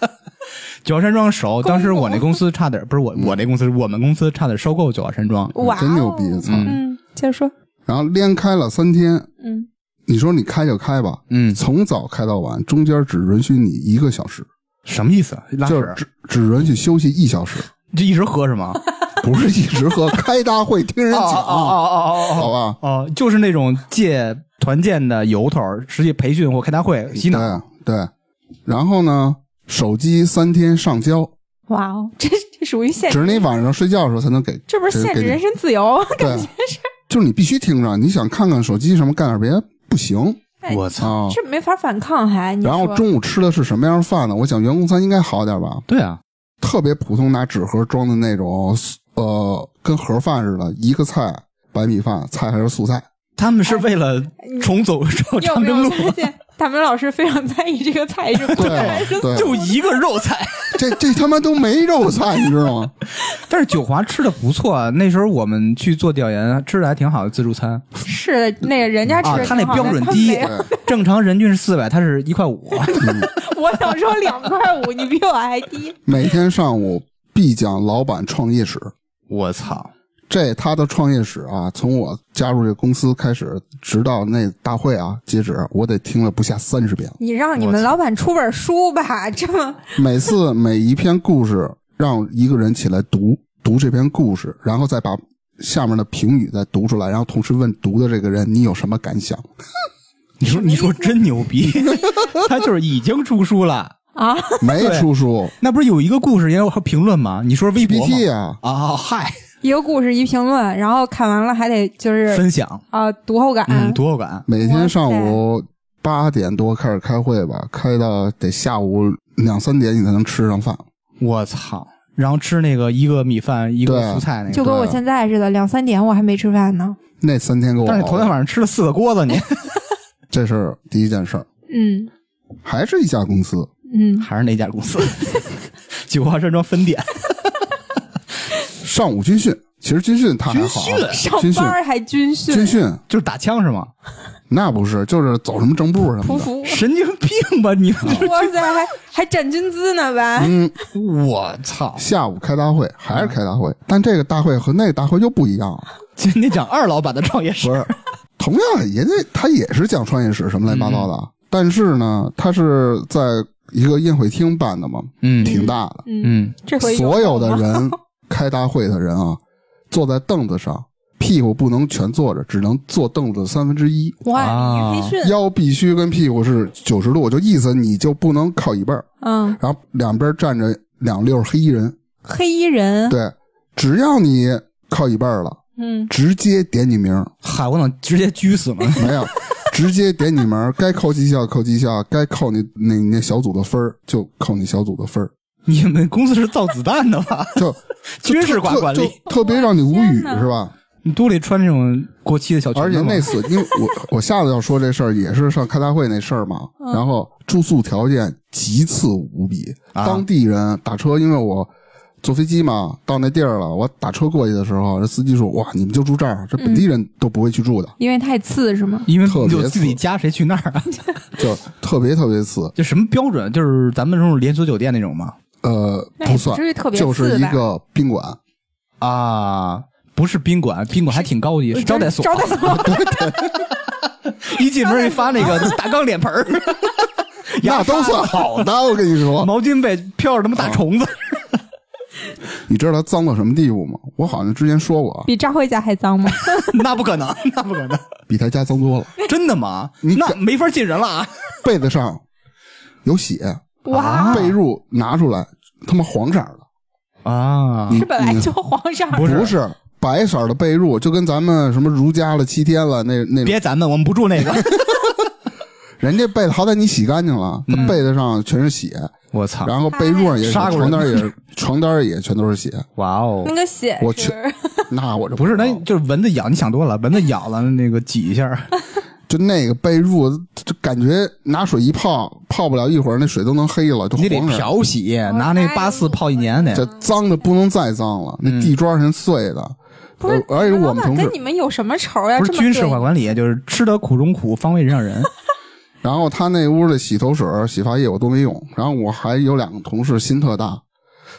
Speaker 2: 九华山庄熟，当时我那公司差点，不是我，我那公司，我们公司差点收购九华山庄。
Speaker 4: 哇、哦，
Speaker 1: 真牛逼！操！
Speaker 2: 嗯
Speaker 4: 嗯，接着说，
Speaker 1: 然后连开了三天，
Speaker 4: 嗯，
Speaker 1: 你说你开就开吧，
Speaker 2: 嗯，
Speaker 1: 从早开到晚，中间只允许你一个小时，
Speaker 2: 什么意思？拉
Speaker 1: 就是
Speaker 2: 屎？
Speaker 1: 只只允许休息一小 时，
Speaker 2: 就一直喝是吗？
Speaker 1: 不是一直喝。开大会听人
Speaker 2: 哦
Speaker 1: 讲，
Speaker 2: 哦
Speaker 1: 好吧？
Speaker 2: 哦，就是那种借团建的由头儿，实际培训或开大会洗脑。
Speaker 1: 对对。然后呢，手机三天上交，
Speaker 4: 哇哦，这这属于现
Speaker 1: 只
Speaker 4: 实，
Speaker 1: 是你晚上睡觉的时候才能给，
Speaker 4: 这不是
Speaker 1: 给
Speaker 4: 限制
Speaker 1: 给你
Speaker 4: 人身自由？
Speaker 1: 对，就是你必须听着，你想看看手机什么，干点别的不行
Speaker 4: 哎
Speaker 2: 我操！
Speaker 1: 啊。
Speaker 4: 这没法反抗还。你
Speaker 1: 然后
Speaker 4: 说
Speaker 1: 中午吃的是什么样的饭呢？我想员工餐应该好点吧，
Speaker 2: 对啊，
Speaker 1: 特别普通，拿纸盒装的那种，呃，跟盒饭似的，一个菜白米饭，菜还是素菜。
Speaker 2: 他们是为了重走
Speaker 4: 哎你有
Speaker 2: 长
Speaker 4: 没
Speaker 2: 征
Speaker 4: 有
Speaker 2: 路，
Speaker 4: 发现大明老师非常在意这个菜是不
Speaker 1: 对啊
Speaker 4: 是素
Speaker 1: 对啊
Speaker 2: 就一个肉菜。
Speaker 1: 这这他妈都没肉菜，你知道吗？
Speaker 2: 但是九华吃的不错啊，那时候我们去做调研，吃的还挺好的自助餐
Speaker 4: 是的，那个人家吃
Speaker 2: 啊
Speaker 4: 的，
Speaker 2: 他
Speaker 4: 挺
Speaker 2: 那
Speaker 4: 好
Speaker 2: 标
Speaker 4: 的
Speaker 2: 准
Speaker 4: 他
Speaker 2: 低，
Speaker 4: 没有
Speaker 2: 正常人均是四百，他是一块五。
Speaker 4: 我想说两块五，你比我还低。
Speaker 1: 每天上午必讲老板创业史，
Speaker 2: 我操！
Speaker 1: 这他的创业史啊，从我加入这公司开始，直到那大会啊截止，我得听了不下三十遍。
Speaker 4: 你让你
Speaker 2: 我
Speaker 4: 们
Speaker 2: 操
Speaker 4: 老板出本书吧，这么
Speaker 1: 每次每一篇故事，让一个人起来读读这篇故事，然后再把下面的评语再读出来，然后同时问读的这个人你有什么感想？
Speaker 2: 你说你说真牛逼， 他就是已经出书了。
Speaker 4: 啊，
Speaker 1: 没
Speaker 2: 对
Speaker 1: 出书
Speaker 2: 那不是有一个故事也有评论吗？你说微博吗
Speaker 1: PPT 啊，
Speaker 2: 啊？嗨，
Speaker 4: 一个故事一评论，然后看完了还得就是
Speaker 2: 分享，
Speaker 4: 啊读后感，
Speaker 2: 嗯，多有感。
Speaker 1: 每天上午八点多开始开会吧，开到得下午两三点你才能吃上饭。
Speaker 2: 我操！然后吃那个一个米饭一
Speaker 1: 对
Speaker 2: 个蔬菜那
Speaker 4: 就
Speaker 2: 个，
Speaker 4: 跟我现在似的，两三点我还没吃饭呢。
Speaker 1: 那三天给我熬
Speaker 2: 但是
Speaker 1: 的，
Speaker 2: 头天晚上吃了四个锅子，你
Speaker 1: 这是第一件事儿，
Speaker 4: 嗯
Speaker 1: 还是一家公司。
Speaker 4: 嗯，
Speaker 2: 还是那家公司， 九华山庄分店。
Speaker 1: 上午军训，其实军训他还好啊，
Speaker 4: 上
Speaker 1: 军训
Speaker 4: 班还军训，
Speaker 1: 军训
Speaker 2: 就是打枪是吗？
Speaker 1: 那不是，就是走什么正步什么
Speaker 4: 匍
Speaker 1: 的。
Speaker 4: 匐，
Speaker 2: 神经病吧你！们！
Speaker 4: 哇 塞，还还站军姿呢吧？
Speaker 1: 嗯，
Speaker 2: 我操！
Speaker 1: 下午开大会还是开大会，但这个大会和那个大会就不一样了，
Speaker 2: 今天讲二老板的创业史
Speaker 1: 不，是？同样也得他也是讲创业史什么乱七八糟的啊，但是呢，他是在一个宴会厅办的嘛，
Speaker 2: 嗯
Speaker 1: 挺大的，
Speaker 4: 嗯，
Speaker 2: 嗯，
Speaker 4: 这回
Speaker 1: 所有的
Speaker 4: 吗
Speaker 1: 人 开大会的人啊，坐在凳子上，屁股不能全坐着，只能坐凳子三分之一。
Speaker 4: 哇，
Speaker 2: 啊
Speaker 4: 你是培训，
Speaker 1: 腰必须跟屁股是九十度，就意思你就不能靠椅背儿，
Speaker 4: 嗯，
Speaker 1: 然后两边站着两溜黑衣人。
Speaker 4: 黑衣人，
Speaker 1: 对，只要你靠椅背儿了，
Speaker 4: 嗯，
Speaker 1: 直接点你名儿，
Speaker 2: 嗨，我能直接狙死吗？
Speaker 1: 没有，直接点你名儿，该扣绩效扣绩效，该扣你那你那小组的分儿就扣你小组的分儿，
Speaker 2: 你们公司是造子弹的吧？
Speaker 1: 就就
Speaker 2: 军事
Speaker 1: 特
Speaker 2: 化管
Speaker 1: 就
Speaker 2: 理，
Speaker 1: 特别让你无语
Speaker 4: 天哪
Speaker 1: 是吧？
Speaker 2: 你兜里穿那种过期的小裙
Speaker 1: 而且
Speaker 2: 子吗
Speaker 1: 那次，因为我我下次要说这事儿，也是上开大会那事儿嘛。
Speaker 4: 嗯
Speaker 1: 然后住宿条件极次无比，
Speaker 2: 啊
Speaker 1: 当地人打车，因为我坐飞机嘛，到那地儿了，我打车过去的时候，这司机说：“哇，你们就住这儿，这本地人都不会去住的，
Speaker 4: 因为太次是吗？
Speaker 2: 因为
Speaker 1: 特别
Speaker 2: 就自己
Speaker 1: 次
Speaker 2: 家谁去那儿啊？
Speaker 1: 就特别特别次。
Speaker 2: 就什么标准？就是咱们这种连锁酒店那种吗？”
Speaker 1: 呃，
Speaker 4: 那也不
Speaker 1: 算
Speaker 4: 至于特，别次
Speaker 1: 就
Speaker 4: 吧
Speaker 1: 是一个宾馆，
Speaker 2: 啊，不是宾馆，宾馆还挺高级，是招待所。
Speaker 4: 呃招 待所，
Speaker 2: 一进门一发那个大钢脸盆儿，
Speaker 1: 那都算好的。我跟你说，
Speaker 2: 毛巾被飘着他妈大虫子。
Speaker 1: 你知道它脏到什么地步吗？我好像之前说过啊，
Speaker 4: 比张辉家还脏吗？
Speaker 2: 那不可能，那不可能，
Speaker 1: 比他家脏多了，
Speaker 2: 真的吗？
Speaker 1: 你
Speaker 2: 那没法进人了啊！
Speaker 1: 被子上有血，
Speaker 4: 哇，
Speaker 1: 啊被褥拿出来，他妈黄色儿的。
Speaker 2: 啊，
Speaker 4: 是本来就皇上，
Speaker 2: 不是
Speaker 1: 不是白色儿的被褥，就跟咱们什么如家了七天了那那种，
Speaker 2: 别咱们，我们不住那个。
Speaker 1: 人家被好歹你洗干净了，他
Speaker 2: 嗯
Speaker 1: 被子上全是血，
Speaker 2: 我操！
Speaker 1: 然后被褥上也是，
Speaker 2: 杀过
Speaker 1: 床
Speaker 2: 人
Speaker 1: 单也是床单也全都是 血。
Speaker 2: 哇哦
Speaker 4: 那，个血
Speaker 1: 我去
Speaker 4: 是
Speaker 1: 那我这
Speaker 2: 不是，
Speaker 1: 知道
Speaker 2: 那就是蚊子咬，你想多了，蚊子咬了那个挤一 下，
Speaker 1: 就那个被褥，就感觉拿水一泡，泡不了一会儿，那水都能黑了，就
Speaker 2: 你得
Speaker 1: 黄色。
Speaker 2: 漂洗，拿那八四泡一年
Speaker 1: 这
Speaker 2: 得。
Speaker 1: 脏的不能再脏了，那地砖全碎的。
Speaker 4: 不是？
Speaker 1: 呃而而且
Speaker 4: 老
Speaker 1: 我们
Speaker 4: 板
Speaker 1: 同
Speaker 4: 跟
Speaker 1: 事，
Speaker 4: 你们有什么仇呀？
Speaker 2: 不
Speaker 4: 这
Speaker 2: 是
Speaker 4: 么
Speaker 2: 军事
Speaker 4: 对
Speaker 2: 化管理，就是吃得苦中苦，方为人上人。
Speaker 1: 然后他那屋的洗头水、洗发液我都没用，然后我还有两个同事心特大。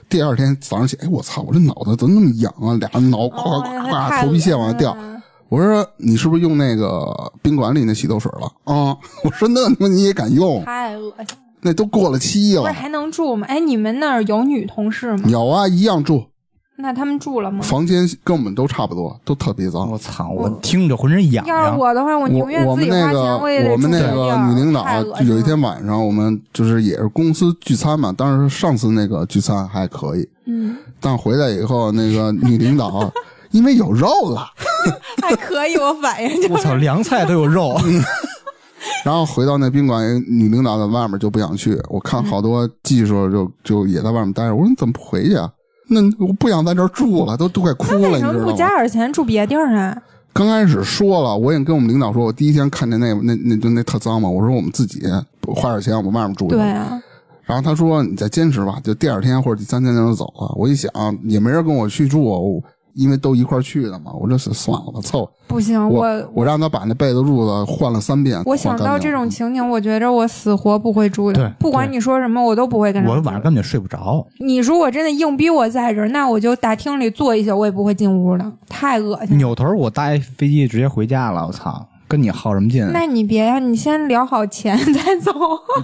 Speaker 1: 第二天早上起，哎，我操，我这脑子怎么那么痒啊？俩挠，咵
Speaker 4: 哎呀
Speaker 1: 咵
Speaker 4: 太
Speaker 1: 咵，头皮屑往下掉
Speaker 4: 恶。心了
Speaker 1: 我说你是不是用那个宾馆里那洗头水了啊、我说那他妈你也敢用？
Speaker 4: 太恶心了。
Speaker 1: 那都过了期
Speaker 4: 不是
Speaker 1: 了。
Speaker 4: 还能住吗？哎，你们那儿有女同事吗？
Speaker 1: 有啊，一样住，
Speaker 4: 那他们住了吗？
Speaker 1: 房间跟我们都差不多，都特别脏。
Speaker 2: 我操！我听着浑身痒
Speaker 4: 要是
Speaker 2: 痒。
Speaker 4: 我的话，我宁愿
Speaker 1: 我
Speaker 4: 自
Speaker 1: 们
Speaker 4: 己
Speaker 1: 那个
Speaker 4: 花钱，也得
Speaker 1: 我们
Speaker 4: 住
Speaker 1: 那
Speaker 4: 这地
Speaker 1: 个
Speaker 4: 儿
Speaker 1: 女领导
Speaker 4: 太
Speaker 1: 啊
Speaker 4: 恶
Speaker 1: 就
Speaker 4: 心
Speaker 1: 有一天
Speaker 4: 了
Speaker 1: 晚上，我们就是也是公司聚餐嘛，当时上次那个聚餐还可以，
Speaker 4: 嗯，
Speaker 1: 但回来以后那个女领 导因为有肉了，
Speaker 4: 还可以，我反应就
Speaker 2: 我操，凉菜都有 肉，
Speaker 1: 然后回到那宾馆，女领导在外面就不想去。我看好多技术就就也在外面待着，我说你怎么不回去啊？那我不想在这儿住了，都都快哭了，
Speaker 4: 为
Speaker 1: 你
Speaker 4: 什
Speaker 1: 知
Speaker 4: 么
Speaker 1: 道
Speaker 4: 不
Speaker 1: 吗
Speaker 4: 加？点钱住别地儿啊？
Speaker 1: 刚开始说了，我也跟我们领导说，我第一天看见那那那就那特脏嘛，我说我们自己花点钱往外面住去。
Speaker 4: 对啊，
Speaker 1: 然后他说你再坚持吧，就第二天或者第三天就走了。我一想也没人跟我去住，我因为都一块儿去的嘛，我这是算了吧，凑合。
Speaker 4: 不行，
Speaker 1: 我
Speaker 4: 我
Speaker 1: 我让他把那被子褥子换了三遍，
Speaker 4: 我想
Speaker 1: 换干
Speaker 4: 到
Speaker 1: 净
Speaker 4: 这种情景，我觉着我死活不会住的
Speaker 2: 对，
Speaker 4: 不管
Speaker 2: 对
Speaker 4: 你说什么，我都不会跟他
Speaker 2: 我
Speaker 4: 们
Speaker 2: 晚上
Speaker 4: 住
Speaker 2: 根本就睡不着。
Speaker 4: 你如果真的硬逼我在这儿，那我就大厅里坐一宿，我也不会进屋的，太恶心了。
Speaker 2: 扭头我搭一飞机直接回家了，我操！跟你耗什么劲？啊
Speaker 4: 那你别呀，你先聊好钱再走。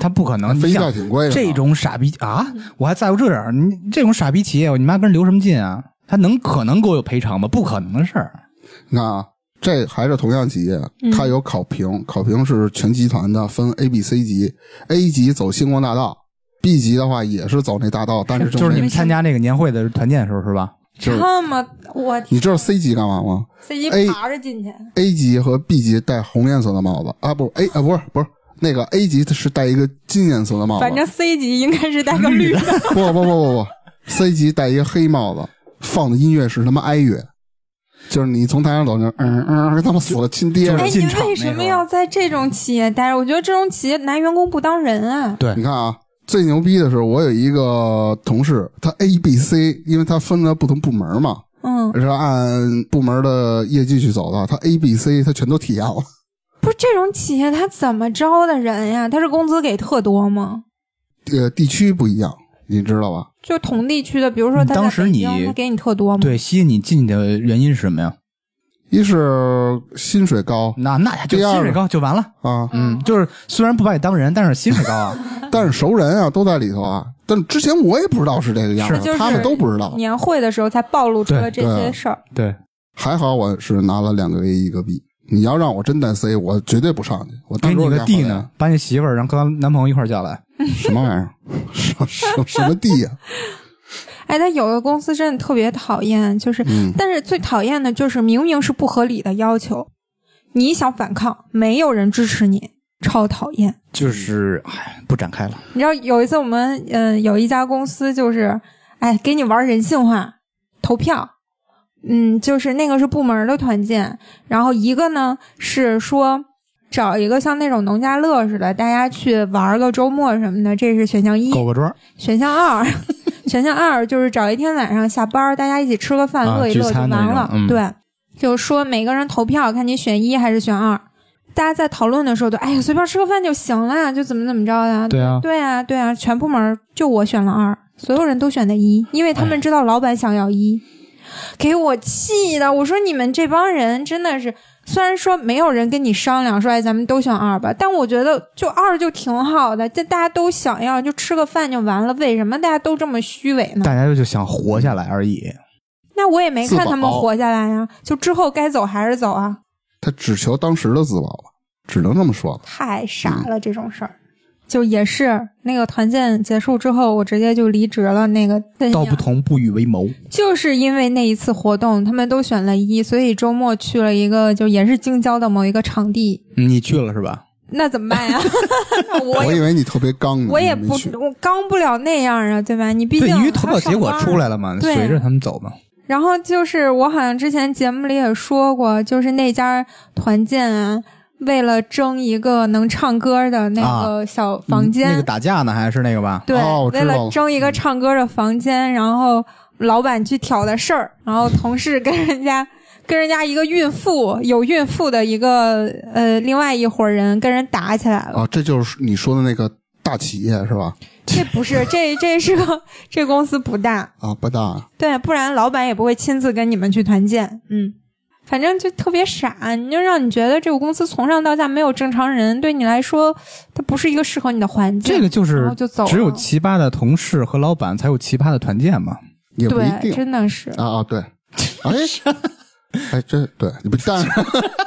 Speaker 2: 他不可能，
Speaker 1: 飞
Speaker 2: 你
Speaker 1: 机
Speaker 2: 想
Speaker 1: 票挺贵的，
Speaker 2: 这种傻逼啊，我还在乎这点儿？你这种傻逼企业，你妈跟人留什么劲啊？他能可能给我有赔偿吗？不可能的事儿。
Speaker 1: 你看啊，这还是同样企业，
Speaker 4: 嗯
Speaker 1: 它有考评，考评是全集团的，分 A、B、C 级，A 级走星光大道，B 级的话也是走那大道，但是
Speaker 2: 就是
Speaker 1: 没
Speaker 2: 你们参加那个年会的团建的时候是吧？
Speaker 1: 就是哎
Speaker 4: 这么我
Speaker 1: 你知道 C 级干嘛吗
Speaker 4: 自己
Speaker 1: A-
Speaker 4: 爬着进去，
Speaker 1: ？A 级和 B 级戴红颜色的帽子啊，不是 A 啊，不是不是。那个 A 级是戴一个金颜色的帽子，
Speaker 4: 反正 C 级应该是带个绿的。
Speaker 1: 不不不不不，C 级戴一个黑帽子，放的音乐是他妈哀乐，就是你从台上走就嗯嗯，他妈死了亲爹
Speaker 2: 就
Speaker 1: 似的
Speaker 2: 是
Speaker 4: 哎，
Speaker 2: 进
Speaker 4: 你
Speaker 2: 场
Speaker 4: 为什么要在这种企业待着？我觉得这种企业拿员工不当人啊！
Speaker 2: 对
Speaker 1: 你看啊，最牛逼的是我有一个同事，他 A、B、C，因为他分了不同部门嘛，
Speaker 4: 嗯，
Speaker 1: 是按部门的业绩去走的。他 A、B、C 他全都体验了，
Speaker 4: 不是这种企业他怎么招的人呀？他是工资给特多吗？
Speaker 1: 呃，地区不一样，你知道吧？
Speaker 4: 就同地区的，比如说他在
Speaker 2: 当时
Speaker 4: 北
Speaker 2: 你
Speaker 4: 京他给你特多吗？
Speaker 2: 对，吸引你进去的原因是什么呀？
Speaker 1: 一是薪水高
Speaker 2: 那那就
Speaker 1: 第二
Speaker 2: 薪
Speaker 1: 个
Speaker 2: 水高就完了。
Speaker 1: 啊，
Speaker 2: 嗯，就是虽然不把你当人，但是薪水高啊。
Speaker 1: 但是熟人啊都在里头啊。但之前我也不知道是这个样子，
Speaker 4: 是就是
Speaker 1: 他们都不知道。
Speaker 4: 年会的时候才暴露出了这
Speaker 1: 对对
Speaker 4: 些事儿。
Speaker 2: 对，啊
Speaker 1: 还好我是拿了两个 A 一个 B。你要让我真带 C，我绝对不上去。我
Speaker 2: 给
Speaker 1: 当
Speaker 2: 你
Speaker 1: 时
Speaker 2: 个地呢，把你媳妇儿，然后跟她男朋友一块儿叫来。
Speaker 1: 什么玩意儿？ 什什什么地呀、啊
Speaker 4: 哎，他有的公司真的特别讨厌，就是，
Speaker 1: 嗯
Speaker 4: 但是最讨厌的就是明明是不合理的要求，你想反抗，没有人支持你，超讨厌。
Speaker 2: 就是，哎，不展开了。
Speaker 4: 你知道有一次我们嗯、呃有一家公司就是，哎，给你玩人性化投票，嗯，就是那个是部门的团建，然后一个呢是说找一个像那种农家乐似的，大家去玩个周末什么的，这是选项一。
Speaker 2: 狗个庄儿
Speaker 4: 选项二， 选项二就是找一天晚上下班儿，大家一起吃个饭，
Speaker 2: 啊
Speaker 4: 乐一
Speaker 2: 聚
Speaker 4: 乐就
Speaker 2: 餐
Speaker 4: 完
Speaker 2: 那种
Speaker 4: 了。
Speaker 2: 嗯
Speaker 4: 对，就说每个人投票，看你选一还是选二。大家在讨论的时候都，哎呀，随便吃个饭就行了，就怎么怎么着的。
Speaker 2: 对啊
Speaker 4: 对啊，对啊，全部门儿就我选了二，所有人都选的一，因为他
Speaker 1: 哎
Speaker 4: 们知道老板想要一。给我气的，我说你们这帮人真的是，虽然说没有人跟你商量说，哎，咱们都选二吧，但我觉得就二就挺好的，这大家都想要，就吃个饭就完了，为什么大家都这么虚伪呢？
Speaker 2: 大家就想活下来而已。
Speaker 4: 那我也没看他们
Speaker 1: 自保
Speaker 4: 活下来呀、就之后该走还是走啊，
Speaker 1: 他只求当时的自保了，只能这么说了。
Speaker 4: 太
Speaker 1: 嗯
Speaker 4: 傻了、这种事儿。就也是那个团建结束之后，我直接就离职了。那个
Speaker 2: 道不同不与为谋。
Speaker 4: 就是因为那一次活动，他们都选了一，所以周末去了一个就也是京郊的某一个场地，
Speaker 2: 你去了是吧？
Speaker 4: 那怎么办呀？ 那我
Speaker 1: 我
Speaker 4: 也
Speaker 1: 以为你特别刚呢，
Speaker 4: 我也
Speaker 1: 你没
Speaker 4: 不
Speaker 1: 去
Speaker 4: 我刚不了那样啊，对吧？你毕
Speaker 2: 对，
Speaker 4: 竟
Speaker 2: 因为
Speaker 4: 还要
Speaker 2: 投票结果
Speaker 4: 上班
Speaker 2: 出来了嘛，
Speaker 4: 对
Speaker 2: 随着他们走嘛。
Speaker 4: 然后就是我好像之前节目里也说过，就是那家团建啊，为了争一个能唱歌的那个小房间，
Speaker 2: 啊嗯那个打架呢，还是那个吧？
Speaker 4: 对，
Speaker 1: 哦我知
Speaker 4: 为
Speaker 1: 道了
Speaker 4: 了争一个唱歌的房间，然后老板去挑的事儿，然后同事跟人家。跟人家一个孕妇有孕妇的一个呃，另外一伙人跟人打起来了。
Speaker 1: 啊，这就是你说的那个大企业是吧？
Speaker 4: 这不是这这是个这公司不大，
Speaker 1: 啊，不大，
Speaker 4: 对，不然老板也不会亲自跟你们去团建。嗯，反正就特别傻，你就让你觉得这个公司从上到下没有正常人，对你来说，它不是一个适合你的环境。
Speaker 2: 这个就
Speaker 4: 然
Speaker 2: 是
Speaker 4: 后就走了
Speaker 2: 只有奇葩的同事和老板才有奇葩的团建嘛。
Speaker 1: 也不一定
Speaker 4: 对，真的是。
Speaker 1: 啊啊，对，哎，哎，这对，你不但是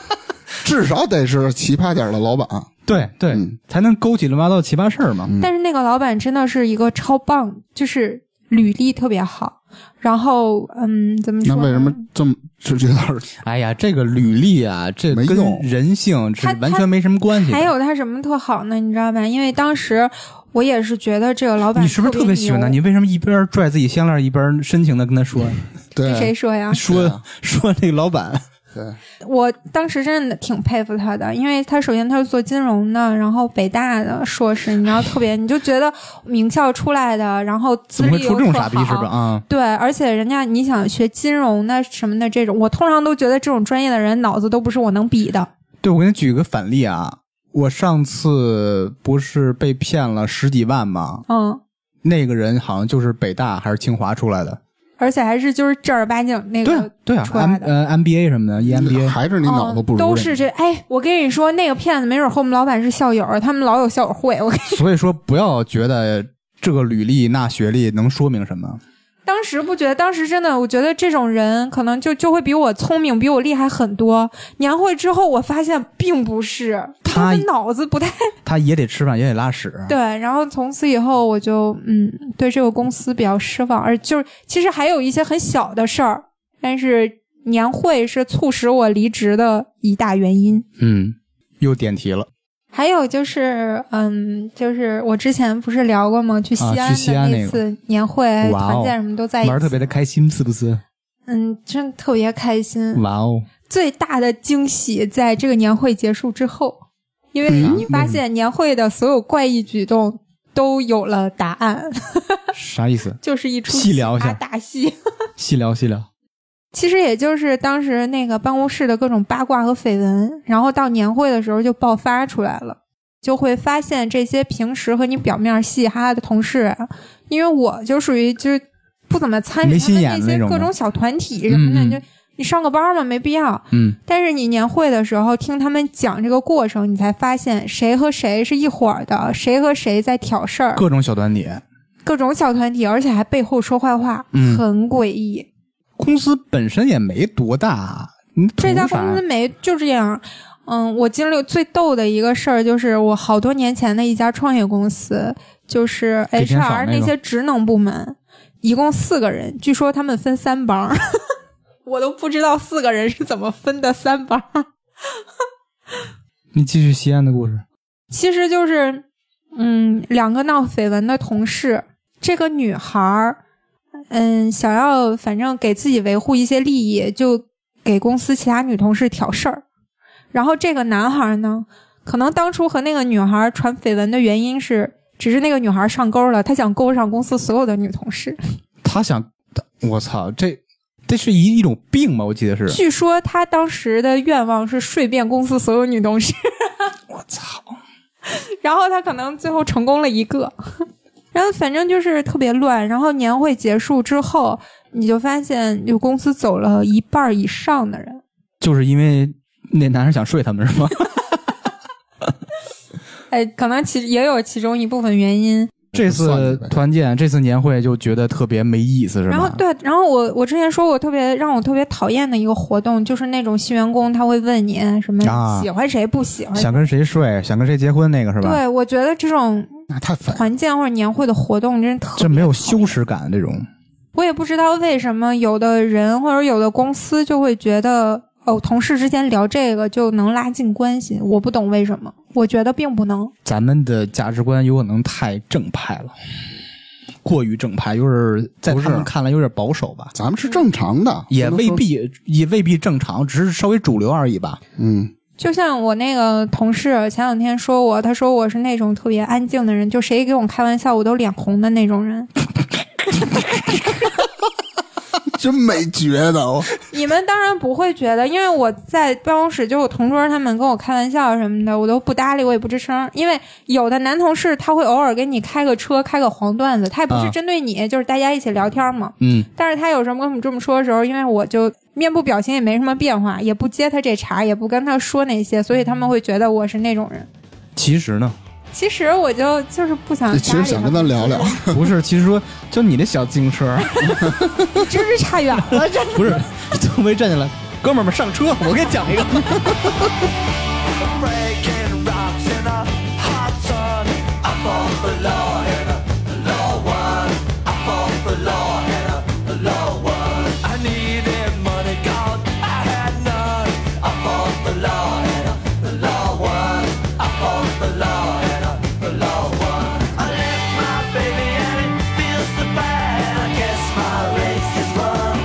Speaker 1: 至少得是奇葩点儿的老板，
Speaker 2: 对对，
Speaker 1: 嗯
Speaker 2: 才能勾起乱七八糟的奇葩事儿嘛。
Speaker 4: 但是那个老板真的是一个超棒，就是履历特别好，然后嗯，怎么说
Speaker 1: 那
Speaker 4: 呢？
Speaker 1: 为什么这么就觉得
Speaker 2: 哎呀，这个履历啊，这
Speaker 1: 没
Speaker 2: 跟
Speaker 1: 用
Speaker 2: 人性是
Speaker 4: 他
Speaker 2: 完全没什么关系的。
Speaker 4: 还有他什么特好呢？你知道吧？因为当时我也是觉得这个老板
Speaker 2: 你是不是特别喜欢他？
Speaker 4: 牛啊
Speaker 2: 你为什么一边拽自己项链一边深情的跟他说呀？
Speaker 4: 跟谁
Speaker 1: 对
Speaker 4: 说呀？
Speaker 1: 对
Speaker 2: 说
Speaker 1: 啊
Speaker 2: 说那个老板，
Speaker 1: 对
Speaker 4: 我当时真的挺佩服他的，因为他首先他是做金融的，然后北大的硕士，你知道特别，你就觉得名校出来的，然后资
Speaker 2: 怎么会
Speaker 4: 历又
Speaker 2: 出这种
Speaker 4: 特
Speaker 2: 傻逼是
Speaker 4: 好
Speaker 2: 吧？？啊，
Speaker 4: 对，而且人家你想学金融的什么的这种，我通常都觉得这种专业的人脑子都不是我能比的。
Speaker 2: 对，我给你举个反例啊，我上次不是被骗了十几万吗？
Speaker 4: 嗯，
Speaker 2: 那个人好像就是北大还是清华出来的，
Speaker 4: 而且还是就是正儿八经那
Speaker 2: 对啊
Speaker 4: 个
Speaker 2: 对啊
Speaker 4: 出来
Speaker 2: ，M
Speaker 4: 的。
Speaker 2: 呃 MBA 什么的
Speaker 1: 对，
Speaker 2: ，EMBA
Speaker 1: 还是你脑子不
Speaker 4: 嗯
Speaker 1: 如人
Speaker 4: 都是这哎，我跟你说，那个骗子没准和我们老板是校友，他们老有校友会。 我跟
Speaker 2: 所以说不要觉得这个履历那学历能说明什么。
Speaker 4: 当时不觉得，当时真的，我觉得这种人可能就就会比我聪明，比我厉害很多。年会之后，我发现并不是，
Speaker 2: 他
Speaker 4: 的脑子 不太
Speaker 2: 他也得吃饭，也得拉屎。
Speaker 4: 对。然后从此以后，我就嗯，对这个公司比较失望。而就是其实还有一些很小的事儿，但是年会是促使我离职的一大原因。
Speaker 2: 嗯，又点题了
Speaker 4: 还有就是，嗯，就是我之前不是聊过吗？去西
Speaker 2: 啊去
Speaker 4: 安
Speaker 2: 西
Speaker 4: 的
Speaker 2: 安那
Speaker 4: 那
Speaker 2: 个
Speaker 4: 次年会、
Speaker 2: 哇哦
Speaker 4: 团建什么都在一
Speaker 2: 玩儿特
Speaker 4: 起，
Speaker 2: 别的开心，是不是？
Speaker 4: 嗯，真的特别开心。
Speaker 2: 哇哦，
Speaker 4: 最大的惊喜在这个年会结束之后，因为
Speaker 2: 嗯
Speaker 4: 你发现年会的所有怪异举动都有了答案，
Speaker 2: 啥意思？
Speaker 4: 就是一出
Speaker 2: 细聊一下
Speaker 4: 奇葩大戏。
Speaker 2: 细聊细聊。
Speaker 4: 其实也就是当时那个办公室的各种八卦和绯闻，然后到年会的时候就爆发出来了，就会发现这些平时和你表面嘻嘻哈哈的同事，啊因为我就属于就是不怎么参与
Speaker 2: 没
Speaker 4: 他
Speaker 2: 心
Speaker 4: 们
Speaker 2: 眼
Speaker 4: 那
Speaker 2: 子那
Speaker 4: 些
Speaker 2: 种
Speaker 4: 各
Speaker 2: 吗
Speaker 4: 种小团体什么的，
Speaker 2: 嗯嗯
Speaker 4: 你就你上个班嘛，没必要。
Speaker 2: 嗯，
Speaker 4: 但是你年会的时候听他们讲这个过程，你才发现谁和谁是一伙儿的，谁和谁在挑事儿，各
Speaker 2: 各种小团体。
Speaker 4: 种小团体，而且还背后说坏话，
Speaker 2: 嗯
Speaker 4: 很诡异。
Speaker 2: 公司本身也没多大，你图
Speaker 4: 这家
Speaker 2: 啥
Speaker 4: 公司
Speaker 2: 呀
Speaker 4: 没就这样。嗯，我经历最逗的一个事儿就是，我好多年前的一家创业公司，就是
Speaker 2: 给钱少那
Speaker 4: HR
Speaker 2: 种
Speaker 4: 那些职能部门，一共四个人，据说他们分三帮儿， 我都不知道四个人是怎么分的三帮儿。
Speaker 2: 你继续西安的故事。
Speaker 4: 其实就是，嗯，两个闹绯闻的同事，这个女孩儿，嗯，想要反正给自己维护一些利益，就给公司其他女同事挑事儿。然后这个男孩儿呢，可能当初和那个女孩儿传绯闻的原因是，只是那个女孩儿上钩了，他想勾上公司所有的女同事。
Speaker 2: 他想，他我操，这这是一一种病吧？我记得是。
Speaker 4: 据说他当时的愿望是睡遍公司所有女同事，
Speaker 2: 我操，
Speaker 4: 然后他可能最后成功了一个， 然后反正就是特别乱。然后年会结束之后，你就发现有公司走了一半儿以上的人，
Speaker 2: 就是因为那男生想睡他们是吗？
Speaker 4: 哎，可能其也有其中一部分原因。
Speaker 2: 这
Speaker 1: 算
Speaker 2: 次
Speaker 1: 了呗
Speaker 2: 团建，这次年会就觉得特别没意思，是吗？
Speaker 4: 然后对，然后我我之前说过特别让我特别讨厌的一个活动，就是那种新员工他会问你什么
Speaker 2: 啊
Speaker 4: 喜欢谁不喜欢谁。
Speaker 2: 想跟谁睡，想跟谁结婚那个是吧？
Speaker 4: 对，我觉得这种
Speaker 1: 那太烦。
Speaker 4: 团建或者年会的活动真的特别
Speaker 2: 这没有羞耻感这种。
Speaker 4: 我也不知道为什么有的人或者有的公司就会觉得，哦，同事之间聊这个就能拉近关系，我不懂为什么，我觉得并不能。
Speaker 2: 咱们的价值观有可能太正派了，过于正派，有点儿在
Speaker 1: 不
Speaker 2: 他
Speaker 1: 是
Speaker 2: 们看来有点保守吧，
Speaker 1: 咱们是正常的，
Speaker 2: 也
Speaker 1: 不能
Speaker 2: 未
Speaker 1: 说，
Speaker 2: 必也未必正常，只是稍微主流而已吧。
Speaker 1: 嗯，
Speaker 4: 就像我那个同事前两天说我，他说我是那种特别安静的人，就谁跟我开玩笑我都脸红的那种人。
Speaker 1: 真没觉得，哦我
Speaker 4: 你们当然不会觉得，因为我在办公室，就我同桌他们跟我开玩笑什么的，我都不搭理，我也不吱声。因为有的男同事他会偶尔给你开个车，开个黄段子，他也不是
Speaker 2: 啊
Speaker 4: 针对你，就是大家一起聊天嘛。
Speaker 2: 嗯，
Speaker 4: 但是他有什么跟我们这么说的时候，因为我就面部表情也没什么变化，也不接他这茬，也不跟他说那些，所以他们会觉得我是那种人。
Speaker 2: 其 实呢，
Speaker 4: 其实我就就是不想搭理
Speaker 1: 其实想跟他
Speaker 4: 们
Speaker 1: 聊啊聊，
Speaker 2: 不是，其实说就你那小自行车，
Speaker 4: 真是差远了，真
Speaker 2: 不是，就没站起来，哥们儿们上车，我给你讲一个。
Speaker 5: breaking rocks in a hot sun. I fall for law and a law one. I fall for law and a law one. I needed money, God, I had none. I fall for law and a law one. I fall for law and a law one. I left my baby and it feels so bad. I guess my race is run.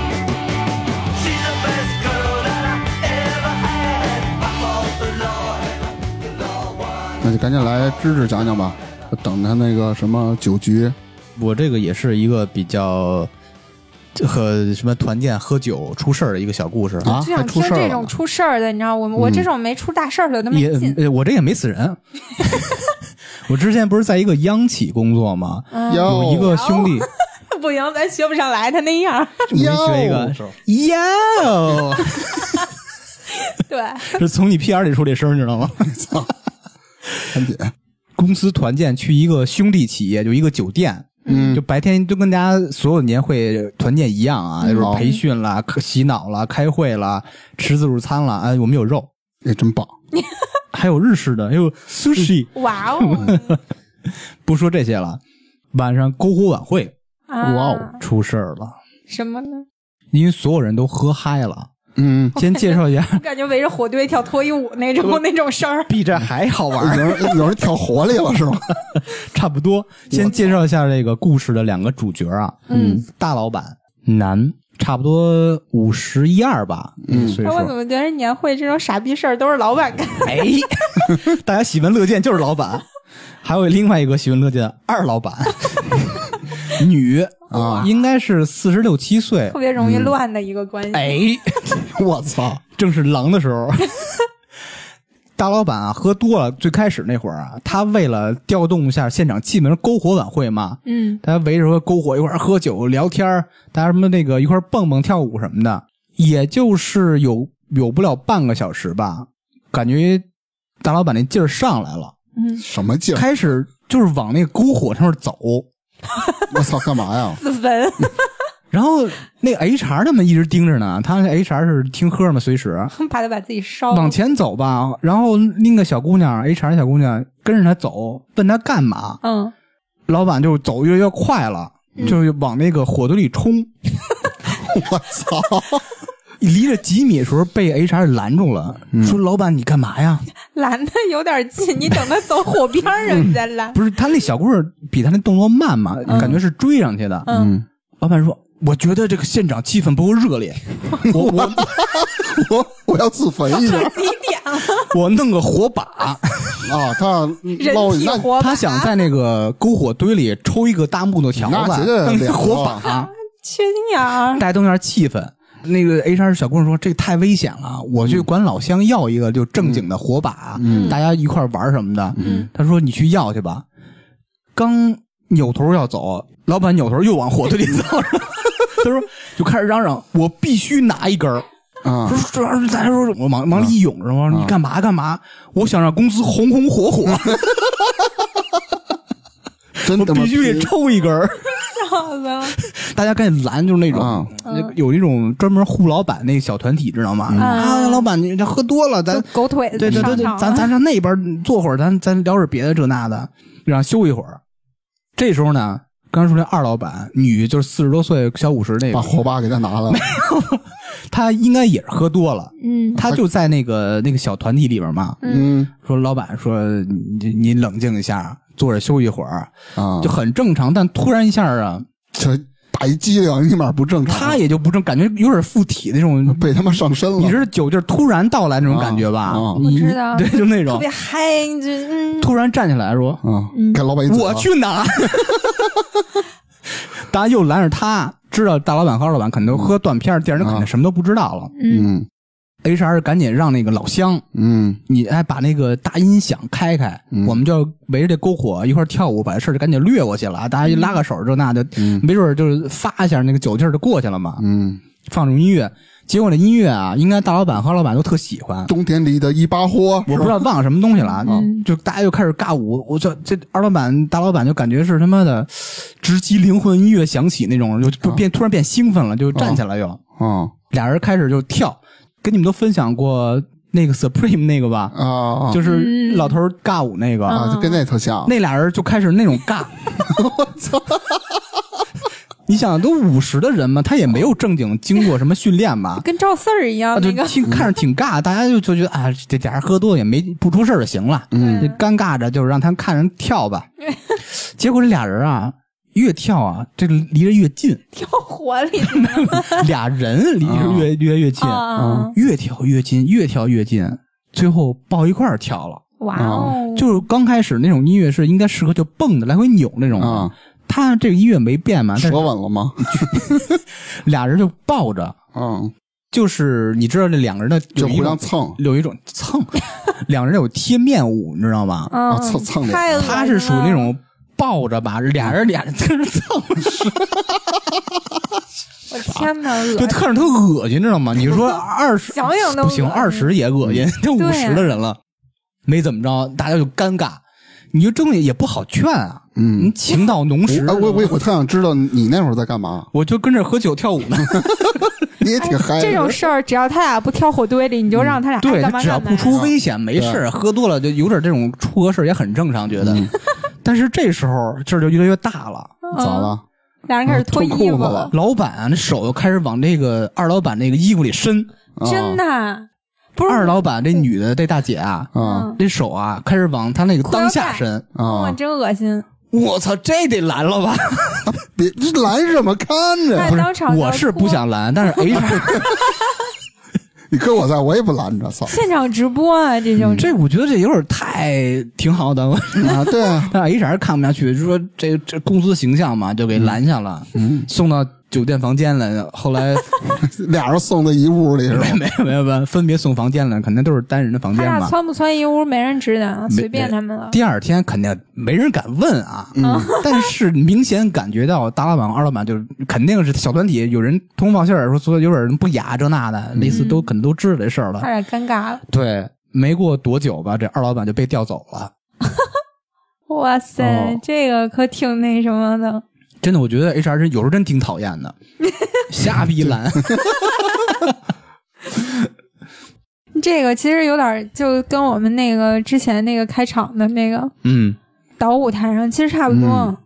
Speaker 5: She's the best girl that I ever had. I fall for law and a
Speaker 1: 那就赶紧来芝芝讲讲吧，等他那个什么酒局，
Speaker 2: 我这个也是一个比较这和什么团建喝酒出事儿的一个小故事
Speaker 1: 啊
Speaker 4: 就想
Speaker 1: 还出
Speaker 4: 听
Speaker 1: 事儿
Speaker 4: 这
Speaker 1: 了
Speaker 4: 种
Speaker 1: 呢
Speaker 4: 出事儿的，你知道我我这种没出大事儿的都没
Speaker 2: 也
Speaker 4: 劲。
Speaker 2: 呃我这也没死人。我之前不是在一个央企工作吗？
Speaker 4: 嗯
Speaker 1: 哟
Speaker 2: 有一个兄
Speaker 4: 哦
Speaker 2: 弟，
Speaker 4: 不行，咱学不上来他那样。
Speaker 2: 我就学一个哟，
Speaker 4: 对，
Speaker 2: 是从你屁眼里出这声儿，你知道吗？
Speaker 1: 赶紧，
Speaker 2: 公司团建去一个兄弟企业，就一个酒店。
Speaker 1: 嗯
Speaker 2: 就白天都跟大家所有的年会团建一样啊，就是培训啦、洗脑啦、开会啦、吃自助餐啦，哎，我们有肉，
Speaker 1: 也真棒，
Speaker 2: 还有日式的，还有 sushi，
Speaker 4: 哇哦，
Speaker 2: 不说这些了。晚上篝火晚会，
Speaker 4: 啊
Speaker 1: 哇哦，
Speaker 2: 出事儿了，
Speaker 4: 什么呢？
Speaker 2: 因为所有人都喝嗨了。
Speaker 1: 嗯，
Speaker 2: 先介绍一下
Speaker 4: 我感觉围着火堆跳脱衣舞那种 那种事儿。
Speaker 2: 比这还好玩儿，
Speaker 1: 有人有人跳火里 了是吗？
Speaker 2: 差不多。先介绍一下这个故事的两个主角啊，
Speaker 4: 嗯，
Speaker 2: 大老板男，差不多五十一二吧，嗯，岁
Speaker 4: 哎，我怎
Speaker 2: 数。
Speaker 4: 么觉得年会这种傻逼事儿都是老板干？
Speaker 2: 哎， 大家喜闻乐见就是老板，还有另外一个喜闻乐见的二老板， 女啊，应该是四十六七岁
Speaker 4: 特。别容易
Speaker 1: 嗯
Speaker 4: 乱的一个关系。
Speaker 2: 哎，
Speaker 1: 我操，
Speaker 2: 正是狼的时 候。大老板啊，喝多了，最开始那会儿啊，他为了调动一下现场气氛，篝火晚会嘛，
Speaker 4: 嗯，
Speaker 2: 大家围着说篝火一块儿喝酒聊天儿，大家什么那个一块儿蹦蹦跳舞什么的，也就是有有不了半个小时吧，感觉大老板那劲儿上来了，
Speaker 1: 什么劲儿？
Speaker 2: 开始就是往那个篝火上面走，
Speaker 1: 我操，干嘛呀？
Speaker 4: 自焚。
Speaker 2: 然后那 HR 他们一直盯着呢，他那 HR 是听喝嘛，随时
Speaker 4: 怕他 把自己烧了
Speaker 2: 往。前走吧，然后拎个小姑娘，HR 小姑娘跟着他走，问他干嘛，
Speaker 4: 嗯，
Speaker 2: 老板就走越来越快了，就是往那个火堆里冲。
Speaker 1: 我操，
Speaker 2: 离着几米的时候被 HR 拦住了，说：“老板，你干嘛呀
Speaker 4: 拦的有点近，你等他走火边儿
Speaker 2: 嗯
Speaker 4: 上你再？”拦。
Speaker 2: 不是他那小姑娘比他那动作慢嘛，感觉是追上去的。
Speaker 4: 嗯，
Speaker 2: 老板说：“我觉得这个现场气氛不够热 烈，我我
Speaker 1: 我我要自焚一下
Speaker 4: 几点了？
Speaker 2: 我弄个 火把，
Speaker 1: 啊！他要
Speaker 4: 人
Speaker 1: 捞
Speaker 4: 体
Speaker 1: 那
Speaker 4: 活
Speaker 2: 他想在那个篝火堆里抽一个大木头条
Speaker 1: 那绝
Speaker 2: 子，
Speaker 1: 对
Speaker 2: 弄一
Speaker 1: 了
Speaker 2: 个啊火把，
Speaker 4: 缺心眼儿。
Speaker 2: 带动一下气氛。”那个 HR 小姑娘说：“这太危险了，我去管老乡要一个就正经的火把，大家一块儿玩什么的。
Speaker 4: 嗯
Speaker 2: 他说：“你去要去吧。”刚扭头要走，老板扭头又往火堆里走了。 他说：“就开始嚷嚷，我必须拿一根儿。”
Speaker 1: 啊
Speaker 2: 说，这玩意儿，咱说我往往里一涌，然后你干嘛干嘛？我想让公司红红火火，
Speaker 1: 真
Speaker 2: 我
Speaker 1: 他妈
Speaker 2: 必须得
Speaker 1: 拼
Speaker 2: 抽一根儿。
Speaker 4: 好了，
Speaker 2: 大家赶紧拦，就是那
Speaker 1: 啊
Speaker 2: 种那有那种专门护老板那个小团体，知道吗？啊，老板，你这喝多了，咱
Speaker 4: 狗腿子
Speaker 2: 对对对
Speaker 4: 嗯上
Speaker 2: 对
Speaker 4: 场，了
Speaker 2: 咱咱上那边坐会儿，咱咱聊点别的这那的，让休一会儿。这时候呢，刚说那二老板，女就是四十多岁，小五十那
Speaker 4: 哦
Speaker 1: 把
Speaker 2: 个，
Speaker 1: 火把给他拿来了，
Speaker 2: 他应该也是喝多了，
Speaker 4: 嗯
Speaker 2: 他就在那个那个小团体里边嘛，
Speaker 1: 嗯
Speaker 2: 说老板说你你冷静一下，坐着休息会儿，
Speaker 1: 啊，
Speaker 2: 就很正常。但突然一下啊，
Speaker 4: 嗯
Speaker 1: 这打一激灵，立马不正常，
Speaker 2: 他也就不正，感觉有点附体那种。
Speaker 1: 被他妈上身了。
Speaker 2: 你是酒劲儿突然到来那种感觉吧？
Speaker 1: 啊啊
Speaker 2: 你
Speaker 4: 我知道
Speaker 2: 对，就那
Speaker 4: 特
Speaker 2: 种
Speaker 4: 别嗨，就嗯，
Speaker 2: 突然站起来说
Speaker 1: 啊，给老板一：“嘴
Speaker 2: 嗯
Speaker 1: 巴，
Speaker 2: 我去哪儿？” 大家又拦着他，知道大老板和二老板肯定都喝断片儿，第二天肯定什么都不知道了。
Speaker 1: 嗯
Speaker 2: HR 赶紧让那个老乡，
Speaker 1: 嗯
Speaker 2: 你哎把那个大音响开开，我们就要围着这篝火一块儿跳舞，把这事儿就赶紧略过去了啊！大家一拉个手这那就，没准儿就是发一下那个酒劲儿就过去了嘛。
Speaker 1: 嗯，
Speaker 2: 放这种音乐，结果那音乐啊，应该大老板和二老板都特喜欢。
Speaker 1: 冬天里的一把火，
Speaker 2: 我不
Speaker 1: 是
Speaker 2: 知
Speaker 1: 吧
Speaker 2: 道忘了什么东西了，啊
Speaker 4: 嗯
Speaker 2: 就大家又开始尬舞，我这这二老板大老板就感觉是他妈的直击灵魂音乐响起那种，就就变、突然变兴奋了，就站起来又，
Speaker 1: 啊
Speaker 2: 俩人开始就跳，跟你们都分享过那个 Supreme 那个吧，
Speaker 1: 啊啊
Speaker 2: 就是老头儿尬舞那个，
Speaker 1: 啊，就跟那特像。
Speaker 2: 那俩人就开始那种尬，我操！你想都五十的人嘛，他也没有正经经过什么训练 吧，
Speaker 4: 跟赵四儿一样
Speaker 2: 啊，就
Speaker 4: 那个，
Speaker 2: 听看着挺尬，大家就就觉得啊，这俩人喝多也没不出事儿就行了，嗯，就尴尬着就是让他看人跳 吧。结果这俩人啊，越跳啊，这离着越 近，
Speaker 4: 跳火里
Speaker 2: 俩人离
Speaker 1: 哦
Speaker 2: 着越越越近，
Speaker 4: 啊，
Speaker 2: 越跳越近，越跳越近，最后抱一块儿跳了。
Speaker 4: 哇
Speaker 1: 嗯
Speaker 4: 哦，
Speaker 2: 啊就是刚开始那种音乐是应该适合就蹦的来回扭那种
Speaker 1: 啊，
Speaker 2: 他这个音乐没变嘛，但
Speaker 1: 舌
Speaker 2: 是
Speaker 1: 吻了吗？
Speaker 2: 俩人就抱着，
Speaker 1: 嗯，
Speaker 2: 就是你知道这两个人的
Speaker 1: 就
Speaker 2: 有一
Speaker 1: 互相
Speaker 2: 种
Speaker 1: 蹭
Speaker 2: 有一种蹭， 两人有贴面舞，你知道吗？
Speaker 1: 啊，
Speaker 4: 啊
Speaker 1: 蹭蹭的。
Speaker 4: 太恶心了
Speaker 2: 他是属于那种抱着吧，俩人俩人在那蹭，
Speaker 4: 我天哪，恶
Speaker 2: 就
Speaker 4: 心
Speaker 2: 看着特恶心，你知道吗？你说二十
Speaker 4: 想想都
Speaker 2: 不行，
Speaker 4: 恶心
Speaker 2: 二十也恶心，这五
Speaker 4: 对
Speaker 2: 十
Speaker 4: 啊
Speaker 2: 的人了，没怎么着，大家就尴尬，你就真的也不好劝啊，
Speaker 1: 嗯，
Speaker 2: 情到浓时，
Speaker 1: 我哎我我我特想知道你那会儿在干嘛，
Speaker 2: 我就跟这儿喝酒跳舞呢。
Speaker 1: 你也挺嗨的。
Speaker 4: 哎这种
Speaker 2: 嗯
Speaker 4: 事儿，只要他俩不跳火堆里，你就让他俩 爱
Speaker 2: 对
Speaker 4: 干
Speaker 2: 他
Speaker 4: 嘛
Speaker 2: 只要
Speaker 4: 干嘛
Speaker 2: 不。出危险，没事儿喝多了就有点这种出格事儿也很正常，觉得。 但是这时候劲儿就越来越大了，
Speaker 1: 咋了？
Speaker 4: 嗯
Speaker 1: 嗯
Speaker 4: 俩人开始啊脱衣
Speaker 1: 脱裤
Speaker 4: 服
Speaker 1: 子了，
Speaker 2: 老板啊，那手又开始往这个二老板那个衣服里伸。
Speaker 1: 啊
Speaker 4: 真的不是
Speaker 2: 二老板这女的这大姐啊，
Speaker 4: 嗯
Speaker 1: 啊
Speaker 2: 这手啊开始往他那个裆下伸。
Speaker 4: 哇，
Speaker 1: 啊！
Speaker 4: 真恶心！
Speaker 2: 我操，这得拦了 吧？
Speaker 1: 别这拦什么看着？
Speaker 4: 哎
Speaker 2: 不是
Speaker 4: 当场，就
Speaker 2: 我是
Speaker 4: 脱
Speaker 2: 不想拦， 但是 HR
Speaker 1: 你跟我在，我也不拦着， 操！
Speaker 4: 现场直播啊，这
Speaker 1: 嗯
Speaker 4: 种
Speaker 2: 这我觉得这有点太挺好的，
Speaker 1: 啊，对啊，
Speaker 2: 但是 HR 看不下去，就说这这公司形象嘛，就给拦下了，送到酒店房间了。后 来
Speaker 1: 俩人送到一屋里是吧？
Speaker 2: 没没有没有没有，分别送房间了，肯定都是单人的房
Speaker 4: 他
Speaker 2: 间
Speaker 4: 俩
Speaker 2: 嘛。
Speaker 4: 窜不窜一屋，没人知道，
Speaker 2: 没
Speaker 4: 随便他们了。
Speaker 2: 第二天肯定没人敢问啊，
Speaker 4: 嗯
Speaker 2: 但是明显感觉到大老板、二老板就是肯定是小团体有人通报信儿说说有点人不雅这那的，类似都肯定都知道这事儿了
Speaker 4: 他。俩尴尬了，
Speaker 2: 对，没过多久吧，这二老板就被调走了。
Speaker 4: 哇塞，
Speaker 2: 哦
Speaker 4: 这个可挺那什么的。
Speaker 2: 真的，我觉得 HR 是有时候真挺讨厌的，瞎逼拦。
Speaker 4: 这个其实有点就跟我们那个之前那个开场的那个
Speaker 2: 嗯，
Speaker 4: 倒舞台上其实差不多。
Speaker 1: 嗯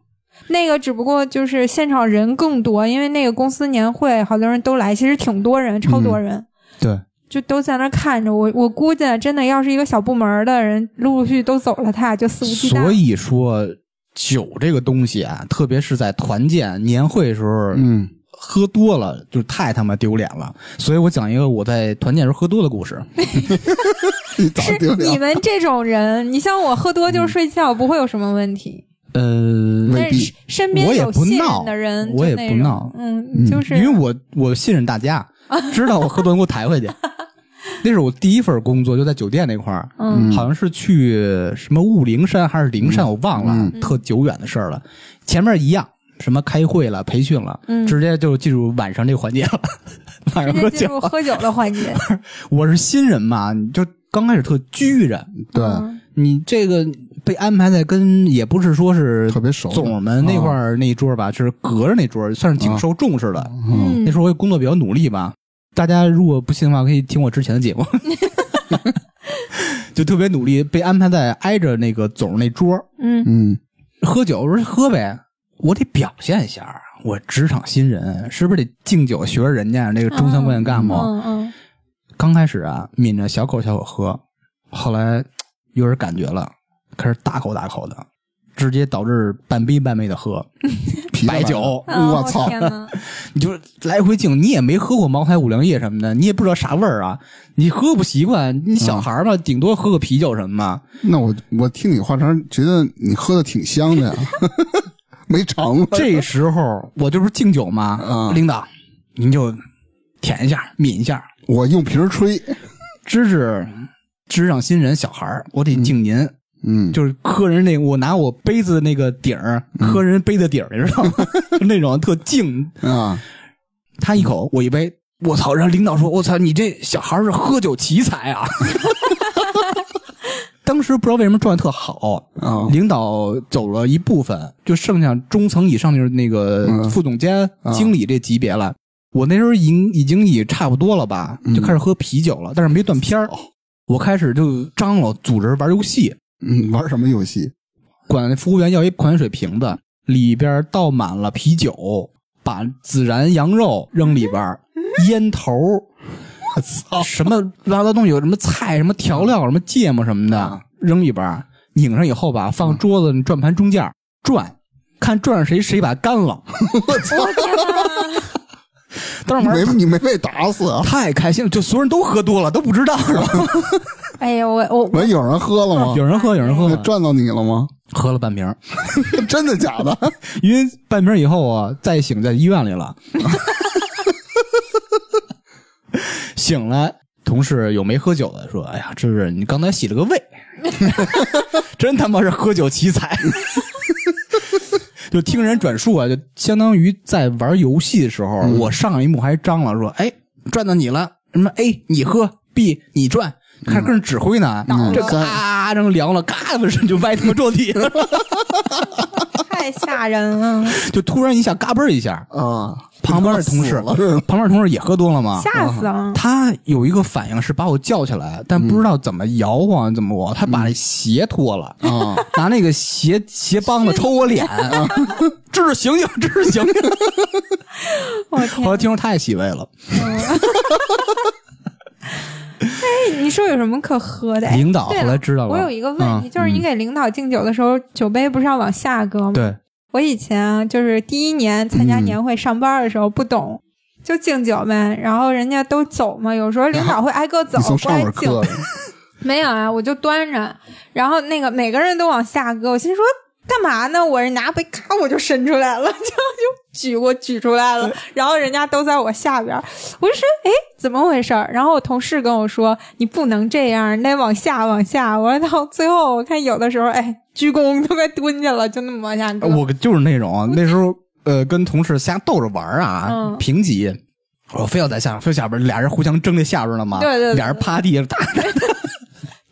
Speaker 4: 那个只不过就是现场人更多，因为那个公司年会好多人都来，其实挺多人，
Speaker 1: 嗯
Speaker 4: 超多人。
Speaker 2: 对。
Speaker 4: 就都在那儿看着我，我估计真的要是一个小部门的人，陆陆续续都走了，他俩就肆无忌惮。
Speaker 2: 所以 说，酒这个东西啊，特别是在团建、年会时候，
Speaker 1: 嗯，
Speaker 2: 喝多了就太他妈丢脸了。所以我讲一个我在团建时候喝多的故事。
Speaker 1: 你咋
Speaker 4: 是
Speaker 1: 丢
Speaker 4: 你
Speaker 1: 脸？
Speaker 4: 们这种人，你像我喝多就是睡觉，不会有什么问题。
Speaker 2: 呃，
Speaker 1: 未
Speaker 4: 但
Speaker 1: 必
Speaker 4: 是身边
Speaker 2: 我也
Speaker 4: 有
Speaker 2: 不
Speaker 4: 信
Speaker 2: 闹
Speaker 4: 任的人，
Speaker 2: 我
Speaker 4: 就
Speaker 2: 也
Speaker 4: 那
Speaker 2: 不
Speaker 4: 种
Speaker 2: 闹
Speaker 4: 嗯，就是
Speaker 2: 因为我我信任大 家，知道我喝多能给我抬回去。那是我第一份工作，就在酒店那块儿，
Speaker 4: 嗯
Speaker 2: 好像是去什么雾灵山还是灵
Speaker 1: 嗯
Speaker 2: 山，我忘了，特久远的事儿了。前面一样，什么开会了、培训了，
Speaker 4: 嗯
Speaker 2: 直接就进入晚上这个环节了，晚上
Speaker 4: 直
Speaker 2: 喝
Speaker 4: 接进入
Speaker 2: 酒。
Speaker 4: 喝酒的 环节。
Speaker 2: 我是新人嘛，你就刚开始特拘着，
Speaker 1: 对，
Speaker 4: 嗯
Speaker 2: 你这个被安排在跟也不是说是
Speaker 1: 特别熟啊
Speaker 2: 总们那块儿那一桌吧，是隔着那桌，算是挺受重视的。
Speaker 1: 嗯
Speaker 2: 那时候我也工作比较努力吧，大家如果不信的话，可以听我之前的节 目，就特别努力，被安排在挨着那个总那桌
Speaker 4: 嗯
Speaker 1: 嗯
Speaker 2: 喝酒，我说喝呗，我得表现一下，我职场新人，是不是得敬酒学着人家那个中餐馆干部？
Speaker 4: 嗯嗯
Speaker 2: 刚开始啊，抿着小口小口喝，后来有点感觉了，开始大口大口的，直接导致半逼半昧的喝
Speaker 1: 啤
Speaker 2: 白酒。
Speaker 4: 嗯，啊
Speaker 1: 我操！
Speaker 4: 天哪！
Speaker 2: 你就来回敬，你也没喝过茅台、五粮液什么的，你也不知道啥味儿啊，你喝不习惯。你小孩儿
Speaker 1: 嗯
Speaker 2: 嘛，顶多喝个啤酒什么嘛。
Speaker 1: 那我我听你话茬，觉得你喝的挺香的呀， 没尝过。
Speaker 2: 这时候我这不是敬酒吗？
Speaker 1: 嗯
Speaker 2: 领导，您就舔一下、抿一下，
Speaker 1: 我用瓶儿吹，
Speaker 2: 支持职场新人小孩儿，我得敬您。
Speaker 1: 嗯，
Speaker 2: 就是磕人那，我拿我杯子那个顶儿磕人杯子顶儿，你知道 吗？就那种特敬。
Speaker 1: 啊，
Speaker 2: 他
Speaker 1: 嗯
Speaker 2: 一口，我一杯。我操！然后领导说：“我操，你这小孩儿是喝酒奇才 啊！”当时不知道为什么状态特好，
Speaker 1: 哦
Speaker 2: 领导走了一部分，就剩下中层以上就是那个
Speaker 1: 嗯
Speaker 2: 副总监、经理这级别了。我那时候已经已经也差不多了吧，
Speaker 1: 嗯
Speaker 2: 就开始喝啤酒了，但是没断片
Speaker 1: 哦
Speaker 2: 儿。我开始就张罗组织玩游戏，
Speaker 1: 嗯，玩什么游戏？
Speaker 2: 管那服务员要一款水瓶子，里边倒满了啤酒，把孜然羊肉扔里边儿，烟头儿， 我操，什么乱七八糟东西，有什么菜、什么调料、什么芥末什么的，扔里边儿，拧上以后吧，放桌子转盘中间儿转，看转上谁谁把干了。 当时玩
Speaker 1: 没
Speaker 2: 儿
Speaker 1: 你没被打死啊？
Speaker 2: 太开心了，就所有人都喝多了，都不知道是 吧？
Speaker 4: 哎呀，我我
Speaker 1: 完有人喝了吗？
Speaker 2: 有人喝，有人喝
Speaker 1: 那，转到你了吗？
Speaker 2: 喝了半瓶儿。
Speaker 1: 真的 假的？
Speaker 2: 因为半瓶以后啊，再醒在医院里了。醒了，同事有没喝酒的说：“哎呀，这是你刚才洗了个胃，真他妈是喝酒奇才。” 就听人转述啊，就相当于在玩游戏的时候，我上一幕还张了说：“哎，转到你了，什么 A 你喝，B 你转。”开始跟人指挥呢，
Speaker 1: 嗯
Speaker 2: 这
Speaker 1: 嗯
Speaker 2: 咔正凉了，咔的就歪他妈坐地了，
Speaker 4: 太吓人 了，
Speaker 2: 就突然一下嘎嘣儿一下，
Speaker 1: 啊，
Speaker 2: 旁边的同事，
Speaker 1: 死了是吗
Speaker 2: 旁边的同事也喝多了嘛，
Speaker 4: 吓死了！
Speaker 2: 他有一个反应是把我叫起来，但不知道怎么摇晃，怎么我，他把那鞋脱了，
Speaker 4: 嗯
Speaker 1: 啊，
Speaker 2: 拿那个鞋鞋帮子抽我脸，
Speaker 4: 嗯
Speaker 2: 这是醒醒，这是醒醒。
Speaker 4: 我天
Speaker 2: 后来，听说他也洗胃了，
Speaker 4: 哎，你说有什么可喝的？哎
Speaker 2: 领导
Speaker 4: 对了
Speaker 2: 啊后来知道了
Speaker 4: 我有一个问题，
Speaker 2: 嗯
Speaker 4: 就是你给领导敬酒的时候，酒杯不是要往下搁吗？
Speaker 2: 对，
Speaker 4: 我以前啊，就是第一年参加
Speaker 1: 嗯
Speaker 4: 年会上班的时候不懂，就敬酒呗，然后人家都走嘛，有时候领
Speaker 2: 嗯
Speaker 4: 导会挨个走
Speaker 1: 你从，
Speaker 4: 不
Speaker 1: 上
Speaker 4: 爱
Speaker 1: 面
Speaker 4: 敬
Speaker 1: 磕。的，
Speaker 4: 没有啊，我就端着，然后那个每个人都往下搁，我心说干嘛呢？我是拿杯咔我就伸出来了，就 就举我举出来了，然后人家都在我下边儿，我就说哎怎么回事儿？然后我同事跟我说你不能这样，你得往下往下。我说到最后我看有的时候哎鞠躬都快蹲下了，就那么往下搁。
Speaker 2: 啊我就是那种那时候呃跟同事瞎逗着玩儿啊
Speaker 4: 嗯，
Speaker 2: 评级。我非要在下，非要下边，俩人互相争这下边了嘛？
Speaker 4: 对对对
Speaker 2: 俩人趴地上打，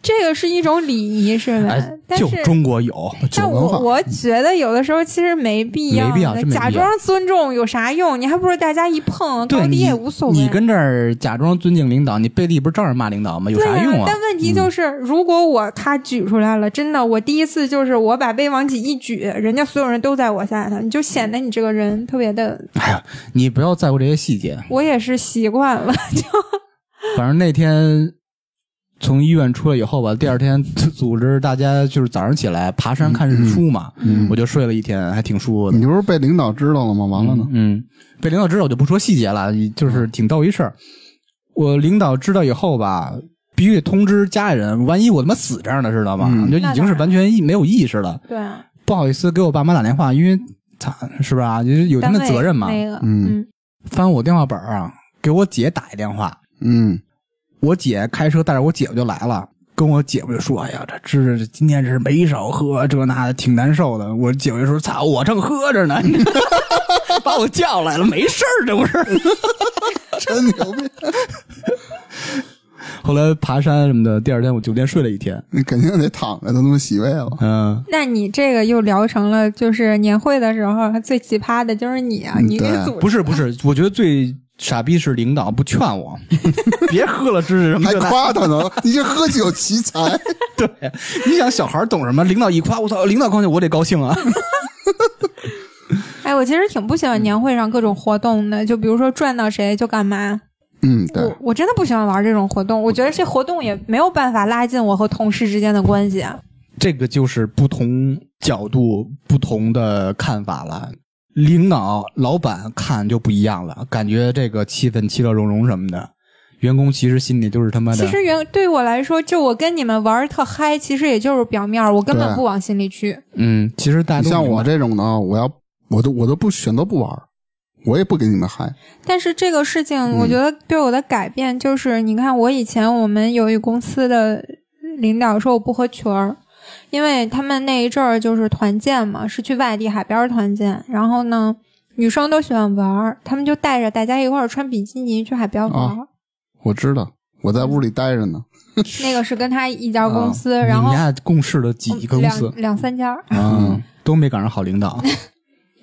Speaker 4: 这个是一种礼仪是吧？
Speaker 2: 哎
Speaker 4: 但。
Speaker 2: 就是中国有，
Speaker 4: 但
Speaker 1: 文化
Speaker 4: 我我觉得有的时候其实没必要的，
Speaker 2: 没必要真没必要
Speaker 4: 假装尊重有啥用？你还不如大家一碰，
Speaker 2: 对
Speaker 4: 高低
Speaker 2: 你
Speaker 4: 也无所谓。
Speaker 2: 你跟这儿假装尊敬领导，你背地不是照样骂领导吗？有
Speaker 4: 对
Speaker 2: 啥
Speaker 4: 呀、
Speaker 2: 用啊
Speaker 4: 但？问题就是，如果我他举出来了，真的，我第一次就是我把杯往起一举，人家所有人都在我下头，你就显得你这个人特别的。
Speaker 2: 哎呀，你不要在乎这些细节。
Speaker 4: 我也是习惯 了，
Speaker 2: 反正那天从医院出来以后吧，第二天 组织大家就是早上起来爬山看日出嘛，我就睡了一天，还挺舒服的
Speaker 1: 你。不是被领导知道了吗？完了呢，
Speaker 2: 嗯，被领导知道我就不说细节了，就是挺到一事儿。我领导知道以后吧，必须得通知家里人，万一我他妈死这样的，知道吗？
Speaker 1: 嗯
Speaker 2: 就已经是完全意没有意识了。
Speaker 4: 对啊，
Speaker 2: 不好意思给我爸妈打电话，因为他是不是啊？就是有他
Speaker 4: 单
Speaker 2: 们
Speaker 4: 位
Speaker 2: 的责任嘛。
Speaker 4: 那个，
Speaker 1: 嗯
Speaker 4: 嗯，
Speaker 2: 翻我电话本儿啊，给我姐打一电话。
Speaker 1: 嗯，
Speaker 2: 我姐开车带着我姐夫就来了，跟我姐夫就说：“哎呀，这这是今天是没少喝，这那的挺难受的。”我姐夫就说：“操，我正喝着 呢，把我叫来了，没事儿，这不是。”
Speaker 1: 嗯真牛逼！
Speaker 2: 后来爬山什么的，第二天我酒店睡了一天。
Speaker 1: 你肯定得躺着，都他妈洗胃了。
Speaker 2: 嗯，
Speaker 4: 那你这个又聊成了，就是年会的时候最奇葩的就是你啊，
Speaker 1: 嗯
Speaker 4: 你给
Speaker 1: 对
Speaker 4: 组织
Speaker 2: 不是不是，我觉得最傻逼是领导不劝 我，别喝了，这是什么
Speaker 1: 还
Speaker 2: 这那
Speaker 1: 夸他呢，你这喝酒奇才，
Speaker 2: 对，你想小孩懂什么？领导一夸，我操！领导高兴，我得高兴啊！
Speaker 4: 哎，哎，我其实挺不喜欢
Speaker 1: 嗯
Speaker 4: 年会上各种活动的，就比如说转到谁就干嘛。
Speaker 1: 嗯，对，
Speaker 4: 我我真的不喜欢玩这种活动，我觉得这活动也没有办法拉近我和同事之间的关系。啊
Speaker 2: 这个就是不同角度、不同的看法了。领导、老板看就不一样了，感觉这个气氛其乐融融什么的。员工其实心里就是他妈的
Speaker 4: 其，实原对我来说，就我跟你们玩儿特嗨，其实也就是表面儿，我根本
Speaker 1: 对啊
Speaker 4: 不往心里去。
Speaker 2: 嗯，其实大家
Speaker 1: 你
Speaker 2: 都
Speaker 1: 像
Speaker 2: 明白
Speaker 1: 我这种呢，我要我都我都不选择不玩儿，我也不给你们嗨。
Speaker 4: 但是这个事情，我觉
Speaker 2: 嗯
Speaker 4: 得对我的改变就是，你看我以前我们有一公司的领导说我不合群儿，因为他们那一阵儿就是团建嘛，是去外地海边儿团建，然后呢，女生都喜欢玩儿，他们就带着大家一块儿穿比基尼去海边玩
Speaker 2: 哦
Speaker 4: 儿。
Speaker 1: 我知道，我在屋里待着呢。
Speaker 4: 那个是跟他一家公司，
Speaker 2: 啊
Speaker 4: 然后
Speaker 2: 你们家共事了几个公司
Speaker 4: 两两嗯三 家儿
Speaker 2: 啊，都没赶上好领 导。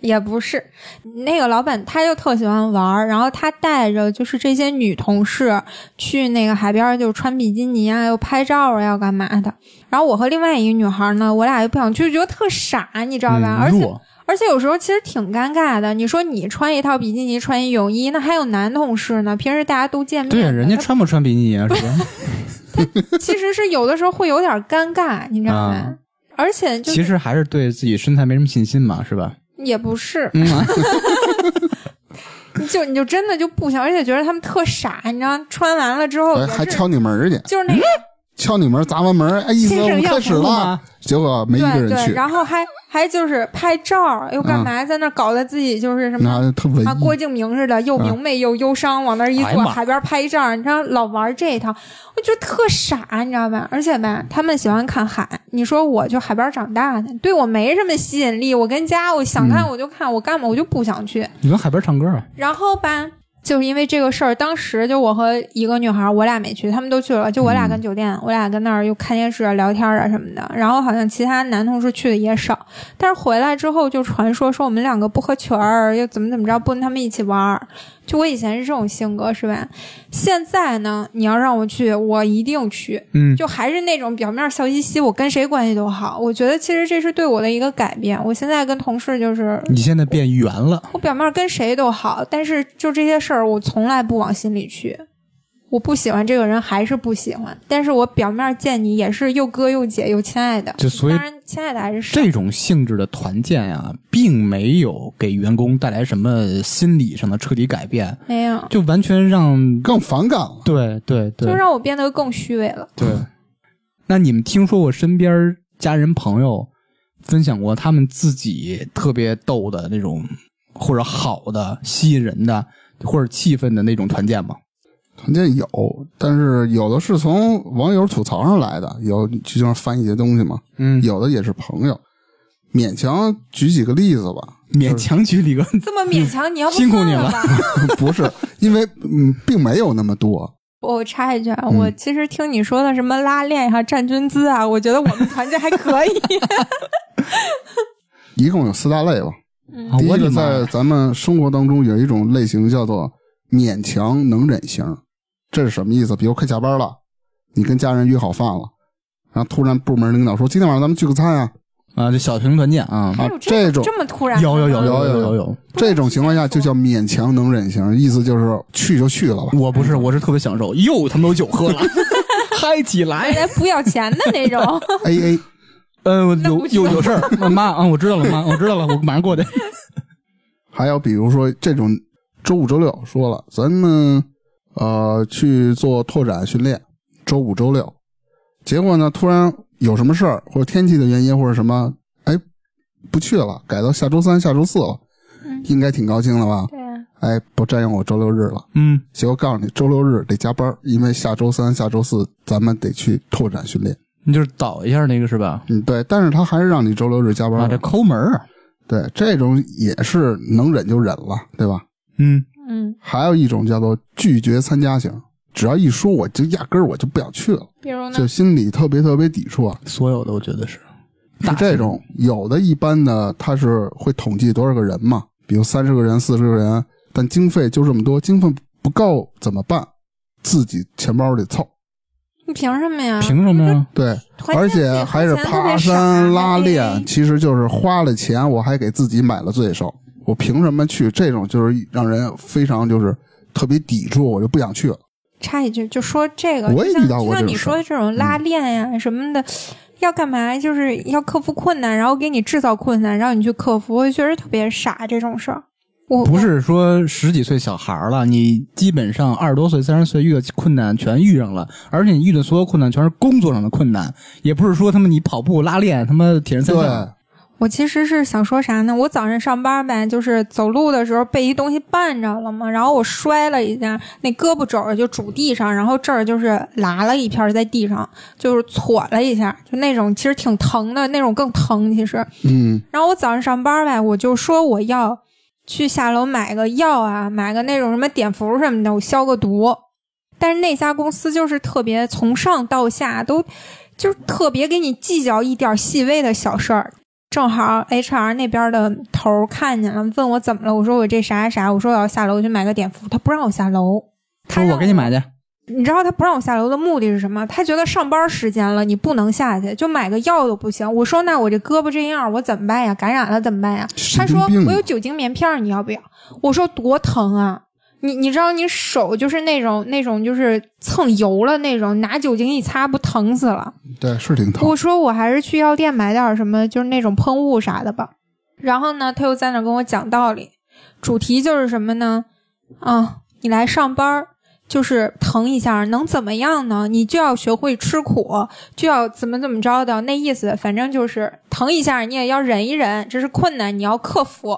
Speaker 4: 也不是，那个老板他就特喜欢玩儿，然后他带着就是这些女同事去那个海边儿，就穿比基尼啊，又拍照啊，要干嘛的。然后我和另外一个女孩呢，我俩又不想去，觉得特傻，你知道吧？
Speaker 2: 嗯
Speaker 4: 而且
Speaker 2: 弱
Speaker 4: 而且有时候其实挺尴尬的。你说你穿一套比基尼，穿一泳衣，那还有男同事呢，平时大家都见面
Speaker 2: 对
Speaker 4: 的，
Speaker 2: 人家
Speaker 4: 他
Speaker 2: 穿不穿比基尼啊？是吧？
Speaker 4: 其实是有的时候会有点尴尬，你知道吧？
Speaker 2: 啊
Speaker 4: 而且 就
Speaker 2: 其
Speaker 4: 是
Speaker 2: 实还是对自己身材没什么信心嘛，是吧？
Speaker 4: 也不是，
Speaker 2: 嗯啊，
Speaker 4: 你就你就真的就不想，而且觉得他们特傻，你知道，穿完了之后
Speaker 1: 哎，
Speaker 4: 也
Speaker 1: 还
Speaker 4: 哦是
Speaker 1: 敲你门儿去，
Speaker 4: 就是那个
Speaker 1: 敲你门儿砸完门儿，哎，意思
Speaker 2: 先
Speaker 1: 我
Speaker 2: 生
Speaker 1: 们
Speaker 2: 要
Speaker 1: 开始
Speaker 2: 服务
Speaker 1: 了
Speaker 2: 吗，
Speaker 1: 结果没一个
Speaker 4: 对
Speaker 1: 人
Speaker 4: 对，
Speaker 1: 去，嗯
Speaker 4: 然后还还就是拍照又干嘛，在那搞得自己就是什么。
Speaker 1: 那特嗯文
Speaker 4: 啊，郭
Speaker 1: 艺。
Speaker 4: 敬明似的，又明媚又忧伤，往那儿一
Speaker 2: 哎呀
Speaker 4: 坐，
Speaker 2: 妈
Speaker 4: 海边拍照，你知道老玩这一套，我觉得特傻，你知道吧？而且吧，他们喜欢看海，你说我就海边长大的，对我没什么吸引力。我跟家，我想
Speaker 1: 嗯
Speaker 4: 看我就看，我干嘛我就不想去。
Speaker 2: 你跟海边唱歌啊？
Speaker 4: 然后吧，就是因为这个事儿，当时就我和一个女孩儿，我俩没去，他们都去了，就我俩跟酒店，我俩跟那儿又看电视、啊、聊天啊什么的。然后好像其他男同事去的也少，但是回来之后就传说说我们两个不合群儿，又怎么怎么着，不跟他们一起玩儿。就我以前是这种性格是吧？现在呢，你要让我去，我一定去。
Speaker 2: 嗯，
Speaker 4: 就还是那种表面笑嘻嘻，我跟谁关系都好。我觉得其实这是对我的一个改变。我现在跟同事就是
Speaker 2: 你现在变圆了，
Speaker 4: 我表面跟谁都好，但是就这些事儿，我从来不往心里去。我不喜欢这个人，还是不喜欢，但是我表面见你也是又哥又姐又亲爱的，
Speaker 2: 就所以
Speaker 4: 当然亲爱的还是少。
Speaker 2: 这种性质的团建啊，并没有给员工带来什么心理上的彻底改变，
Speaker 4: 没有，
Speaker 2: 就完全让
Speaker 1: 更反感了，
Speaker 2: 对对对
Speaker 4: 就让我变得更虚伪了。
Speaker 2: 对。那你们听说过身边家人朋友分享过他们自己特别逗的那种，或者好的、吸引人的，或者气氛的那种团建吗？
Speaker 1: 团建有，但是有的是从网友吐槽上来的，有就像翻一些东西嘛，
Speaker 2: 嗯
Speaker 1: 有的也是朋友，勉强举几个例子吧，
Speaker 2: 勉强举例个，
Speaker 4: 这么勉强，你要不
Speaker 2: 嗯辛苦
Speaker 4: 算
Speaker 2: 你
Speaker 4: 了
Speaker 2: 了
Speaker 4: 吧？
Speaker 1: 不是因为嗯，并没有那么多，
Speaker 4: 我插一句
Speaker 2: 嗯
Speaker 4: 啊，我其实听你说的什么拉练啊、站军姿啊，我觉得我们团建还可 以。
Speaker 1: 一共有四大类吧。
Speaker 2: 啊
Speaker 1: 第一
Speaker 2: 我的
Speaker 1: 个
Speaker 2: 妈
Speaker 1: 在
Speaker 2: 呀！
Speaker 1: 咱们生活当中有一种类型叫做勉强能忍型，这是什么意思？比如快下班了，你跟家人约好饭了，然后突然部门领导说今天晚上咱们聚个餐啊，
Speaker 2: 啊，这小型团建啊，
Speaker 4: 还
Speaker 1: 啊
Speaker 4: 有
Speaker 1: 这种
Speaker 4: 这么突然？
Speaker 2: 有有 有
Speaker 1: 有
Speaker 2: 有
Speaker 1: 有
Speaker 2: 有。
Speaker 1: 这种情况下就叫勉强能忍型，意思就是去就去了吧。
Speaker 2: 我不是，我是特别享受，又他妈有酒喝 了，嗨起来！
Speaker 4: 来不要钱的那种。
Speaker 1: A A，
Speaker 2: 嗯，我
Speaker 4: 那
Speaker 2: 有
Speaker 4: 不行
Speaker 2: 有有事儿，妈啊，我知道了，妈，我知道了，我马上过去。
Speaker 1: 还有比如说这种周五周六说了，咱们呃去做拓展训练，周五周六，结果呢突然有什么事儿或者天气的原因或者什么，哎不去了，改到下周三下周四了，应该挺高兴了吧？
Speaker 4: 对啊，
Speaker 1: 哎，不占用我周六日了。
Speaker 2: 嗯，
Speaker 1: 结果告诉你，周六日得加班，因为下周三、下周四咱们得去拓展训练。
Speaker 2: 你就是倒一下那个是吧？
Speaker 1: 嗯，对，但是他还是让你周六日加
Speaker 2: 啊，
Speaker 1: 班
Speaker 2: 这
Speaker 1: 的。
Speaker 2: 抠门儿。
Speaker 1: 对，这种也是能忍就忍了，对吧？
Speaker 2: 嗯，
Speaker 4: 嗯，
Speaker 1: 还有一种叫做拒绝参加型，只要一说我就压根儿我就不想去了，
Speaker 4: 比如呢
Speaker 1: 就？心里特别特别抵触啊。
Speaker 2: 所有的我觉得
Speaker 4: 啊
Speaker 2: 是
Speaker 1: 是这种，有的一般呢，他是会统计多少个人嘛，比如三十个人、四十个人，但经费就这么多，经费不够怎么办？自己钱包里凑。
Speaker 4: 你凭什么呀？
Speaker 2: 凭什么呀？
Speaker 1: 对，
Speaker 4: 团建
Speaker 1: 而
Speaker 4: 自己
Speaker 1: 且
Speaker 4: 花
Speaker 1: 还是
Speaker 4: 钱特
Speaker 1: 爬
Speaker 4: 别傻
Speaker 1: 山拉
Speaker 4: 哎
Speaker 1: 练，其实就是花了钱，我还给自己买了罪受。我凭什么去？这种就是让人非常就是特别抵触，我就不想去了。
Speaker 4: 插一句，就说这个，
Speaker 1: 我也
Speaker 4: 就像
Speaker 1: 遇到过
Speaker 4: 就
Speaker 1: 这
Speaker 4: 像
Speaker 1: 种
Speaker 4: 你
Speaker 1: 事
Speaker 4: 说
Speaker 1: 儿嗯
Speaker 4: 的这种拉练呀、什么的，要干嘛？就是要克服困难，然后给你制造困难，让你去克服，我就觉得特别傻这种事儿。我
Speaker 2: 不是说十几岁小孩儿了，你基本上二十多岁、三十岁遇到困难全遇上了，而且你遇的所有困难全是工作上的困难，也不是说他妈你跑步、拉练、他妈铁人三
Speaker 1: 对，
Speaker 2: 项。
Speaker 4: 我其实是想说啥呢？我早上上班呗，就是走路的时候被一东西绊着了嘛，然后我摔了一下，那胳膊肘儿就拄地上，然后这儿就是拉了一片儿在地上，就是挫了一下，就那种其实挺疼的，那种更疼其实。
Speaker 1: 嗯，
Speaker 4: 然后我早上上班呗，我就说我要去下楼买个药啊，买个那种什么碘伏什么的，我消个毒。但是那家公司就是特别从上到下都就是特别给你计较一点细微的小事儿。正好 HR 那边的头儿看见了，问我怎么了，我说我这啥啥啥，我说我要下楼去买个碘伏，他不让我下楼。他
Speaker 2: 说
Speaker 4: 让
Speaker 2: 我给你买去，
Speaker 4: 你知道他不让我下楼的目的是什么？他觉得上班时间了，你不能下去，就买个药都不行。我说那我这胳膊这样，我怎么办呀？感染了怎么办呀？
Speaker 1: 神
Speaker 4: 他
Speaker 1: 经
Speaker 4: 说
Speaker 1: 病啊
Speaker 4: 我有酒精棉片儿，你要不要？我说多疼啊！你你知道你手就是那种那种就是蹭油了那种，拿酒精一擦不疼死了。
Speaker 1: 对，是挺疼
Speaker 4: 我。说我还是去药店买点儿什么，就是那种喷雾啥的吧。然后呢，他又在那儿跟我讲道理，主题就是什么呢？啊，你来上班儿就是疼一下，能怎么样呢？你就要学会吃苦，就要怎么怎么着的，那意思反正就是疼一下，你也要忍一忍，这是困难，你要克服。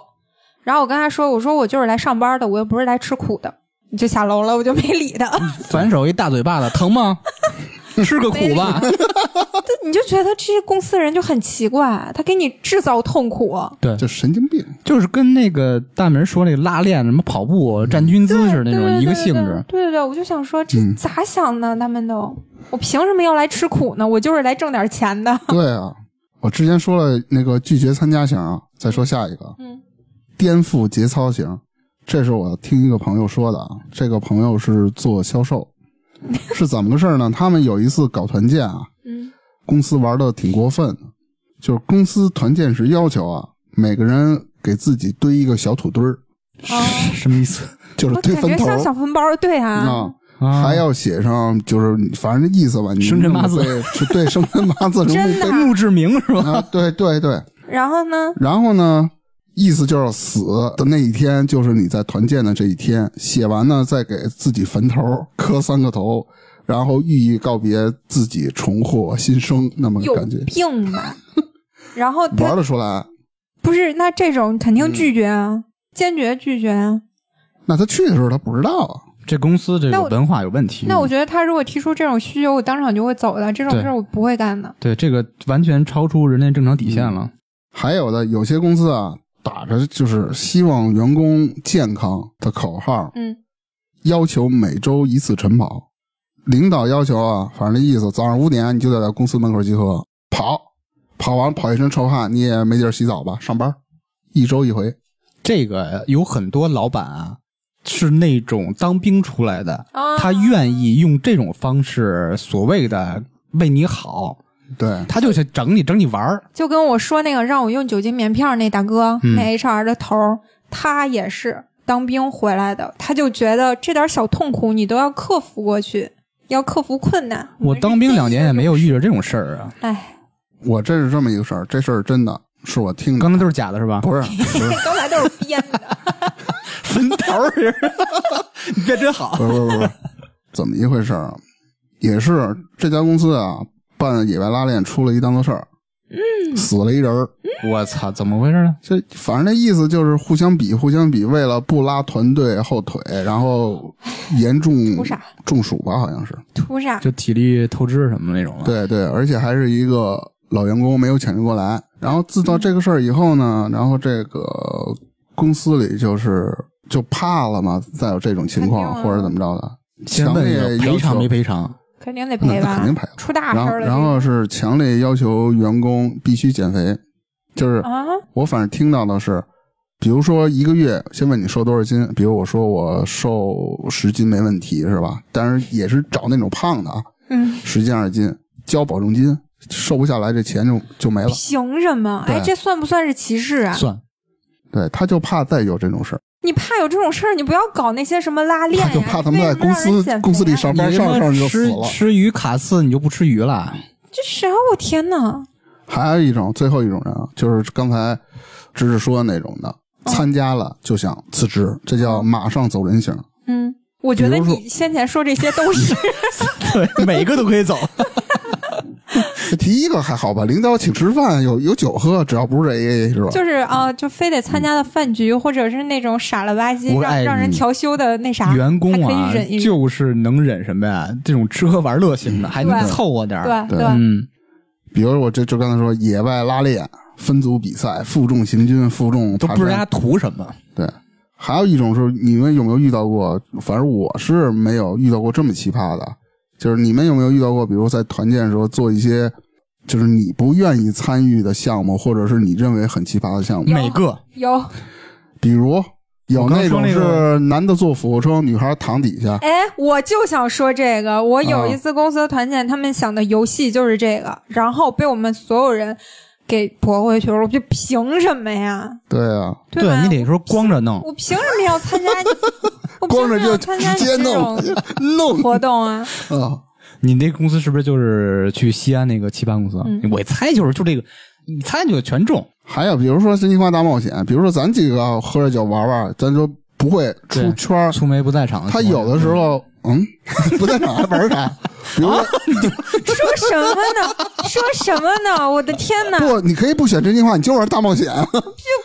Speaker 4: 然后我跟他说，我说我就是来上班的，我又不是来吃苦的。你就下楼了，我就没理他。
Speaker 2: 反手一大嘴巴子，疼 吗？吃个苦吧，
Speaker 4: 你就觉得这些公司人就很奇怪，他给你制造痛苦。
Speaker 2: 对，
Speaker 1: 就神经病，
Speaker 2: 就是跟那个大明说那个拉练、什么跑步、站军姿势那种一个性质。
Speaker 4: 对对对对对，我就想说这
Speaker 1: 嗯
Speaker 4: 咋想的？他们都，我凭什么要来吃苦呢？我就是来挣点钱 的。
Speaker 1: 对啊，我之前说了那个拒绝参加型啊，再说下一个，
Speaker 4: 嗯，
Speaker 1: 颠覆节操型，这是我听一个朋友说的啊。这个朋友是做销 售，是怎么个事儿呢？他们有一次搞团建啊，
Speaker 4: 嗯
Speaker 1: 公司玩的挺过分的，就是公司团建时要求啊，每个人给自己堆一个小土堆儿，
Speaker 4: 哦，
Speaker 2: 什么意思？
Speaker 1: 就是
Speaker 4: 我
Speaker 1: 堆
Speaker 4: 感
Speaker 1: 坟
Speaker 4: 觉
Speaker 1: 头
Speaker 4: 像小坟包，对啊，
Speaker 1: 啊。还要写上，就是反正这意思吧，你
Speaker 2: 生辰八字
Speaker 1: 弄得被是对生辰八 字
Speaker 4: 真的
Speaker 1: 容易
Speaker 2: 墓志铭是
Speaker 1: 被
Speaker 2: 吧？
Speaker 1: 啊，对对对，
Speaker 4: 然后呢，
Speaker 1: 然后呢，意思就是死的那一天，就是你在团建的这一天。写完呢，再给自己坟头磕三个头，然后寓意告别自己重获新生，那么个
Speaker 4: 有
Speaker 1: 感觉
Speaker 4: 病吧？然后
Speaker 1: 玩
Speaker 4: 他
Speaker 1: 得出来。
Speaker 4: 不是，那这种肯
Speaker 2: 嗯
Speaker 4: 定拒绝啊，坚决拒绝啊。
Speaker 1: 那他去的时候他不知道啊，
Speaker 2: 这公司这
Speaker 4: 那
Speaker 2: 个
Speaker 4: 我
Speaker 2: 文化有问题。
Speaker 4: 那我觉得他如果提出这种需求，我当场就会走的。这种
Speaker 2: 嗯对
Speaker 4: 事儿我不会干的。
Speaker 2: 对这个完全超出人类正常底线了。
Speaker 1: 嗯还有的有些公司啊，打着就是希望员工健康的口号，
Speaker 4: 嗯，
Speaker 1: 要求每周一次晨跑。领导要求啊，反正那意思，早上五点你就得在公司门口集合跑，跑完跑一身臭汗，你也没地儿洗澡吧？上班，一周一回。
Speaker 2: 这个有很多老板啊，是那种当兵出来的，
Speaker 4: 啊
Speaker 2: 他愿意用这种方式所谓的为你好，
Speaker 1: 对，
Speaker 2: 他就想整你整你玩儿。
Speaker 4: 就跟我说那个让我用酒精棉片儿那大哥，
Speaker 2: 嗯
Speaker 4: 那 HR 的头儿，他也是当兵回来的，他就觉得这点小痛苦你都要克服过去，要克服困难。
Speaker 2: 我当兵两年也没有遇着这种事儿啊，
Speaker 4: 哎，
Speaker 1: 我这是这么一个事儿，这事儿真的是我听的，
Speaker 2: 刚才都是假的是吧？
Speaker 1: 不是，不是，
Speaker 4: 刚才都是编 的。
Speaker 2: 坟头儿 是，你别真好。
Speaker 1: 不是，不是，不是，怎么一回事儿啊？也是这家公司啊，办野外拉练出了一档子事儿，嗯，死了一人儿。
Speaker 2: 我操，怎么回事呢？
Speaker 1: 这反正那意思就是互相比，互相比，为了不拉团队后腿，然后严重
Speaker 4: 图啥
Speaker 1: 中暑吧，好像是。
Speaker 4: 图啥？
Speaker 2: 就体力透支什么那种了。，啊
Speaker 1: 对对，而且还是一个老员工没有抢救过来。然后自到这个事儿以后呢，然后这个公司里就是就怕了嘛，再有这种情况
Speaker 4: 肯定啊
Speaker 1: 或者怎么着的，
Speaker 2: 先
Speaker 1: 强
Speaker 2: 问
Speaker 1: 烈
Speaker 2: 一下
Speaker 1: 要
Speaker 2: 赔偿
Speaker 1: 求
Speaker 2: 没赔偿？
Speaker 4: 肯定
Speaker 1: 那
Speaker 4: 得赔吧？
Speaker 1: 肯定赔了
Speaker 4: 出大事
Speaker 1: 然后
Speaker 4: 儿了。
Speaker 1: 然后是强烈要求员工必须减肥，就是
Speaker 4: 这个啊，
Speaker 1: 我反正听到的是，比如说一个月，先问你瘦多少斤，比如我说我瘦十斤没问题是吧？但是也是找那种胖的啊，
Speaker 4: 嗯，
Speaker 1: 十斤二十斤，交保证金，瘦不下来这钱就就没了。
Speaker 4: 凭什么？哎，
Speaker 1: 对哎
Speaker 4: 这算不算是歧视啊？
Speaker 2: 算
Speaker 1: 对，他就怕再有这种事儿，
Speaker 4: 你怕有这种事儿，你不要搞那些什么拉链
Speaker 1: 他
Speaker 4: 呀，
Speaker 1: 就怕他们在公
Speaker 4: 为什么让
Speaker 1: 司
Speaker 4: 人减肥啊
Speaker 1: 公司里上班
Speaker 2: 你
Speaker 1: 上着上着就死
Speaker 2: 吃
Speaker 1: 了。
Speaker 2: 吃鱼卡刺，你就不吃鱼 了？
Speaker 4: 这啥？我天哪！
Speaker 1: 还有一种，最后一种人啊，就是刚才芝芝说的那种的，
Speaker 4: 嗯
Speaker 1: 参加了就想辞职，这叫马上走人型。
Speaker 4: 嗯，我觉得
Speaker 1: 比如说
Speaker 4: 你先前说这些都 是
Speaker 2: 对，每个都可以走。
Speaker 1: 这第一个还好吧，领导请吃饭有有酒喝，只要不是 A A 是吧？
Speaker 4: 就是啊、
Speaker 2: 嗯
Speaker 4: 就非得参加的饭局，或者是那种傻了吧唧
Speaker 2: 我爱
Speaker 4: 让
Speaker 2: 你
Speaker 4: 让人调休的那 啥，
Speaker 2: 员工
Speaker 4: 还
Speaker 2: 啊
Speaker 4: 可以忍一，忍，
Speaker 2: 就是能忍什么呀？这种吃喝玩乐型的，
Speaker 1: 嗯
Speaker 2: 还能
Speaker 4: 对
Speaker 2: 凑合点儿。
Speaker 4: 对
Speaker 1: 对
Speaker 4: 对，
Speaker 2: 嗯，
Speaker 1: 比如我这就刚才说野外拉练、分组比赛、负重行军、负重
Speaker 2: 都
Speaker 1: 爬
Speaker 2: 不啊知道他
Speaker 1: 山。
Speaker 2: 图什么。
Speaker 1: 对，还有一种是你们有没有遇到过？反正我是没有遇到过这么奇葩的。就是你们有没有遇到过，比如在团建的时候做一些，就是你不愿意参与的项目，或者是你认为很奇葩的项目？
Speaker 4: 有
Speaker 2: 每个
Speaker 4: 有
Speaker 1: 比如有
Speaker 2: 我刚
Speaker 1: 那
Speaker 2: 说
Speaker 1: 种
Speaker 2: 那个
Speaker 1: 是男的做俯卧撑，女孩躺底下，
Speaker 4: 哎，我就想说这个。我有
Speaker 2: 嗯
Speaker 4: 一次公司的团建，他们想的游戏就是这个，然后被我们所有人给驳回去了。我就凭什么呀？
Speaker 1: 对啊，
Speaker 4: 对吧
Speaker 2: 你得说光着弄，
Speaker 4: 我凭什么要参加你？我凭
Speaker 1: 光
Speaker 4: 什
Speaker 1: 着
Speaker 4: 么
Speaker 1: 就
Speaker 4: 要参
Speaker 1: 直
Speaker 4: 加你
Speaker 1: 接
Speaker 4: 这
Speaker 1: 弄
Speaker 4: 种
Speaker 1: 弄
Speaker 4: 活动啊？
Speaker 1: 啊，
Speaker 2: 你那公司是不是就是去西安那个棋盘公司？我一猜就是就这个，一猜就全中。
Speaker 1: 还有比如说《真心话大冒险》，比如说咱几个喝着酒玩玩，咱就不会出
Speaker 2: 对
Speaker 1: 圈儿。
Speaker 2: 苏梅不在场，
Speaker 1: 他有的时候，嗯， 不在场还玩啥？比如说
Speaker 4: 说什么呢？说什么呢？我的天 哪！
Speaker 1: 不，你可以不选真心话，你就玩大冒险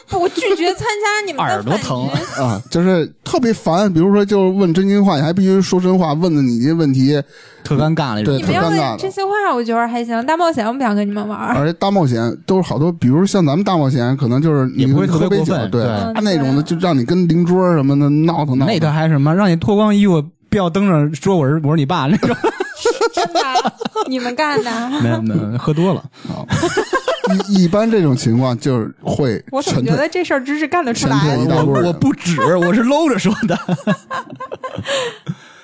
Speaker 4: 就我拒绝参加你们的
Speaker 2: 耳朵
Speaker 4: 饭局
Speaker 2: 疼
Speaker 1: 啊， 就是特别烦。比如说，就问真心话，你还必须说真话，问的你这问题，
Speaker 2: 特尴尬那种
Speaker 1: 对
Speaker 4: 你。们要
Speaker 1: 特尴尬的
Speaker 4: 问这些话，我觉得还行。大冒险我不想跟你们 玩儿。
Speaker 1: 而且大冒险都是好多，比如像咱们大冒险，可能就是你
Speaker 2: 也不会特别
Speaker 1: 喝杯
Speaker 2: 过
Speaker 1: 酒，
Speaker 2: 分
Speaker 1: 对，
Speaker 2: 对
Speaker 1: 他
Speaker 4: 嗯
Speaker 1: 那种的就让你跟邻桌什么的闹腾闹腾。
Speaker 2: 那他还什么让你脱光衣服，吊灯上说我是我是你爸那种，
Speaker 4: 真的，你们干的。
Speaker 2: 没有没有，喝多 了。
Speaker 1: 一一般这种情况就是会
Speaker 4: 我怎么
Speaker 1: 沉
Speaker 4: 觉
Speaker 1: 退，
Speaker 4: 得这事儿真是干得出
Speaker 1: 沉
Speaker 4: 来
Speaker 1: 淀？一大
Speaker 2: 我
Speaker 1: 波人
Speaker 2: 我不止，我是搂着说的。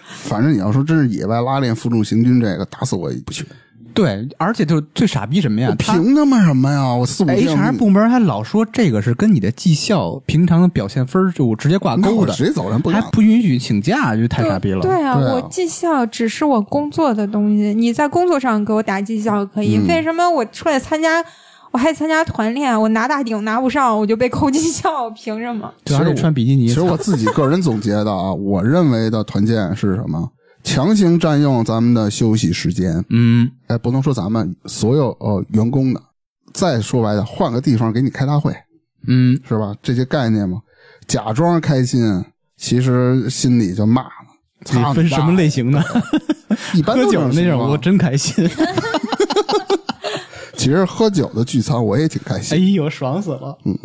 Speaker 1: 反正你要说真是野外拉练、负重行军这个，打死我也不去。 哎
Speaker 2: 对，而且就是最傻逼什 么呀？他
Speaker 1: 凭他妈什么呀？我四五天
Speaker 2: HR 部门还老说这个是跟你的绩效、平常的表现分儿就直接挂
Speaker 1: 那
Speaker 2: 钩
Speaker 1: 我
Speaker 2: 的，
Speaker 1: 直接走人不
Speaker 2: 还
Speaker 1: 干。
Speaker 2: 不允许请假，就太傻逼了。
Speaker 4: 对啊，
Speaker 1: 对啊
Speaker 4: 我绩效只是我工作的东西，你在工作上给我打绩效可以，
Speaker 1: 嗯
Speaker 4: 为什么我出来参加，我还参加团练，我拿大顶拿不上，我就被扣绩效，凭什么？
Speaker 1: 其
Speaker 2: 对，而
Speaker 1: 实我
Speaker 2: 且穿比基尼，
Speaker 1: 其实我自己个人总结的啊， 我认为的团建是什么？强行占用咱们的休息时间，
Speaker 2: 嗯，
Speaker 1: 哎，不能说咱们所有呃员工的。再说白了，换个地方给你开大会，
Speaker 2: 嗯，
Speaker 1: 是吧？这些概念嘛，假装开心，其实心里就骂了。
Speaker 2: 你
Speaker 1: 操
Speaker 2: 分什么？类 型的？
Speaker 1: 一般
Speaker 2: 喝
Speaker 1: 都这
Speaker 2: 酒
Speaker 1: 种
Speaker 2: 那
Speaker 1: 情
Speaker 2: 种，
Speaker 1: 况
Speaker 2: 我真 开心。
Speaker 1: 其实喝酒的聚餐我也挺开
Speaker 2: 哎
Speaker 1: 心，
Speaker 2: 呦，爽死了！
Speaker 1: 嗯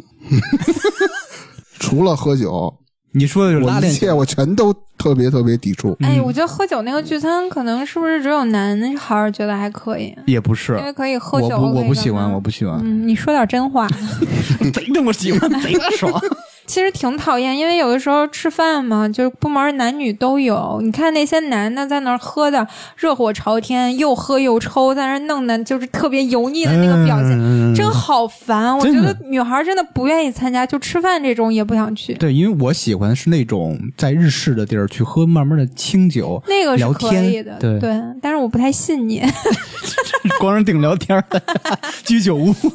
Speaker 1: 除了喝酒，
Speaker 2: 你说的就是拉
Speaker 1: 我一
Speaker 2: 链
Speaker 1: 切我全都特别特别抵触。
Speaker 2: 嗯
Speaker 4: 哎，我觉得喝酒那个聚餐，可能是不是只有男孩儿觉得还可以？
Speaker 2: 也不是
Speaker 4: 因为，可以喝
Speaker 2: 我
Speaker 4: 酒，
Speaker 2: 不我
Speaker 4: 可
Speaker 2: 不
Speaker 4: 以
Speaker 2: 喜欢，
Speaker 4: 干嘛
Speaker 2: 我不喜欢，
Speaker 4: 嗯，你说点真话，
Speaker 2: 贼他妈喜欢，贼他妈爽。
Speaker 4: 其实挺讨厌，因为有的时候吃饭嘛，就是部门男女都有。你看那些男的在那儿喝的热火朝天，又喝又抽，在那儿弄的就是特别油腻的那个表情，
Speaker 2: 嗯
Speaker 4: 真好烦。我
Speaker 2: 真
Speaker 4: 觉
Speaker 2: 的
Speaker 4: 得女孩真的不愿意参加，就吃饭这种也不想去。
Speaker 2: 对，因为我喜欢是那种在日式的地儿去喝慢慢的清酒，
Speaker 4: 那个是
Speaker 2: 聊
Speaker 4: 可以
Speaker 2: 天
Speaker 4: 的，
Speaker 2: 对
Speaker 4: 但是我不太信你。
Speaker 2: 光是顶聊天 儿，居酒屋。嗯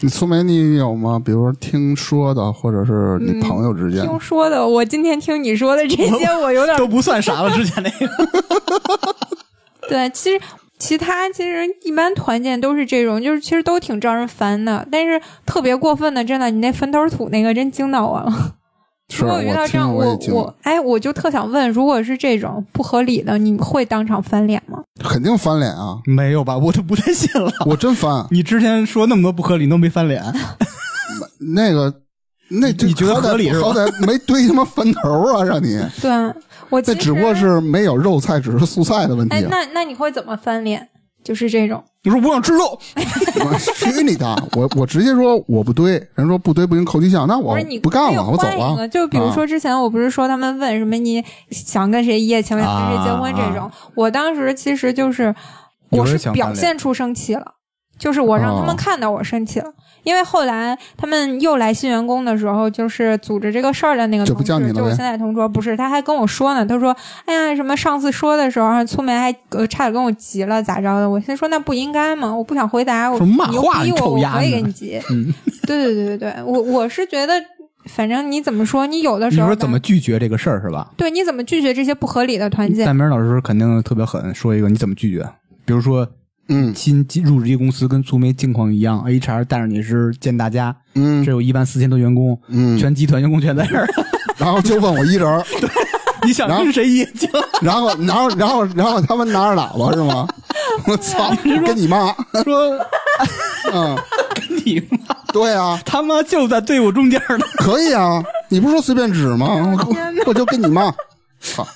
Speaker 1: 你苏梅，你有吗？比如说听说的，或者是你朋友之
Speaker 2: 啊
Speaker 1: 间，
Speaker 4: 嗯听说的，我今天听你说的这些，我有点
Speaker 2: 都不算啥了，之前那个。
Speaker 4: 对，其实其他其实一般团建都是这种，就是其实都挺招人烦的，但是特别过分的，真的，你那坟头土那个真惊到我了。
Speaker 1: 是
Speaker 4: 如果遇到这
Speaker 1: 听
Speaker 4: 样，
Speaker 1: 我也
Speaker 4: 我
Speaker 1: 听过，
Speaker 4: 我哎，我就特想问，如果是这种不合理的，你会当场翻脸吗？
Speaker 1: 肯定翻脸 啊！
Speaker 2: 没有吧？我都不太信了。
Speaker 1: 我真翻
Speaker 2: 你之前说那么多不合理，你都没翻脸。
Speaker 1: 那个，那
Speaker 2: 你你觉得
Speaker 1: 好歹
Speaker 2: 合理是吧
Speaker 1: 好歹没堆他妈坟头啊，让你
Speaker 4: 对我其
Speaker 1: 那
Speaker 4: 实
Speaker 1: 只不过是没有肉菜，只是素菜的问
Speaker 4: 哎
Speaker 1: 题，啊。
Speaker 4: 那那你会怎么翻脸？就是这种，
Speaker 2: 你说我想吃肉，
Speaker 1: 我去你的！我我直接说我不堆，人说不堆不行扣绩效，那我
Speaker 4: 不是你哎
Speaker 1: 不干
Speaker 4: 可以
Speaker 1: 了，我走
Speaker 4: 换一
Speaker 1: 了啊
Speaker 4: 个。啊就比如说之前我不是说他们问什么你想跟谁一夜情，
Speaker 1: 啊
Speaker 4: 想跟谁结婚这种，我当时其实就是
Speaker 2: 有
Speaker 4: 我
Speaker 2: 人
Speaker 4: 是
Speaker 2: 想翻
Speaker 4: 表
Speaker 2: 脸
Speaker 4: 现出生气了，就是我让
Speaker 2: 哦
Speaker 1: 啊
Speaker 4: 他们看到我生气了。因为后来他们又来新员工的时候，就是组织这个事儿的那个
Speaker 1: 就不
Speaker 4: 同
Speaker 1: 叫你
Speaker 4: 事，
Speaker 1: 了
Speaker 4: 就我
Speaker 1: 呗
Speaker 4: 现在同桌，不是，他还跟我说呢，他说：“哎呀，什么上次说的时候，啊粗梅还呃差点跟我急了，咋着的？”我先说那不应该嘛，我不想回答，我
Speaker 2: 说骂
Speaker 4: 你又
Speaker 2: 话
Speaker 4: 逼
Speaker 2: 你
Speaker 4: 我，
Speaker 2: 臭
Speaker 4: 我
Speaker 2: 丫
Speaker 4: 可以
Speaker 2: 子
Speaker 4: 跟你急。
Speaker 2: 嗯，
Speaker 4: 对对对对对，我我是觉得，反正你怎么说，你有的
Speaker 2: 你
Speaker 4: 时候
Speaker 2: 说
Speaker 4: 吧
Speaker 2: 怎么拒绝这个事儿是吧？
Speaker 4: 对，你怎么拒绝这些不合理的团建？
Speaker 2: 大明老师肯定特别狠，说一个你怎么拒绝？比如说
Speaker 1: 嗯
Speaker 2: 新进入职一公司跟苏梅境况一样，HR 带着你是见大家，
Speaker 1: 嗯
Speaker 2: 这有一万四千多员工，
Speaker 1: 嗯，
Speaker 2: 全集团员工全在这 儿，
Speaker 1: 然后就问我一人儿，
Speaker 2: 你想
Speaker 1: 然后
Speaker 2: 跟谁一起？
Speaker 1: 然后然后然后然后他们拿着喇叭是吗？ 我操，跟你妈，
Speaker 2: 说
Speaker 1: 嗯，
Speaker 2: 你 妈
Speaker 1: 对啊，
Speaker 2: 他妈就在队伍中间呢，
Speaker 1: 可以啊，你不是说随便指吗？我我就跟你妈，操，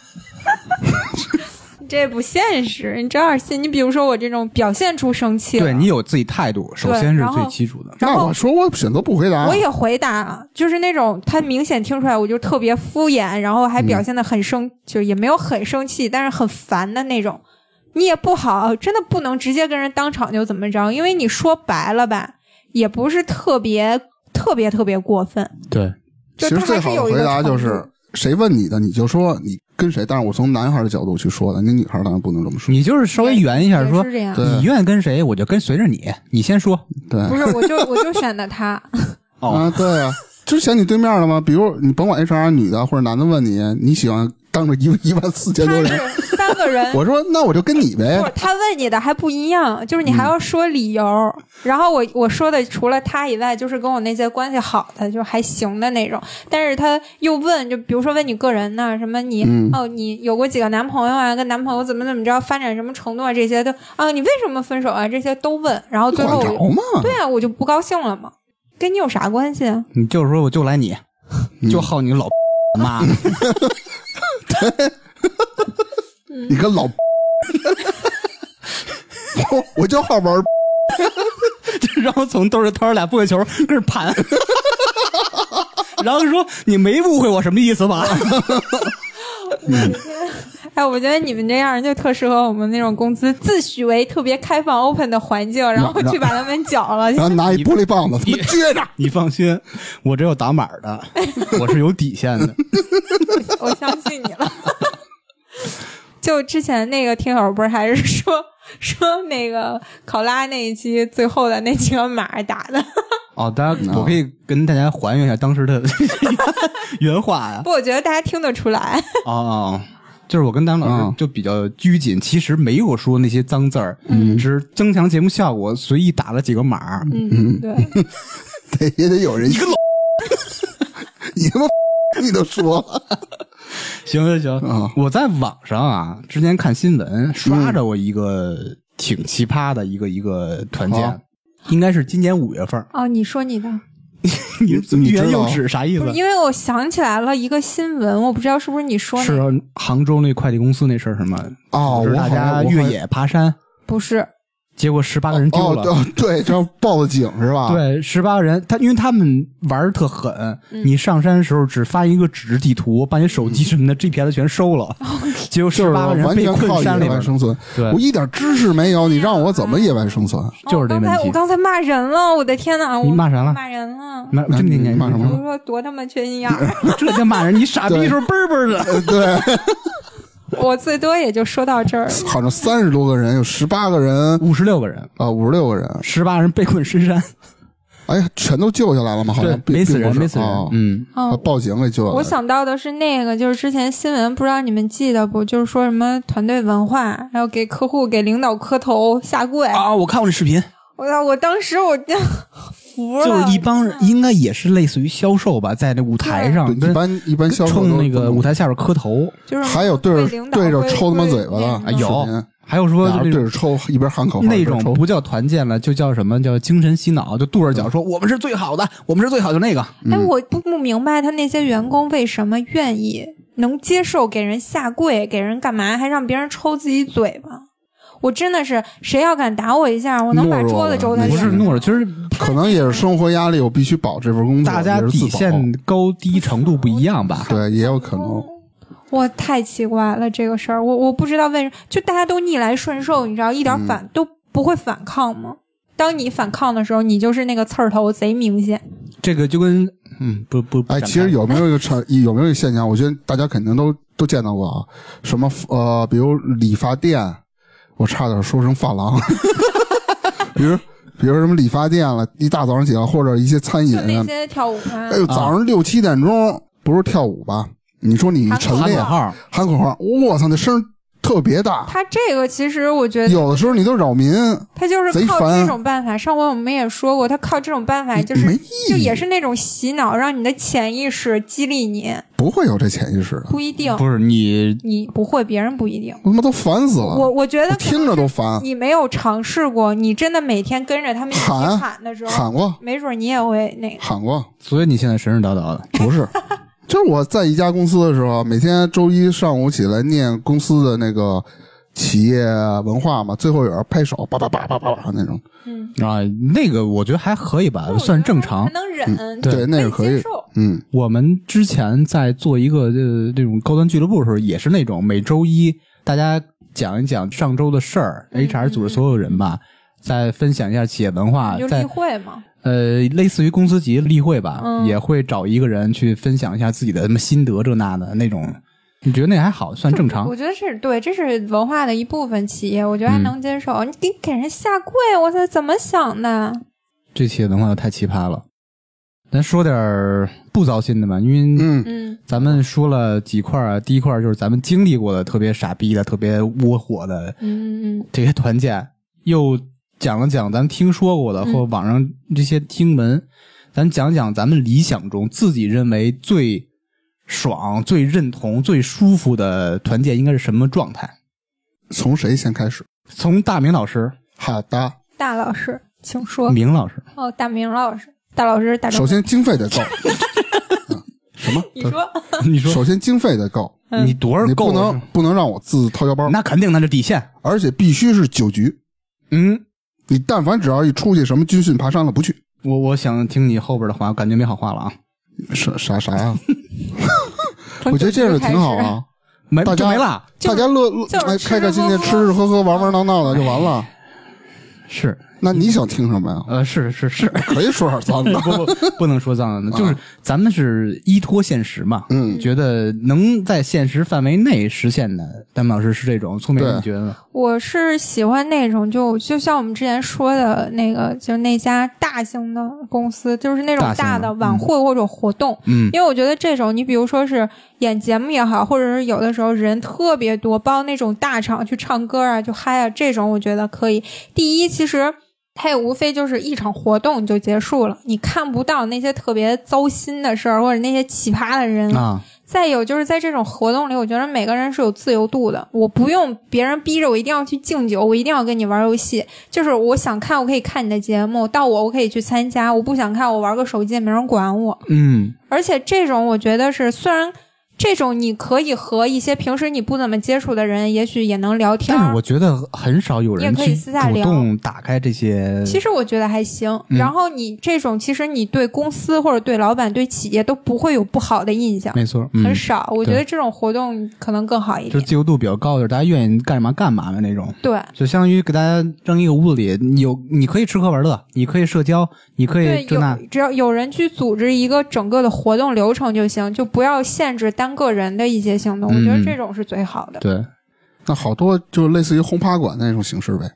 Speaker 4: 这不现实，你这二信。你比如说我这种表现出生气了，
Speaker 2: 对你有自己态度，首
Speaker 4: 对
Speaker 2: 先是
Speaker 4: 然
Speaker 2: 最
Speaker 4: 后
Speaker 2: 基础的。
Speaker 4: 然
Speaker 1: 那
Speaker 4: 后
Speaker 1: 我说我选择不回答
Speaker 2: 啊
Speaker 4: 我，也回答，啊就是那种他明显听出来我就特别敷衍，然后还表现的很生，
Speaker 2: 嗯
Speaker 4: 就也没有很生气，但是很烦的那种。你也不好，真的不能直接跟人当场就怎么着，因为你说白了吧，也不是特别特别特别过分。
Speaker 2: 对，
Speaker 1: 其
Speaker 4: 就
Speaker 1: 实
Speaker 4: 他
Speaker 1: 最
Speaker 4: 还是
Speaker 1: 好的
Speaker 4: 有一
Speaker 1: 回
Speaker 4: 个
Speaker 1: 答
Speaker 4: 程
Speaker 1: 就
Speaker 4: 度
Speaker 1: 是谁问你的你就说你跟谁，但是我从男孩的角度去说的，你女孩当然不能这么说，
Speaker 2: 你就是稍微圆一下
Speaker 4: 也
Speaker 2: 说
Speaker 4: 是这，样
Speaker 1: 对
Speaker 2: 你愿意跟谁，我就跟随着你。你先说，
Speaker 1: 对
Speaker 4: 不是，我就我就选的他，
Speaker 2: 哦
Speaker 1: 啊，对啊，之前你对面了吗？比如你甭管 HR 女的或者男的问你，你喜欢当着一一万四千多
Speaker 4: 他
Speaker 1: 人，
Speaker 4: 是三个人，
Speaker 1: 我说那我就跟你
Speaker 4: 不
Speaker 1: 呗
Speaker 4: 是，他问你的还不一样，就是你还
Speaker 1: 嗯
Speaker 4: 要说理由。然后我我说的除了他以外，就是跟我那些关系好的，就还行的那种。但是他又问，就比如说问你个人呢，什么你、
Speaker 1: 嗯
Speaker 4: 哦，你有过几个男朋友啊？跟男朋友怎么怎么着，发展什么程度啊？这些都啊，你为什么分手啊？这些都问。然后最
Speaker 1: 管
Speaker 4: 后
Speaker 1: 着
Speaker 4: 我
Speaker 1: 吗？
Speaker 4: 对啊，我就不高兴了嘛，跟你有啥关系啊？
Speaker 2: 你就是说我就来 你，就好你 老妈。
Speaker 1: 你个老，我我就好玩，
Speaker 2: 然后从兜里掏出俩玻璃球跟这盘， 然后说你没误会我什么意思吧？
Speaker 4: 哎，我觉得你们这样就特适合我们那种公司自诩为特别开放 open 的环境，然后
Speaker 1: 那
Speaker 4: 去把他们搅了。
Speaker 1: 然后拿一玻璃棒子，他
Speaker 2: 你
Speaker 1: 妈撅着，
Speaker 2: 你放心，我这有打码的，我是有底线的。
Speaker 4: 我相信你了。 就之前那个听友不是还是说说那个考拉那一期最后的那几个码打的，
Speaker 2: 哦，大家，我可以跟大家还原一下当时的 原话呀、
Speaker 4: 不，我觉得大家听得出来。
Speaker 2: 哦哦，就是我跟丹老师
Speaker 1: 嗯
Speaker 2: 就比较拘谨，其实没有说那些脏字儿，
Speaker 1: 嗯
Speaker 2: 只是增强节目效果，随意打了几个码儿。
Speaker 4: 嗯，对，
Speaker 1: 得也得有人。你个老，你他妈你都说了，
Speaker 2: 行行行，
Speaker 1: 啊
Speaker 2: 嗯我在网上啊，之前看新闻刷着我一个挺奇葩的一个一个团建，
Speaker 1: 好
Speaker 2: 应该是今年五月份儿。
Speaker 4: 哦，你说你的，
Speaker 2: 你
Speaker 1: 你
Speaker 2: 欲
Speaker 1: 知道
Speaker 2: 言又止啥意
Speaker 4: 不
Speaker 2: 思
Speaker 4: 是？因为我想起来了一个新闻，我不知道是不是你说
Speaker 2: 是
Speaker 4: 的，
Speaker 2: 杭州那快递公司那事儿是吗？
Speaker 1: 哦
Speaker 2: 就
Speaker 1: 我
Speaker 2: 是大
Speaker 1: 好像
Speaker 2: 家
Speaker 1: 我
Speaker 2: 越
Speaker 1: 还
Speaker 2: 野爬山，
Speaker 4: 不是，
Speaker 2: 结果十八个人丢
Speaker 1: 哦
Speaker 2: 了。
Speaker 1: 哦，对，这报的警是吧？，
Speaker 2: 对，十八个人，他因为他们玩儿特狠，
Speaker 4: 嗯
Speaker 2: 你上山的时候只发一个纸质地图，把你手机什么的 GPS 全收了，
Speaker 4: 哦
Speaker 2: 结果
Speaker 1: 嗯就
Speaker 2: 十
Speaker 1: 是
Speaker 2: 八个人
Speaker 1: 完
Speaker 2: 被
Speaker 1: 全
Speaker 2: 困
Speaker 1: 靠
Speaker 2: 山里
Speaker 1: 野
Speaker 2: 边
Speaker 1: 外
Speaker 2: 儿，
Speaker 1: 生存，
Speaker 2: 对
Speaker 1: 我一点知识没有，你让我怎么野外生存？
Speaker 2: 就是这
Speaker 4: 哦
Speaker 2: 问
Speaker 4: 刚才我
Speaker 2: 题。
Speaker 4: 刚才骂人了，我的天哪！我
Speaker 2: 你骂啥了
Speaker 4: 骂人了。
Speaker 2: 那这么
Speaker 1: 嗯你
Speaker 2: 年
Speaker 1: 骂什么
Speaker 4: 我
Speaker 1: 了
Speaker 4: 说多他妈缺心 眼儿，
Speaker 2: 这叫骂人！你傻逼
Speaker 1: 对
Speaker 2: 时候嘣儿嘣儿的。
Speaker 1: 呃，对。
Speaker 4: 我最多也就说到这儿了。
Speaker 2: 嗯
Speaker 1: 好像三十多个人，有十八个人
Speaker 2: 五十六个人，
Speaker 1: 啊，五十六个人，
Speaker 2: 十八人被困深山，
Speaker 1: 哎呀，全都救下来了吗？好像并
Speaker 2: 没死人，
Speaker 1: 并不是
Speaker 2: 没死人
Speaker 1: 哦。
Speaker 2: 嗯，
Speaker 4: 哦
Speaker 1: 啊，报警给救了。
Speaker 4: 我想到的是那个，就是之前新闻，不知道你们记得不？就是说什么团队文化，还有给客户、给领导磕头、下跪。
Speaker 2: 啊，我看过那视频，
Speaker 4: 我操！我当时我 就服了。
Speaker 2: 就是一帮人，
Speaker 4: 嗯
Speaker 2: 应该也是类似于销售吧，在那舞台上
Speaker 1: 对
Speaker 2: 跟
Speaker 1: 一般一般销售
Speaker 2: 冲
Speaker 1: 都
Speaker 2: 那个舞，台下边磕头
Speaker 4: 就是哎
Speaker 1: 还有对
Speaker 4: 跪
Speaker 1: 着
Speaker 4: 嗯领导
Speaker 1: 对着
Speaker 4: 跪
Speaker 1: 抽他妈
Speaker 4: 跪
Speaker 1: 嘴巴的，哎
Speaker 2: 啊，
Speaker 4: 嗯
Speaker 1: 视
Speaker 2: 有
Speaker 1: 频，
Speaker 2: 还有说
Speaker 1: 俩
Speaker 2: 那
Speaker 1: 人对着抽，一边喊口号
Speaker 2: 那
Speaker 1: 一边
Speaker 2: 种
Speaker 1: 抽
Speaker 2: 不叫团建了，就叫什么叫精神洗脑，就跺着脚
Speaker 1: 嗯
Speaker 2: 说我们是最好的，我们是最好的那个。
Speaker 4: 哎，我不不明白他那些员工为什么愿意能接受给人下跪，给人干嘛，还让别人抽自己嘴巴。我真的是，谁要敢打我一下，我能把
Speaker 1: 懦弱
Speaker 4: 桌子
Speaker 1: 了
Speaker 4: 抽他
Speaker 1: 那
Speaker 4: 脸
Speaker 2: 不
Speaker 1: 是
Speaker 2: 是
Speaker 4: 上。
Speaker 2: 懦弱，就是
Speaker 1: 可能也是生活压力，我必须保这份工作，
Speaker 2: 大家
Speaker 1: 也是自
Speaker 2: 底
Speaker 1: 保
Speaker 2: 线高低程度不一样吧？
Speaker 1: 对也有可能。
Speaker 4: 我哦太奇怪了这个事
Speaker 1: 嗯
Speaker 4: 儿，我我不知道为什么，就大家都逆来顺受，你知道，一点反、都不会反抗吗？当你反抗的时候，你就是那个刺儿头，贼明显。
Speaker 2: 这个就跟嗯不不，不
Speaker 1: 哎，
Speaker 2: 展
Speaker 1: 其实
Speaker 2: 开
Speaker 1: 有没有一个产有没有一个现象？我觉得大家肯定都都见到过啊，什么呃，比如理发店，我差点说成发廊， 比如比如什么理发店了，一大早上起来或者一些餐饮
Speaker 4: 就那
Speaker 1: 啊，
Speaker 4: 些跳舞啊
Speaker 1: 哎，呦，早上六七点钟不是跳舞吧？你说你
Speaker 4: 喊口
Speaker 1: 晨
Speaker 4: 号
Speaker 2: 喊
Speaker 1: 练
Speaker 2: 口号，
Speaker 1: 喊口号，我操，那声儿特别大，
Speaker 4: 他这个其实我觉得
Speaker 1: 有的时候你都扰民，
Speaker 4: 他就是
Speaker 1: 贼
Speaker 4: 靠
Speaker 1: 烦啊
Speaker 4: 这种办法。上回我们也说过，他靠这种办法哎就
Speaker 1: 没
Speaker 4: 是
Speaker 1: 意义
Speaker 4: 就也是那种洗脑，让你的潜意识激励你，
Speaker 1: 不会有这潜意识的，
Speaker 4: 不一定
Speaker 2: 不是你
Speaker 4: 你不会，别人不一定。
Speaker 1: 我他妈都烦死了，
Speaker 4: 我我觉得
Speaker 1: 啊我听着都烦，
Speaker 4: 你没有尝试过，你真的每天跟着他们一起
Speaker 1: 喊啊
Speaker 4: 喊的时候，
Speaker 1: 喊过
Speaker 4: 没准你也会那个。
Speaker 1: 喊过。
Speaker 2: 所以你现在神神叨叨的，
Speaker 1: 不是， 就是我在一家公司的时候，每天周一上午起来念公司的那个企业文化嘛，最后有人拍手，叭叭叭叭叭叭那种，
Speaker 4: 嗯，
Speaker 2: 啊，那个我觉得还可以吧，算正常
Speaker 4: 还。能忍，
Speaker 2: 对
Speaker 1: 对，那是
Speaker 4: 以
Speaker 1: 可
Speaker 4: 接
Speaker 1: 以，
Speaker 4: 受。
Speaker 1: 嗯，
Speaker 2: 我们之前在做一个呃这种高端俱乐部的时候，也是那种每周一大家讲一讲上周的事儿，HR
Speaker 4: 嗯
Speaker 2: 组织所有人吧，再分享一下企业文化
Speaker 4: 就，嗯例
Speaker 2: 再
Speaker 4: 会嘛，
Speaker 2: 呃类似于公司级例会吧，
Speaker 4: 嗯
Speaker 2: 也会找一个人去分享一下自己的什么心得这那的那种。你觉得那还好，算正常
Speaker 4: 我？觉得是对，这是文化的一部分。企业，我觉得还
Speaker 2: 嗯
Speaker 4: 能接受。你给给人下跪，我操，怎么想的？
Speaker 2: 这企业文化太奇葩了。咱说点儿不糟心的吧，因为
Speaker 1: 嗯，
Speaker 4: 嗯，
Speaker 2: 咱们说了几块儿啊，第一块儿就是咱们经历过的特别傻逼的、特别窝火的
Speaker 4: 嗯嗯
Speaker 2: 这些团建，又讲了讲咱们听说过的
Speaker 4: 嗯
Speaker 2: 或网上这些听闻，咱讲讲咱们理想中自己认为最爽、最认同、最舒服的团建应该是什么状态？
Speaker 1: 从谁先开始？
Speaker 2: 从大明老师，
Speaker 1: 好的，
Speaker 4: 大老师，请说。
Speaker 2: 明老师，
Speaker 4: 哦，大明老师，大老师，大张
Speaker 1: 首先经费 得够，嗯
Speaker 4: 你说，
Speaker 2: 你说
Speaker 1: 首先经费得够，
Speaker 2: 你多少
Speaker 1: 你
Speaker 2: 够
Speaker 1: 不
Speaker 2: 啊
Speaker 1: 能不能让我自掏腰包，
Speaker 2: 那肯定那是底线。
Speaker 1: 而且必须是酒局。
Speaker 2: 嗯，
Speaker 1: 你但凡只要一出去什么军训爬山了，不去，
Speaker 2: 我我想听你后边的话，感觉没好话了啊。
Speaker 1: 啥啥啥 呀？
Speaker 4: 从
Speaker 1: 我觉得这样就
Speaker 4: 九十开始
Speaker 1: 挺好。啊，
Speaker 2: 没
Speaker 1: 大
Speaker 2: 就
Speaker 1: 家
Speaker 2: 没了，
Speaker 4: 就是
Speaker 1: 大家乐乐
Speaker 4: 就是
Speaker 1: 哎
Speaker 4: 吃
Speaker 1: 开开心心
Speaker 4: 吃喝喝哎
Speaker 1: 吃吃喝喝玩玩闹闹的就完了。
Speaker 2: 是
Speaker 1: 那你想听什么 呀？
Speaker 2: 呃是是是，。
Speaker 1: 可以说点脏的
Speaker 2: 不不不能说脏的，就是咱们是依托现实嘛，
Speaker 1: 啊嗯
Speaker 2: 觉得能在现实范围内实现的，丹木老师是这种，聪明
Speaker 1: 对
Speaker 2: 你觉得呢？
Speaker 4: 我是喜欢那种，就就像我们之前说的那个，就是那家大型的公司，就是那
Speaker 2: 大
Speaker 4: 种
Speaker 2: 型
Speaker 4: 大
Speaker 2: 的
Speaker 4: 的晚会或者活动。
Speaker 2: 嗯
Speaker 4: 因为我觉得这种，你比如说是演节目也好，或者是有的时候人特别多，包那种大场去唱歌啊、就嗨啊，这种我觉得可以。第一，其实它也无非就是一场活动就结束了，你看不到那些特别糟心的事儿或者那些奇葩的人
Speaker 2: 啊，
Speaker 4: 再有就是在这种活动里，我觉得每个人是有自由度的，我不用别人逼着我一定要去敬酒，我一定要跟你玩游戏。就是我想看，我可以看你的节目，到我我可以去参加；我不想看，我玩个手机也没人管我。
Speaker 2: 嗯，
Speaker 4: 而且这种我觉得是，虽然这种你可以和一些平时你不怎么接触的人，也许也能聊天
Speaker 2: 但
Speaker 4: 儿。
Speaker 2: 是我觉得很少有人
Speaker 4: 也可以
Speaker 2: 去
Speaker 4: 私下
Speaker 2: 主
Speaker 4: 聊
Speaker 2: 动打开这些，
Speaker 4: 其实我觉得还行。
Speaker 2: 嗯
Speaker 4: 然后你这种，其实你对公司或者对老板、对企业都不会有不好的印象，
Speaker 2: 没错，嗯
Speaker 4: 很，少。我觉
Speaker 2: 对
Speaker 4: 得这种活动可能更好一
Speaker 2: 就
Speaker 4: 点。
Speaker 2: 自由度比较高，就是大家愿意干嘛干嘛的那种。
Speaker 4: 对，
Speaker 2: 就相当于给大家扔一个屋子里，你有你可以吃喝玩乐，你可以社交，你可
Speaker 4: 对
Speaker 2: 以，这那
Speaker 4: 有，只要有人去组织一个整个的活动流程就行，就不要限制单个人的一些行动。我觉
Speaker 2: 嗯
Speaker 4: 得
Speaker 2: 嗯
Speaker 4: 这种是最好的。
Speaker 2: 对，
Speaker 1: 那好多就类似于轰趴馆那种形式呗，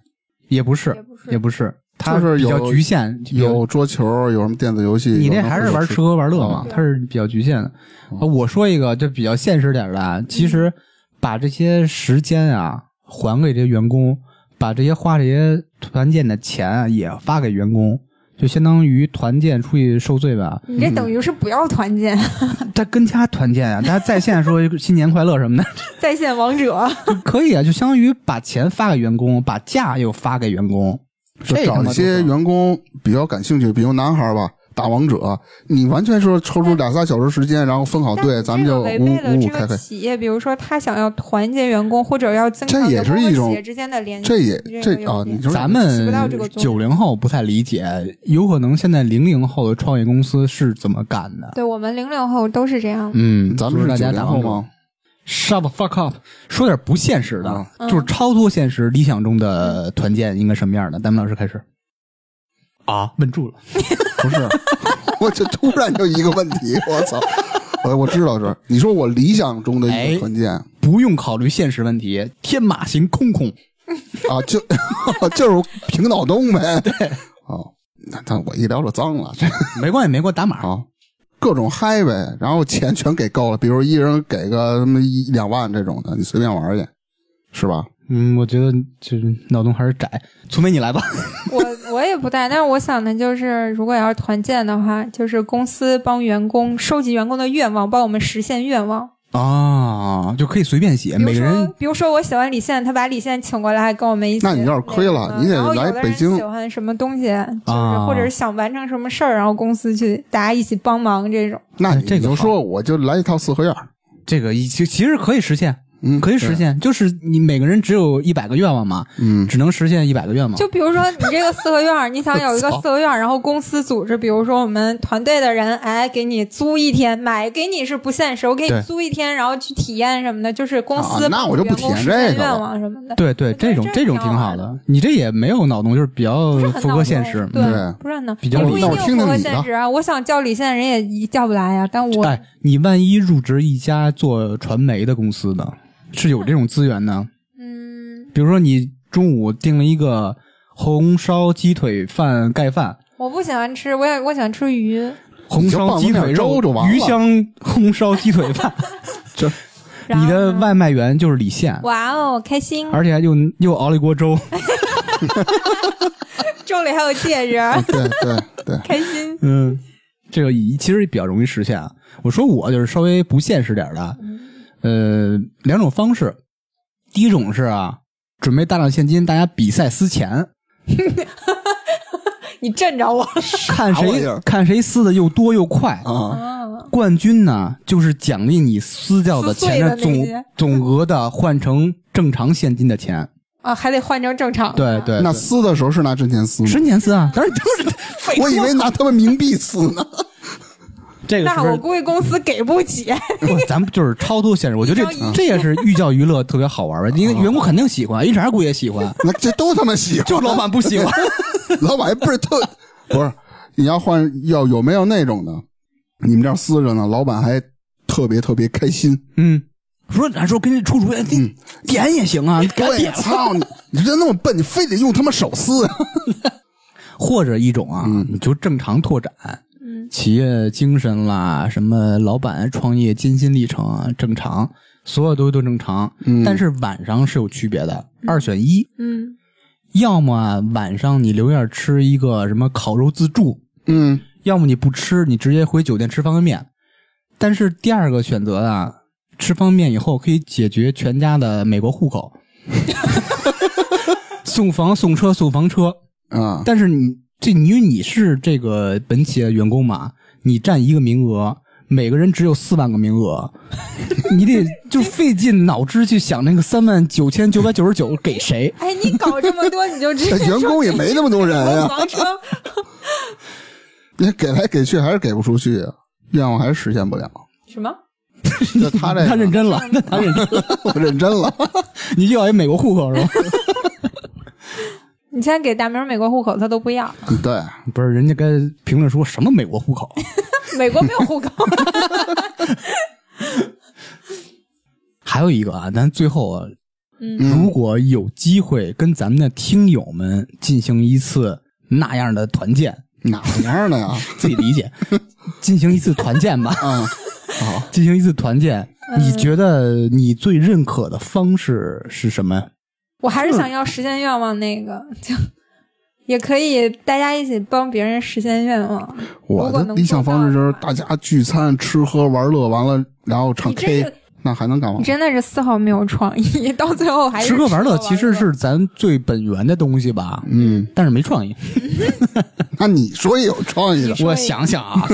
Speaker 2: 也不是
Speaker 4: 也不，是
Speaker 2: 也不是，它
Speaker 1: 就是
Speaker 2: 比较
Speaker 1: 有
Speaker 2: 局限，
Speaker 1: 有桌球，有什么电子游戏。
Speaker 2: 你
Speaker 1: 有
Speaker 2: 那
Speaker 1: 什么
Speaker 2: 还是玩吃喝玩乐嘛，
Speaker 4: 对
Speaker 2: 它是比较局限的。
Speaker 1: 嗯
Speaker 2: 啊我说一个就比较现实点儿的，啊，其实把这些时间啊还给这些员工，把这些花这些团建的钱啊也发给员工，就相当于团建出去受罪吧。
Speaker 4: 你这等于是不要团建，
Speaker 2: 他跟家团建啊，大家在线 说新年快乐什么的，
Speaker 4: 在线王者。
Speaker 2: 就可以啊，就相当于把钱发给员工，把假又发给员工，
Speaker 1: 就
Speaker 2: 这他
Speaker 1: 找
Speaker 2: 妈
Speaker 1: 一些
Speaker 2: 多爽
Speaker 1: 员工比较感兴趣，比如男孩吧，打王者，你完全说抽出俩仨小时时间，然后分好队，咱们就
Speaker 4: 违
Speaker 1: 五
Speaker 4: 背了
Speaker 1: 五
Speaker 4: 这
Speaker 1: 五开
Speaker 4: 个
Speaker 1: 开。
Speaker 4: 企业，比如说他想要团结员工，或者要增强
Speaker 1: 这也
Speaker 4: 员工
Speaker 1: 是一
Speaker 4: 和
Speaker 1: 种
Speaker 4: 企业之间的联系。
Speaker 1: 这也
Speaker 4: 这个
Speaker 1: 这
Speaker 4: 有
Speaker 1: 啊，
Speaker 4: 点
Speaker 1: 你说
Speaker 2: 咱
Speaker 4: 起
Speaker 2: 们
Speaker 4: 不到这个作
Speaker 2: 九
Speaker 4: 用
Speaker 2: 零后不太理解，有可能现在零零后的创业公司是怎么干的？
Speaker 4: 对我们零零后都是这样的。
Speaker 2: 嗯，
Speaker 1: 咱们
Speaker 2: 是
Speaker 1: 是
Speaker 2: 大
Speaker 1: 九
Speaker 2: 家
Speaker 1: 零
Speaker 2: 打
Speaker 1: 后
Speaker 2: 工
Speaker 1: 吗？？
Speaker 2: Shut the fuck up！说点不现实的，
Speaker 4: 嗯
Speaker 1: 啊
Speaker 2: 就是超脱现实、理想中的团建应该什么样的？咱们老师开始，
Speaker 6: 啊，
Speaker 2: 问住了，
Speaker 1: 不是， 我就突然就一个问题，我操，我我知道是，你说我理想中的一
Speaker 2: 哎
Speaker 1: 个团建、
Speaker 2: 不用考虑现实问题，天马行空空。
Speaker 1: 啊，就就是平脑洞呗，对，哦，那那我一聊就脏了，这
Speaker 2: 没关系，没给我打码。
Speaker 1: 好，各种嗨呗，然后钱全给够了，比如一人给个什么一两万这种的，你随便玩去，是吧？
Speaker 2: 嗯，我觉得就是脑洞还是窄。聪梅，你来吧。
Speaker 4: 我我也不带，但是我想的就是，如果要是团建的话，就是公司帮员工收集员工的愿望，帮我们实现愿望。
Speaker 2: 啊，就可以随便写，
Speaker 4: 比如
Speaker 2: 每个
Speaker 4: 说
Speaker 2: 人，
Speaker 4: 比如说我喜欢李现，他把李现请过来跟我们一起。
Speaker 1: 那你要是亏了
Speaker 4: 个
Speaker 1: 你得
Speaker 4: 然后有
Speaker 1: 来
Speaker 4: 的
Speaker 1: 北
Speaker 4: 人
Speaker 1: 京
Speaker 4: 喜欢什么东西，就是、
Speaker 2: 啊
Speaker 4: 或者是想完成什么事儿，然后公司去大家一起帮忙这种。
Speaker 1: 那
Speaker 2: 哎
Speaker 1: 你
Speaker 2: 这个
Speaker 1: 就
Speaker 2: 好
Speaker 1: 说我就来一套四合院儿，
Speaker 2: 这个一其其实可以实现，
Speaker 1: 嗯，
Speaker 2: 可以实现，就是你每个人只有一百个愿望嘛，
Speaker 1: 对，嗯，
Speaker 2: 只能实现一百个
Speaker 1: 啊
Speaker 2: 愿望。
Speaker 4: 就比如说你这个四合院儿，你想有 一个四合院儿，然后公司组织，比如说我们团队的人，哎，给你租一天，买给你是不现实，我给
Speaker 2: 对
Speaker 4: 你租一天，然后去体验什么的，就是公司
Speaker 1: 啊那我就不体验这个了
Speaker 4: 帮助员工实现愿望什么的，
Speaker 2: 对对，
Speaker 4: 我觉
Speaker 2: 这
Speaker 4: 得
Speaker 2: 种
Speaker 4: 这
Speaker 2: 种
Speaker 4: 挺
Speaker 2: 挺
Speaker 4: 好
Speaker 2: 好
Speaker 4: 玩
Speaker 2: 的，你这也没有脑洞，就是比较
Speaker 4: 不是很
Speaker 2: 符
Speaker 4: 脑
Speaker 2: 合
Speaker 4: 洞
Speaker 2: 现实。
Speaker 4: 对，
Speaker 1: 对
Speaker 2: 嗯
Speaker 4: 不是很脑
Speaker 2: 比较
Speaker 4: 也
Speaker 2: 理
Speaker 4: 不一
Speaker 2: 那
Speaker 4: 定
Speaker 1: 听
Speaker 2: 我
Speaker 1: 听
Speaker 4: 符合
Speaker 1: 你的
Speaker 4: 现实啊。我想叫李现，人也一叫不来呀、但我、
Speaker 2: 哎，你万一入职一家做传媒的公司呢，是有这种资源呢？
Speaker 4: 嗯，
Speaker 2: 比如说你中午订了一个红烧鸡腿饭盖饭，
Speaker 4: 我不喜欢吃，我也我喜欢吃鱼，
Speaker 2: 红烧鸡腿
Speaker 1: 你就放点
Speaker 2: 肉
Speaker 1: 粥就完了
Speaker 2: 鱼香红烧鸡腿饭，
Speaker 4: 然后
Speaker 2: 你的
Speaker 4: 呢
Speaker 2: 外卖员就是李现，
Speaker 4: 哇哦，开心，
Speaker 2: 而且又又熬了一锅粥。
Speaker 4: 粥里还有 戒指，
Speaker 1: 对对对，
Speaker 4: 开心。
Speaker 2: 嗯，这个以其实比较容易实现啊。我说我就是稍微不现实点儿的，
Speaker 4: 嗯
Speaker 2: 呃，两种方式。第一种是啊，准备大量现金，大家比赛撕钱，
Speaker 4: 你震着我，
Speaker 2: 看
Speaker 1: 玩意
Speaker 2: 谁
Speaker 1: 儿
Speaker 2: 看谁撕的又多又快。
Speaker 1: 啊，
Speaker 4: 嗯，
Speaker 2: 冠军呢，就是奖励你撕掉的
Speaker 4: 撕
Speaker 2: 钱
Speaker 4: 碎的
Speaker 2: 的
Speaker 4: 那
Speaker 2: 总
Speaker 4: 些
Speaker 2: 总额的换成正常现金的 钱。
Speaker 4: 啊，还得换成正常。
Speaker 2: 对对，
Speaker 1: 那
Speaker 2: 对
Speaker 1: 撕的时候是拿真钱撕吗？
Speaker 2: 真钱撕啊，当然都是
Speaker 1: 我以为拿他们冥币撕 呢。
Speaker 2: 这个是
Speaker 4: 那
Speaker 2: 不
Speaker 4: 我
Speaker 2: 是
Speaker 4: 估计公司给不 起。
Speaker 2: 不，咱们就是超脱现实。我觉得
Speaker 4: 一
Speaker 2: 这这也是寓教于乐，特别好 玩吧？因为员工肯定喜欢，HR 估也喜欢，
Speaker 1: 那这都他妈喜欢，
Speaker 2: 就老板不喜欢。
Speaker 1: 老板还不是特 不是？你要换要有没有那种的？你们这儿撕着呢，老板还特别特别开心。
Speaker 2: 嗯， 说咱说跟这出主意，你点也行啊，给我
Speaker 1: 对，
Speaker 2: 点。
Speaker 1: 操 你！你人那么笨，你非得用他妈手 撕啊？
Speaker 2: 或者一种啊，你就正常拓展，
Speaker 4: 嗯，
Speaker 2: 企业精神啦，什么老板创业艰辛历程啊，正常，所有东西都正常。
Speaker 1: 嗯
Speaker 2: 但是晚上是有区别的，二选一，
Speaker 4: 嗯，
Speaker 2: 要么啊晚上你留院吃一个什么烤肉自助，
Speaker 1: 嗯，
Speaker 2: 要么你不吃，你直接回酒店吃方便面。但是第二个选择啊，吃方便面以后可以解决全家的美国户口， 送房送车送房车。
Speaker 1: 啊，
Speaker 2: 但是你这你因为你是这个本企业的员工嘛，你占一个名额，每个人只有四万个名额， 你得就费尽脑汁去想那个三万九千九百九十九给谁。
Speaker 4: 哎，你搞这么多，你就直
Speaker 1: 这
Speaker 2: 哎
Speaker 4: 接
Speaker 1: 员工也没那么多人啊，
Speaker 4: 房车。
Speaker 1: 你给来给去还是给不出去啊，愿望还是实现不了。
Speaker 4: 什么？
Speaker 1: 就 他这个
Speaker 2: 他认真了，那他认真了，
Speaker 1: 我认真 了，
Speaker 2: 你就要一美国户口是吧？
Speaker 4: 你现在给大明美国户口，他都不要。
Speaker 1: 对，
Speaker 2: 不是，人家该评论说什么美国户口？啊
Speaker 4: 美国没有户口，
Speaker 2: 还有一个啊，咱最后啊，
Speaker 1: 嗯
Speaker 2: 如果有机会跟咱们的听友们进行一次那样的团建，
Speaker 1: 哪样的呀？
Speaker 2: 自己理解，进行一次团建吧，
Speaker 1: 啊，
Speaker 2: 进行一次团建。你觉得你最认可的方式是什么？
Speaker 4: 我还是想要实现愿望那个，就也可以大家一起帮别人实现愿望。
Speaker 1: 我
Speaker 4: 如果
Speaker 1: 的
Speaker 4: 能
Speaker 1: 理想方式就是
Speaker 4: 做到
Speaker 1: 大家聚餐、吃喝玩乐，完了然后唱
Speaker 4: 你这
Speaker 1: K，
Speaker 4: 个
Speaker 1: 那还能干嘛
Speaker 4: 你？真的是丝毫没有创意，到最后还是
Speaker 2: 吃喝玩
Speaker 4: 玩
Speaker 2: 乐其实是咱最本源的东西吧，
Speaker 1: 嗯，
Speaker 2: 但是没创意。
Speaker 1: 那你说也有创意的，
Speaker 2: 我想想啊，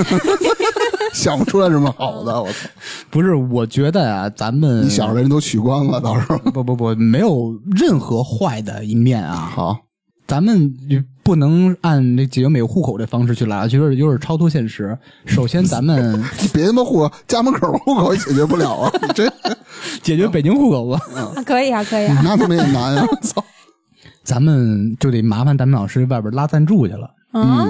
Speaker 1: 想不出来什么好的。我操，
Speaker 2: 不是，我觉得啊，咱们
Speaker 1: 你想的人都取关了，到时候
Speaker 2: 不不不，没有任何坏的一面啊。
Speaker 1: 好，
Speaker 2: 咱们不能按这解决美国户口这方式去来，就是有点超脱现实。首先，咱们
Speaker 1: 你别他妈户口家门口户口也解决不了啊！你 这
Speaker 2: 解决北京户 口吧，
Speaker 4: 啊可以啊，可以啊。
Speaker 1: 那他妈也难啊！操，
Speaker 2: 咱们就得麻烦咱们老师外边拉赞助去了。
Speaker 4: 啊，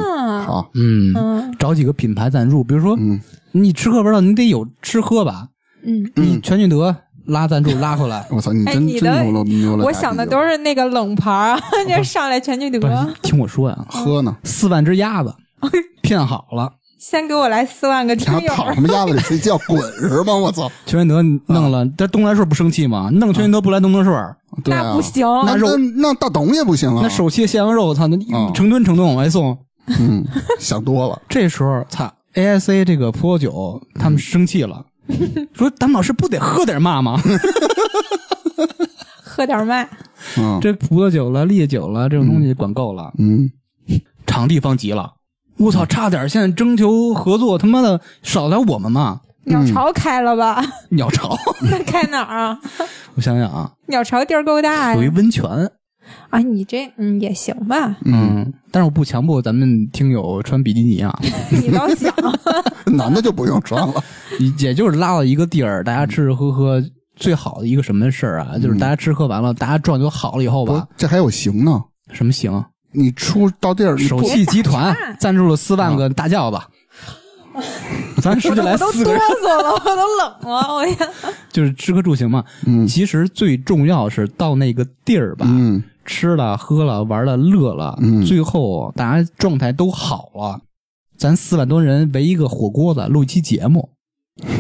Speaker 1: 好，
Speaker 2: 嗯，
Speaker 4: 嗯
Speaker 2: 找几个品牌赞助，比如说、
Speaker 1: 嗯，，
Speaker 2: 你吃喝玩乐，你得有吃喝吧？
Speaker 4: 嗯，
Speaker 2: 你全聚德拉赞助拉回来
Speaker 1: 我操，你
Speaker 4: 哎
Speaker 1: 真
Speaker 4: 你的
Speaker 1: 真牛了牛了！
Speaker 4: 我想的都是那个冷盘儿，啊 就上来全聚
Speaker 2: 不是
Speaker 4: 德，
Speaker 2: 听我说呀、
Speaker 1: 喝
Speaker 4: 嗯
Speaker 1: 呢，
Speaker 2: 四万只鸭子骗好了，
Speaker 4: 先给我来四万个听
Speaker 1: 还
Speaker 4: 友。
Speaker 1: 躺他妈鸭 子里睡觉滚是吗？我操，
Speaker 2: 全聚德弄了，但东来顺不生气吗？弄全聚德不来东来顺，
Speaker 1: 对啊，
Speaker 4: 那不行，
Speaker 1: 那
Speaker 2: 肉
Speaker 1: 那那大董也不行啊，
Speaker 2: 那手切蟹黄肉，操，那一
Speaker 1: 嗯
Speaker 2: 成吨成吨往外送。
Speaker 1: 嗯，想多了，
Speaker 2: 这时候，操，AIC 这个葡萄酒他们生气了，说咱们老师不得喝点嘛吗？
Speaker 4: 喝点麦，
Speaker 1: 嗯
Speaker 2: 这葡萄酒了、烈酒了这种东西管够了，
Speaker 1: 嗯，
Speaker 2: 场地方急了。我操，差点现在征求合作，他妈的少来我们嘛！
Speaker 4: 鸟巢开了吧？
Speaker 2: 鸟巢，
Speaker 4: 那开哪儿啊？
Speaker 2: 我想想啊，
Speaker 4: 鸟巢地儿够大
Speaker 2: 有一
Speaker 4: 呀！
Speaker 2: 温泉，
Speaker 4: 啊，你这嗯也行吧，
Speaker 2: 嗯，但是我不强迫咱们听友穿比基尼啊，
Speaker 4: 你倒 想，
Speaker 1: 男的就不用穿了，
Speaker 2: 也就是拉到一个地儿，大家吃吃喝喝。最好的一个什么事儿啊，就是大家吃喝完了，大家状态都好了以后
Speaker 1: 不是
Speaker 2: 吧，
Speaker 1: 这还有行呢，
Speaker 2: 什么行？
Speaker 1: 你出到地儿，你
Speaker 2: 首
Speaker 1: 不
Speaker 2: 汽集团
Speaker 4: 别打岔
Speaker 2: 赞助了四万个大轿子， 咱说
Speaker 4: 我
Speaker 2: 就
Speaker 4: 都
Speaker 2: 来
Speaker 4: 我都
Speaker 2: 四
Speaker 4: 哆
Speaker 2: 个人，
Speaker 4: 嗦了，我都冷了，我也
Speaker 2: 就是吃喝住行嘛。
Speaker 1: 嗯
Speaker 2: 其实最重要是到那个地儿吧，
Speaker 1: 嗯
Speaker 2: 吃了、喝了、玩了、乐了，
Speaker 1: 嗯
Speaker 2: 最后大家状态都好了，咱四万多人围一个火锅子录一期节目，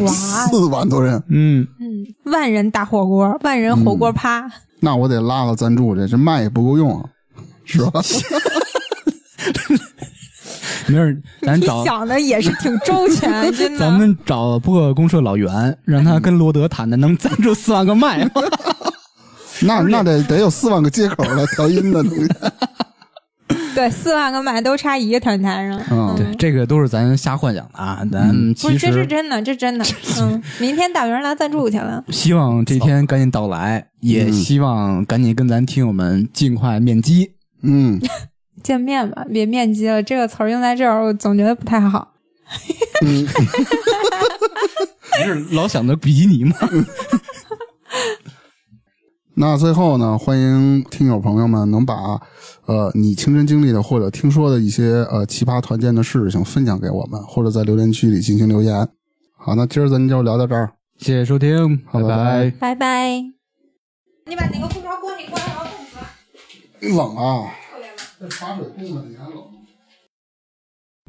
Speaker 4: 哇，
Speaker 1: 四万多人，
Speaker 2: 嗯，
Speaker 4: 嗯，万人大火锅，万人火锅趴，
Speaker 1: 那我得拉个赞助去，这麦也不够用啊，是吧？
Speaker 2: 没事，咱
Speaker 4: 你啊
Speaker 2: 找
Speaker 4: 想的也是挺周 全，真的。
Speaker 2: 咱们找播客公社老袁，让
Speaker 4: 嗯
Speaker 2: 他跟罗德谈谈，能赞助四万个麦吗？
Speaker 1: 那那得得有四万个接口来调音的东西，
Speaker 4: 对四万个麦都差一个团台上，
Speaker 1: 嗯
Speaker 2: 对，这个都是咱瞎幻想的啊，咱
Speaker 4: 嗯
Speaker 2: 其
Speaker 4: 不
Speaker 2: 实
Speaker 4: 是这是真的，这真的，嗯，明天大圆来赞助去了，
Speaker 2: 希望这天赶紧到来，也希望赶紧跟咱听友们尽快面基。
Speaker 1: 嗯，
Speaker 4: 见面吧，别面基了，这个词儿用在这儿，我总觉得不太好。
Speaker 2: 你是老想着比基尼吗？
Speaker 1: 那最后呢，欢迎听友朋友们能把呃你亲身经历的或者听说的一些呃奇葩团建的事情分享给我们，或者在留言区里进行留言。好，那今儿咱就聊到这儿。
Speaker 2: 谢谢收听，
Speaker 1: 好拜拜
Speaker 2: 拜
Speaker 4: 拜拜。你把那个空调关一关，然后冻死了。
Speaker 1: 冷啊！这茶水冻的你还冷。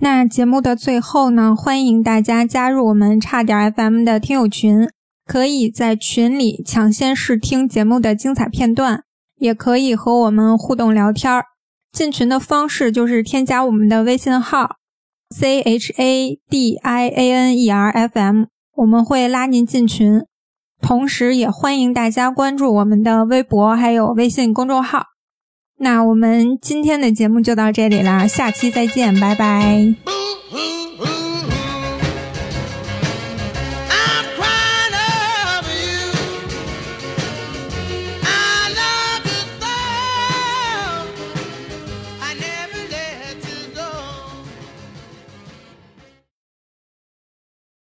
Speaker 4: 那节目的最后呢，欢迎大家加入我们差点 FM 的听友群，可以在群里抢先试听节目的精彩片段，也可以和我们互动聊天儿。进群的方式就是添加我们的微信号 c h a d i a n e r f m，我们会拉您进群。同时，也欢迎大家关注我们的微博还有微信公众号。那我们今天的节目就到这里啦，下期再见，拜拜。
Speaker 3: Boo hoo.